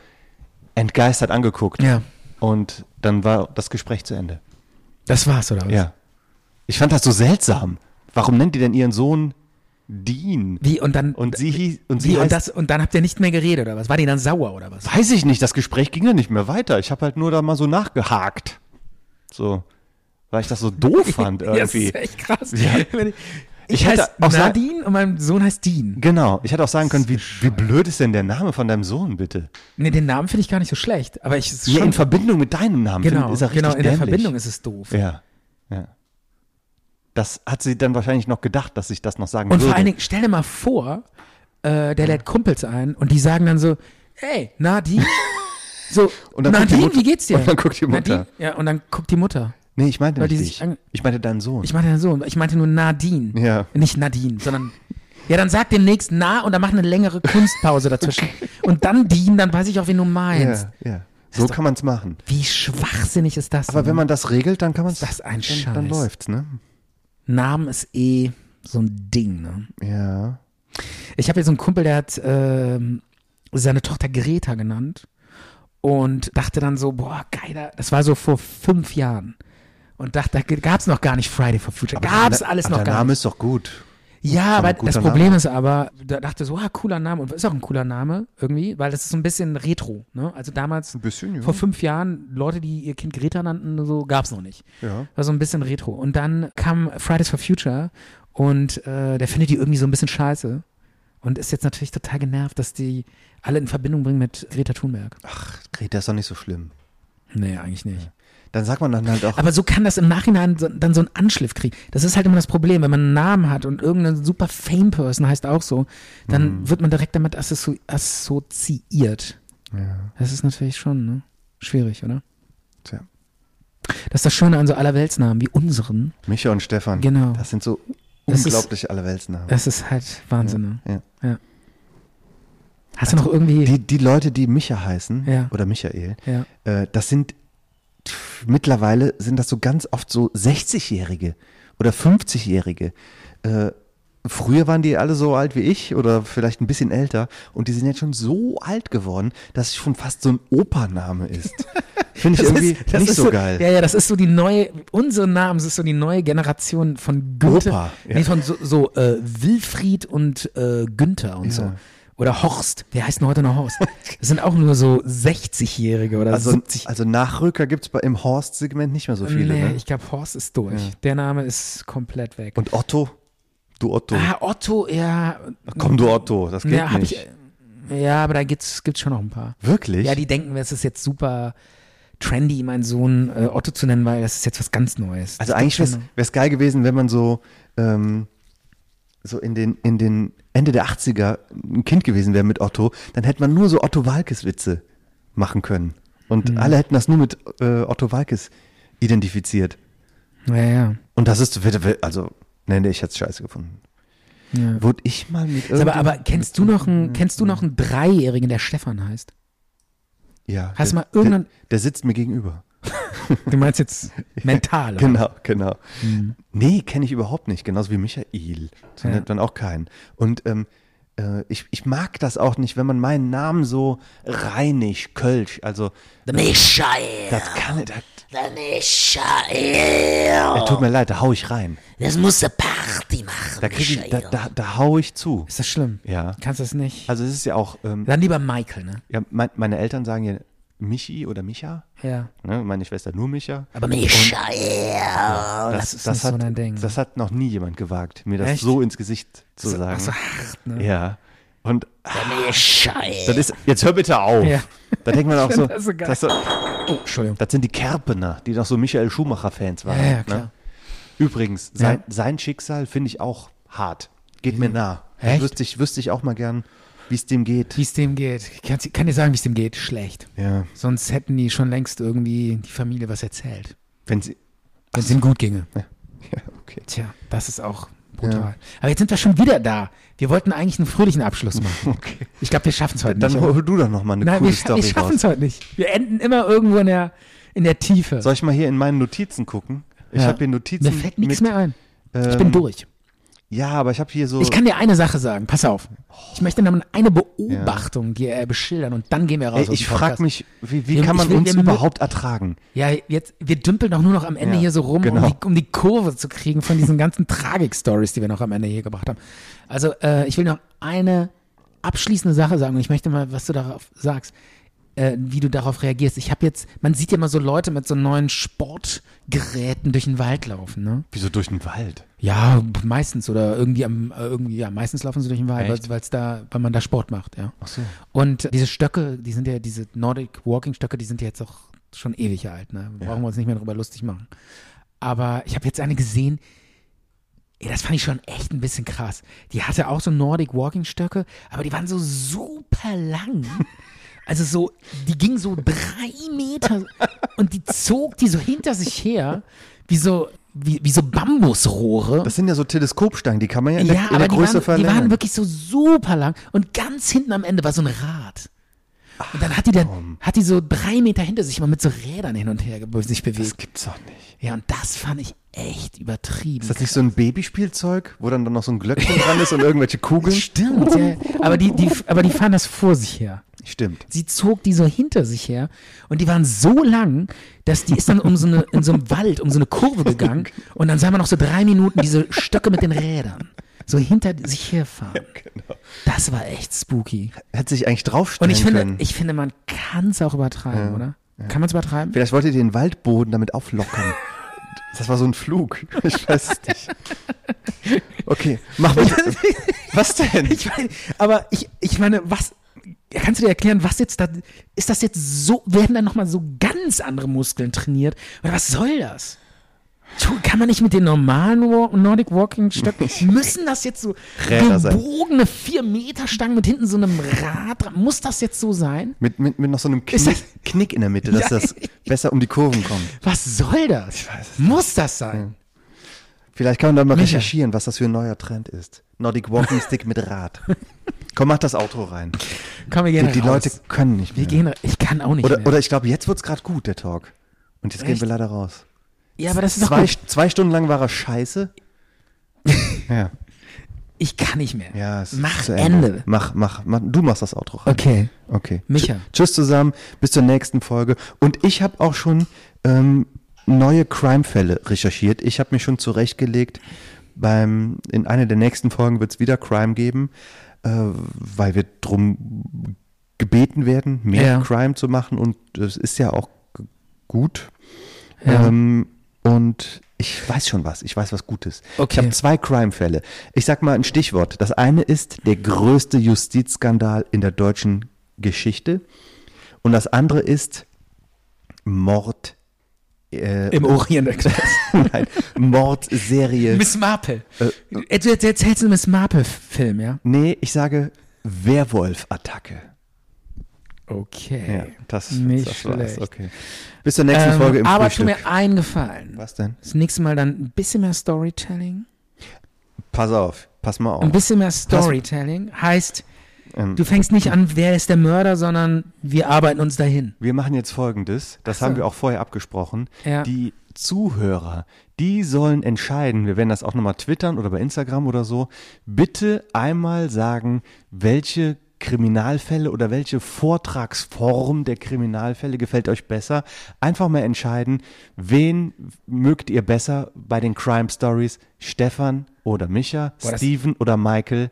Speaker 4: entgeistert angeguckt.
Speaker 3: Ja.
Speaker 4: Und dann war das Gespräch zu Ende.
Speaker 3: Das war's, oder was?
Speaker 4: Ja. Ich fand das so seltsam. Warum nennt die denn ihren Sohn Dean?
Speaker 3: Wie, und dann.
Speaker 4: Und sie hieß, und sie
Speaker 3: Wie, und,
Speaker 4: heißt,
Speaker 3: das, und dann habt ihr nicht mehr geredet, oder was? War die dann sauer, oder was?
Speaker 4: weiß ich nicht, das Gespräch ging ja nicht mehr weiter. Ich habe halt nur da mal so nachgehakt. So, weil ich das so doof fand irgendwie.
Speaker 3: Das ist echt krass.
Speaker 4: Ja.
Speaker 3: Wenn Ich, ich,
Speaker 4: Ich hätte
Speaker 3: heiße
Speaker 4: auch sagen-
Speaker 3: Nadine und mein Sohn heißt Dean.
Speaker 4: Genau, ich hätte auch sagen können, wie, wie blöd ist denn der Name von deinem Sohn, bitte?
Speaker 3: Nee, den Namen finde ich gar nicht so schlecht, aber ich es ist
Speaker 4: Ja,
Speaker 3: schon,
Speaker 4: in Verbindung mit deinem Namen
Speaker 3: genau,
Speaker 4: find- ist er richtig
Speaker 3: genau, in der
Speaker 4: dämlich.
Speaker 3: Verbindung ist es doof.
Speaker 4: Ja, ja. Das hat sie dann wahrscheinlich noch gedacht, dass ich das noch sagen
Speaker 3: Und
Speaker 4: würde.
Speaker 3: vor allen Dingen, stell dir mal vor, äh, der lädt Kumpels ein und die sagen dann so, hey, Nadine. So,
Speaker 4: Und dann guckt die
Speaker 3: Nadine,
Speaker 4: Mutter-
Speaker 3: wie geht's dir?
Speaker 4: und dann guckt die Mutter.
Speaker 3: Nadine, ja, und dann guckt die Mutter.
Speaker 4: nee, ich meinte
Speaker 3: weil
Speaker 4: nicht
Speaker 3: die sich
Speaker 4: dich.
Speaker 3: ange-
Speaker 4: Ich meinte deinen Sohn.
Speaker 3: Ich meinte den Sohn, ich meinte nur Nadine.
Speaker 4: Ja.
Speaker 3: Nicht Nadine, sondern. Ja, dann sag demnächst Na und dann mach eine längere Kunstpause dazwischen. Und dann Dean, dann weiß ich auch, wen du meinst.
Speaker 4: ja, ja. So kann man es machen.
Speaker 3: Wie schwachsinnig ist das?
Speaker 4: Aber
Speaker 3: denn?
Speaker 4: wenn man das regelt, dann kann man es.
Speaker 3: das ein
Speaker 4: dann, dann
Speaker 3: Scheiß.
Speaker 4: läuft's, ne?
Speaker 3: Namen ist eh so ein Ding, ne?
Speaker 4: Ja.
Speaker 3: Ich habe jetzt so einen Kumpel, der hat ähm, seine Tochter Greta genannt und dachte dann so, boah, geiler, das war so vor fünf Jahren. Und dachte, da gab's noch gar nicht Friday for Future, gab's
Speaker 4: der-
Speaker 3: alles
Speaker 4: aber
Speaker 3: noch
Speaker 4: Der
Speaker 3: gar
Speaker 4: Name
Speaker 3: nicht.
Speaker 4: ist doch gut.
Speaker 3: Ja,
Speaker 4: aber
Speaker 3: aber
Speaker 4: guter
Speaker 3: das Problem ist aber, da dachte so, ah, cooler Name und ist auch ein cooler Name irgendwie, weil das ist so ein bisschen Retro, ne? Also damals
Speaker 4: bisschen, ja.
Speaker 3: vor fünf Jahren Leute, die ihr Kind Greta nannten, so gab's noch nicht.
Speaker 4: Ja.
Speaker 3: War so ein bisschen Retro. Und dann kam Fridays for Future und äh, der findet die irgendwie so ein bisschen scheiße und ist jetzt natürlich total genervt, dass die alle in Verbindung bringen mit Greta Thunberg.
Speaker 4: Greta ist doch nicht so schlimm.
Speaker 3: Nee, eigentlich nicht.
Speaker 4: Dann sagt man dann halt auch,
Speaker 3: Aber so kann das im Nachhinein so, dann so einen Anschliff kriegen. Das ist halt immer das Problem, wenn man einen Namen hat und irgendeine super Fame-Person heißt auch so, Mhm. dann wird man direkt damit assozi assoziiert. Das ist natürlich schon, ne? Schwierig, oder?
Speaker 4: Tja.
Speaker 3: Das ist das Schöne an so Allerweltsnamen wie unseren.
Speaker 4: Micha und Stefan.
Speaker 3: Genau.
Speaker 4: Das sind so
Speaker 3: Das ist-
Speaker 4: unglaublich Allerweltsnamen.
Speaker 3: Das ist halt Wahnsinn. ne?
Speaker 4: ja.
Speaker 3: Hast
Speaker 4: Also
Speaker 3: du noch irgendwie.
Speaker 4: Die, die Leute, die Micha heißen
Speaker 3: Ja.
Speaker 4: oder Michael,
Speaker 3: ja.
Speaker 4: äh, das sind pff, mittlerweile sind das so ganz oft so 60-Jährige oder 50-Jährige. Äh, früher waren die alle so alt wie ich oder vielleicht ein bisschen älter und die sind jetzt schon so alt geworden, dass es schon fast so ein Opername ist. Finde ich irgendwie
Speaker 3: das
Speaker 4: nicht
Speaker 3: ist
Speaker 4: so, geil.
Speaker 3: Ja, ja, das ist so die neue, unsere Namen, das ist so die neue Generation von Günther.
Speaker 4: Opa, ja.
Speaker 3: Nee, von so, so äh, Wilfried und äh, Günther und so.
Speaker 4: Ja.
Speaker 3: Oder Horst, der heißt nur heute noch Horst. Das sind auch nur so 60-Jährige oder
Speaker 4: Also,
Speaker 3: 70.
Speaker 4: also Nachrücker gibt es im Horst-Segment nicht mehr so viele.
Speaker 3: nee,
Speaker 4: ne?
Speaker 3: ich glaube, Horst ist durch. Der Name ist komplett weg.
Speaker 4: Und Otto? Du Otto.
Speaker 3: ah, Otto, ja.
Speaker 4: Komm, du Otto, das geht
Speaker 3: ja, hab
Speaker 4: nicht.
Speaker 3: ich, äh, ja, aber da gibt's, gibt's schon noch ein paar.
Speaker 4: Wirklich?
Speaker 3: Ja, die denken, es ist jetzt super trendy, meinen Sohn äh, Otto zu nennen, weil das ist jetzt was ganz Neues.
Speaker 4: Also
Speaker 3: Das
Speaker 4: eigentlich
Speaker 3: gibt's
Speaker 4: wäre
Speaker 3: schon noch.
Speaker 4: es geil gewesen, wenn man so, ähm, so in den, in den Ende der 80er ein Kind gewesen wäre mit Otto, dann hätte man nur so Otto Walkes Witze machen können. Und
Speaker 3: Mhm.
Speaker 4: alle hätten das nur mit äh, Otto Walkes identifiziert.
Speaker 3: Ja, ja.
Speaker 4: Und das ist, also, nee, nee, ich hätte es scheiße gefunden.
Speaker 3: ja.
Speaker 4: Wurde ich mal mit
Speaker 3: Sag mal,
Speaker 4: irgendeinem-
Speaker 3: aber kennst du noch einen, kennst du noch einen Dreijährigen, der Stefan heißt?
Speaker 4: ja,
Speaker 3: hast du mal
Speaker 4: der-
Speaker 3: irgendein-
Speaker 4: Der, der sitzt mir gegenüber.
Speaker 3: Du meinst jetzt mental. oder?
Speaker 4: Genau, genau. Nee, kenne ich überhaupt nicht. Genauso wie Michael. So
Speaker 3: Hm. Ja.
Speaker 4: nennt man auch keinen. Und ähm, äh, ich, ich mag das auch nicht, wenn man meinen Namen so reinig, kölsch, also
Speaker 2: Michael,
Speaker 4: das kann ich, das,
Speaker 2: der Michael.
Speaker 4: äh, tut mir leid, da hau ich rein.
Speaker 2: Das muss eine Party machen,
Speaker 4: Da, krieg ich, da,
Speaker 2: Michael.
Speaker 4: da, da hau ich zu.
Speaker 3: Ist das schlimm?
Speaker 4: Ja.
Speaker 3: Kannst du das nicht?
Speaker 4: Also es ist ja auch, ähm,
Speaker 3: Dann lieber Michael, ne?
Speaker 4: ja, mein, meine Eltern sagen ja Michi oder Micha,
Speaker 3: Ja.
Speaker 4: ne? meine Schwester nur Micha.
Speaker 2: Aber Michael.
Speaker 4: das,
Speaker 3: ist nicht so
Speaker 4: hat,
Speaker 3: dein Ding.
Speaker 4: Das hat noch nie jemand gewagt, mir das
Speaker 3: Echt?
Speaker 4: so ins Gesicht zu
Speaker 3: So-
Speaker 4: sagen.
Speaker 3: ach so hart, ne?
Speaker 4: Ja. Und
Speaker 2: Michael.
Speaker 4: Das ist, jetzt hör bitte auf.
Speaker 3: Ja.
Speaker 4: Da denkt man auch so,
Speaker 3: das
Speaker 4: das,
Speaker 3: so geil.
Speaker 4: so-
Speaker 3: Oh, Entschuldigung.
Speaker 4: das sind die Kerpener, die doch so Michael Schumacher-Fans waren.
Speaker 3: Ja, ja,
Speaker 4: ne?
Speaker 3: klar.
Speaker 4: Übrigens, sein,
Speaker 3: Ja.
Speaker 4: sein Schicksal finde ich auch hart. Geht mir nah.
Speaker 3: Echt?
Speaker 4: Wüsste ich, wüsste ich auch mal gern, wie es dem geht.
Speaker 3: Wie es dem geht. Ich kann, kann dir sagen, wie es dem geht. Schlecht.
Speaker 4: Ja,
Speaker 3: Sonst hätten die schon längst irgendwie die Familie was erzählt.
Speaker 4: wenn sie.
Speaker 3: Wenn es ihnen gut ginge.
Speaker 4: Ja, okay.
Speaker 3: Tja, das ist auch brutal. Aber jetzt sind wir schon wieder da. Wir wollten eigentlich einen fröhlichen Abschluss machen.
Speaker 4: okay.
Speaker 3: Ich glaube, wir schaffen es heute
Speaker 4: Dann
Speaker 3: nicht.
Speaker 4: hol
Speaker 3: oder?
Speaker 4: du doch nochmal eine
Speaker 3: Nein,
Speaker 4: coole
Speaker 3: wir, scha-
Speaker 4: Story
Speaker 3: wir schaffen es
Speaker 4: raus.
Speaker 3: heute nicht. Wir enden immer irgendwo in der, in der Tiefe.
Speaker 4: Soll ich mal hier in meinen Notizen gucken? Ich
Speaker 3: Ja.
Speaker 4: habe hier Notizen.
Speaker 3: Mir fällt nichts
Speaker 4: mit-
Speaker 3: mehr ein. Ich
Speaker 4: ähm,
Speaker 3: bin durch.
Speaker 4: Ja, aber ich habe hier so.
Speaker 3: Ich kann dir eine Sache sagen. Pass auf. Ich möchte dann eine Beobachtung dir äh, beschildern und dann gehen wir raus.
Speaker 4: Ey,
Speaker 3: aus
Speaker 4: ich
Speaker 3: dem
Speaker 4: frage
Speaker 3: Podcast.
Speaker 4: mich, wie, wie
Speaker 3: Wir-
Speaker 4: kann
Speaker 3: ich
Speaker 4: man
Speaker 3: will-
Speaker 4: uns
Speaker 3: wir mü-
Speaker 4: überhaupt ertragen?
Speaker 3: Ja, jetzt, wir dümpeln doch nur noch am Ende
Speaker 4: Ja,
Speaker 3: hier so rum,
Speaker 4: genau.
Speaker 3: um, die, um die Kurve zu kriegen von diesen ganzen Tragik-Stories, die wir noch am Ende hier gebracht haben. Also, äh, ich will noch eine abschließende Sache sagen und ich möchte mal, was du darauf sagst, äh, wie du darauf reagierst. Ich habe jetzt, man sieht ja immer so Leute mit so neuen Sportgeräten durch den Wald laufen, ne?
Speaker 4: Wieso durch den Wald?
Speaker 3: Ja, meistens oder irgendwie am äh, irgendwie ja, meistens laufen sie durch den Wald,
Speaker 4: Echt?
Speaker 3: weil weil's da, weil man da Sport macht, ja.
Speaker 4: Ach so.
Speaker 3: Und diese Stöcke, die sind ja diese Nordic Walking Stöcke, die sind ja jetzt auch schon ewig alt, ne? Brauchen wir uns nicht mehr drüber lustig machen. Aber ich habe jetzt eine gesehen, ey, das fand ich schon echt ein bisschen krass. Die hatte auch so Nordic Walking Stöcke, aber die waren so super lang. Also so, die ging so drei Meter und die zog die so hinter sich her, wie so, wie, wie so Bambusrohre.
Speaker 4: Das sind ja so Teleskopstangen, die kann man ja in der,
Speaker 3: ja,
Speaker 4: in
Speaker 3: aber
Speaker 4: der
Speaker 3: die
Speaker 4: Größe
Speaker 3: waren, die
Speaker 4: verlängern.
Speaker 3: waren wirklich so super lang und ganz hinten am Ende war so ein Rad. Und dann hat die dann, hat die so drei Meter hinter sich mal mit so Rädern hin und her ge- sich
Speaker 4: das
Speaker 3: bewegt.
Speaker 4: gibt's doch nicht.
Speaker 3: Ja, und das fand ich echt übertrieben.
Speaker 4: Ist das nicht so ein Babyspielzeug, wo dann, dann noch so ein Glöckchen dran ist und irgendwelche Kugeln?
Speaker 3: Stimmt, ja. Aber die, die, aber die fahren das vor sich her.
Speaker 4: Stimmt.
Speaker 3: Sie zog die so hinter sich her und die waren so lang, dass die ist dann um so eine, in so einem Wald, um so eine Kurve gegangen und dann sah man noch so drei Minuten diese Stöcke mit den Rädern so hinter sich herfahren.
Speaker 4: genau.
Speaker 3: Das war echt spooky.
Speaker 4: Hätte sich eigentlich draufstellen
Speaker 3: Und ich finde,
Speaker 4: können.
Speaker 3: ich finde, man kann es auch übertreiben, oder? Kann man es übertreiben?
Speaker 4: Vielleicht wollte ihr den Waldboden damit auflockern. das war so ein Flug. Ich weiß es nicht. Okay, mach mal. Was denn?
Speaker 3: Ich meine, aber ich, ich meine, was, kannst du dir erklären, was jetzt da, ist das jetzt so, werden dann nochmal so ganz andere Muskeln trainiert? Oder was soll das? Tu- Kann man nicht mit den normalen Wa Nordic Walking Stöcken? Müssen das jetzt so
Speaker 4: Räder sein.
Speaker 3: gebogene 4-Meter-Stangen mit hinten so einem Rad dran? Muss das jetzt so sein?
Speaker 4: Mit, mit, mit noch so einem
Speaker 3: Ist
Speaker 4: Knick,
Speaker 3: das-
Speaker 4: Knick in der Mitte, dass
Speaker 3: Ja.
Speaker 4: das besser um die Kurven kommt.
Speaker 3: Was soll das? Muss das sein?
Speaker 4: Vielleicht kann man da mal
Speaker 3: Micha.
Speaker 4: recherchieren, was das für ein neuer Trend ist. Nordic Walking Stick mit Rad. Komm, mach das Auto rein.
Speaker 3: Komm, wir
Speaker 4: Die,
Speaker 3: gehen
Speaker 4: die
Speaker 3: raus.
Speaker 4: Leute können nicht mehr.
Speaker 3: Wir gehen, ra- ich kann auch nicht
Speaker 4: oder,
Speaker 3: mehr.
Speaker 4: oder ich glaube, jetzt wird's gerade gut, der Talk. Und jetzt gehen
Speaker 3: Echt?
Speaker 4: wir leider raus.
Speaker 3: ja, aber das ist doch
Speaker 4: Zwei,
Speaker 3: gut.
Speaker 4: St- zwei Stunden lang war er scheiße. ja,
Speaker 3: Ich kann nicht mehr.
Speaker 4: ja. Es ist
Speaker 3: Mach
Speaker 4: zu
Speaker 3: Ende.
Speaker 4: Mach, mach, mach. Du machst das Outro rein.
Speaker 3: Okay.
Speaker 4: Okay.
Speaker 3: Micha.
Speaker 4: Tsch- Tschüss zusammen, bis zur nächsten Folge. Und ich habe auch schon ähm, neue Crime-Fälle recherchiert. Ich habe mir schon zurechtgelegt, beim, in einer der nächsten Folgen wird es wieder Crime geben, äh, weil wir drum gebeten werden, mehr
Speaker 3: Ja.
Speaker 4: Crime zu machen. Und das ist ja auch g- gut.
Speaker 3: Ja.
Speaker 4: Ähm, und ich weiß schon was. Ich weiß was Gutes.
Speaker 3: Okay.
Speaker 4: Ich habe zwei Crime-Fälle. Ich sag mal ein Stichwort. Das eine ist der größte Justizskandal in der deutschen Geschichte. Und das andere ist Mord. Äh,
Speaker 3: Im Orient Express.
Speaker 4: nein, Mordserie.
Speaker 3: Miss Marple. Äh, du jetzt erzählst einen Miss Marple-Film, ja?
Speaker 4: Nee, ich sage Werwolf-Attacke.
Speaker 3: Okay.
Speaker 4: Ja, das,
Speaker 3: Nicht
Speaker 4: das
Speaker 3: schlecht.
Speaker 4: Okay. Bis zur nächsten
Speaker 3: Ähm,
Speaker 4: Folge im
Speaker 3: aber tu
Speaker 4: Frühstück.
Speaker 3: mir einen Gefallen.
Speaker 4: was denn?
Speaker 3: Das nächste Mal dann ein bisschen mehr Storytelling.
Speaker 4: Pass auf, pass mal auf.
Speaker 3: Ein bisschen mehr Storytelling heißt,
Speaker 4: Ähm,
Speaker 3: du fängst nicht an, wer ist der Mörder, sondern wir arbeiten uns dahin.
Speaker 4: Wir machen jetzt folgendes, das
Speaker 3: so.
Speaker 4: haben wir auch vorher abgesprochen.
Speaker 3: Ja.
Speaker 4: Die Zuhörer, die sollen entscheiden, wir werden das auch nochmal twittern oder bei Instagram oder so, bitte einmal sagen, welche Kriminalfälle oder welche Vortragsform der Kriminalfälle gefällt euch besser. Einfach mal entscheiden, wen mögt ihr besser bei den Crime Stories, Stefan oder Micha,
Speaker 3: Boah, das-
Speaker 4: Steven oder Michael.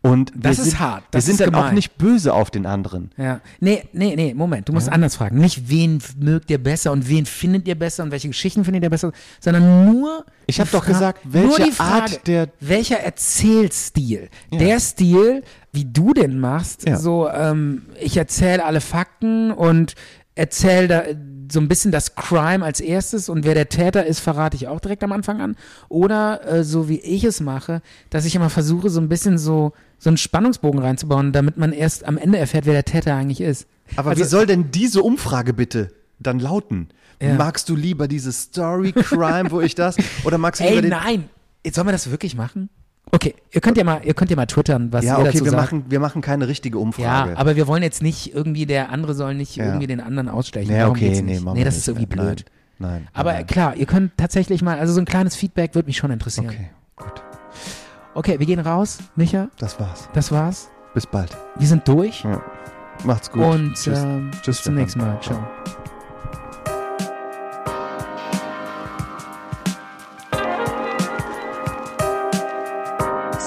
Speaker 4: Und wir
Speaker 3: Das ist
Speaker 4: sind,
Speaker 3: hart,
Speaker 4: wir
Speaker 3: das ist
Speaker 4: sind dann auch
Speaker 3: gemein.
Speaker 4: nicht böse auf den anderen.
Speaker 3: Ja. Nee, nee, nee, Moment, du musst anders fragen. Nicht, wen mögt ihr besser und wen findet ihr besser und welche Geschichten findet ihr besser, sondern nur.
Speaker 4: Ich
Speaker 3: die
Speaker 4: hab doch
Speaker 3: Fra-
Speaker 4: gesagt,
Speaker 3: nur
Speaker 4: welche
Speaker 3: die Frage,
Speaker 4: Art der-
Speaker 3: Welcher Erzählstil? Der Stil, wie du den machst,
Speaker 4: Ja.
Speaker 3: so, ähm, ich erzähle alle Fakten und erzähle da äh, so ein bisschen das Crime als erstes und wer der Täter ist, verrate ich auch direkt am Anfang an. Oder äh, so wie ich es mache, dass ich immer versuche, so ein bisschen so, so einen Spannungsbogen reinzubauen, damit man erst am Ende erfährt, wer der Täter eigentlich ist.
Speaker 4: Aber
Speaker 3: Also-
Speaker 4: wie soll denn diese Umfrage bitte dann lauten?
Speaker 3: Ja.
Speaker 4: Magst du lieber diese Story Crime, wo ich das? Oder magst du
Speaker 3: Ey,
Speaker 4: lieber den.
Speaker 3: nein! Jetzt sollen wir das wirklich machen? Okay, ihr könnt ja mal, ihr könnt ja mal twittern, was
Speaker 4: Ja,
Speaker 3: ihr
Speaker 4: okay,
Speaker 3: dazu
Speaker 4: wir
Speaker 3: sagt.
Speaker 4: machen, wir machen keine richtige Umfrage.
Speaker 3: ja, aber wir wollen jetzt nicht irgendwie, der andere soll nicht
Speaker 4: Ja.
Speaker 3: irgendwie den anderen ausstechen.
Speaker 4: Nee,
Speaker 3: Darum geht's
Speaker 4: okay, nee,
Speaker 3: nicht.
Speaker 4: machen
Speaker 3: nee,
Speaker 4: wir
Speaker 3: das
Speaker 4: nicht.
Speaker 3: ist irgendwie
Speaker 4: Nein,
Speaker 3: blöd.
Speaker 4: Nein. nein
Speaker 3: Aber
Speaker 4: nein.
Speaker 3: klar, ihr könnt tatsächlich mal, also so ein kleines Feedback würde mich schon interessieren. Okay.
Speaker 4: Okay, gut.
Speaker 3: wir gehen raus. Micha,
Speaker 4: Das war's.
Speaker 3: das war's.
Speaker 4: Bis bald.
Speaker 3: Wir sind durch.
Speaker 4: Macht's gut.
Speaker 3: Und
Speaker 4: Tschüss.
Speaker 3: ähm,
Speaker 4: Tschüss,
Speaker 3: bis zum
Speaker 4: Stefan.
Speaker 3: nächsten Mal. Ciao.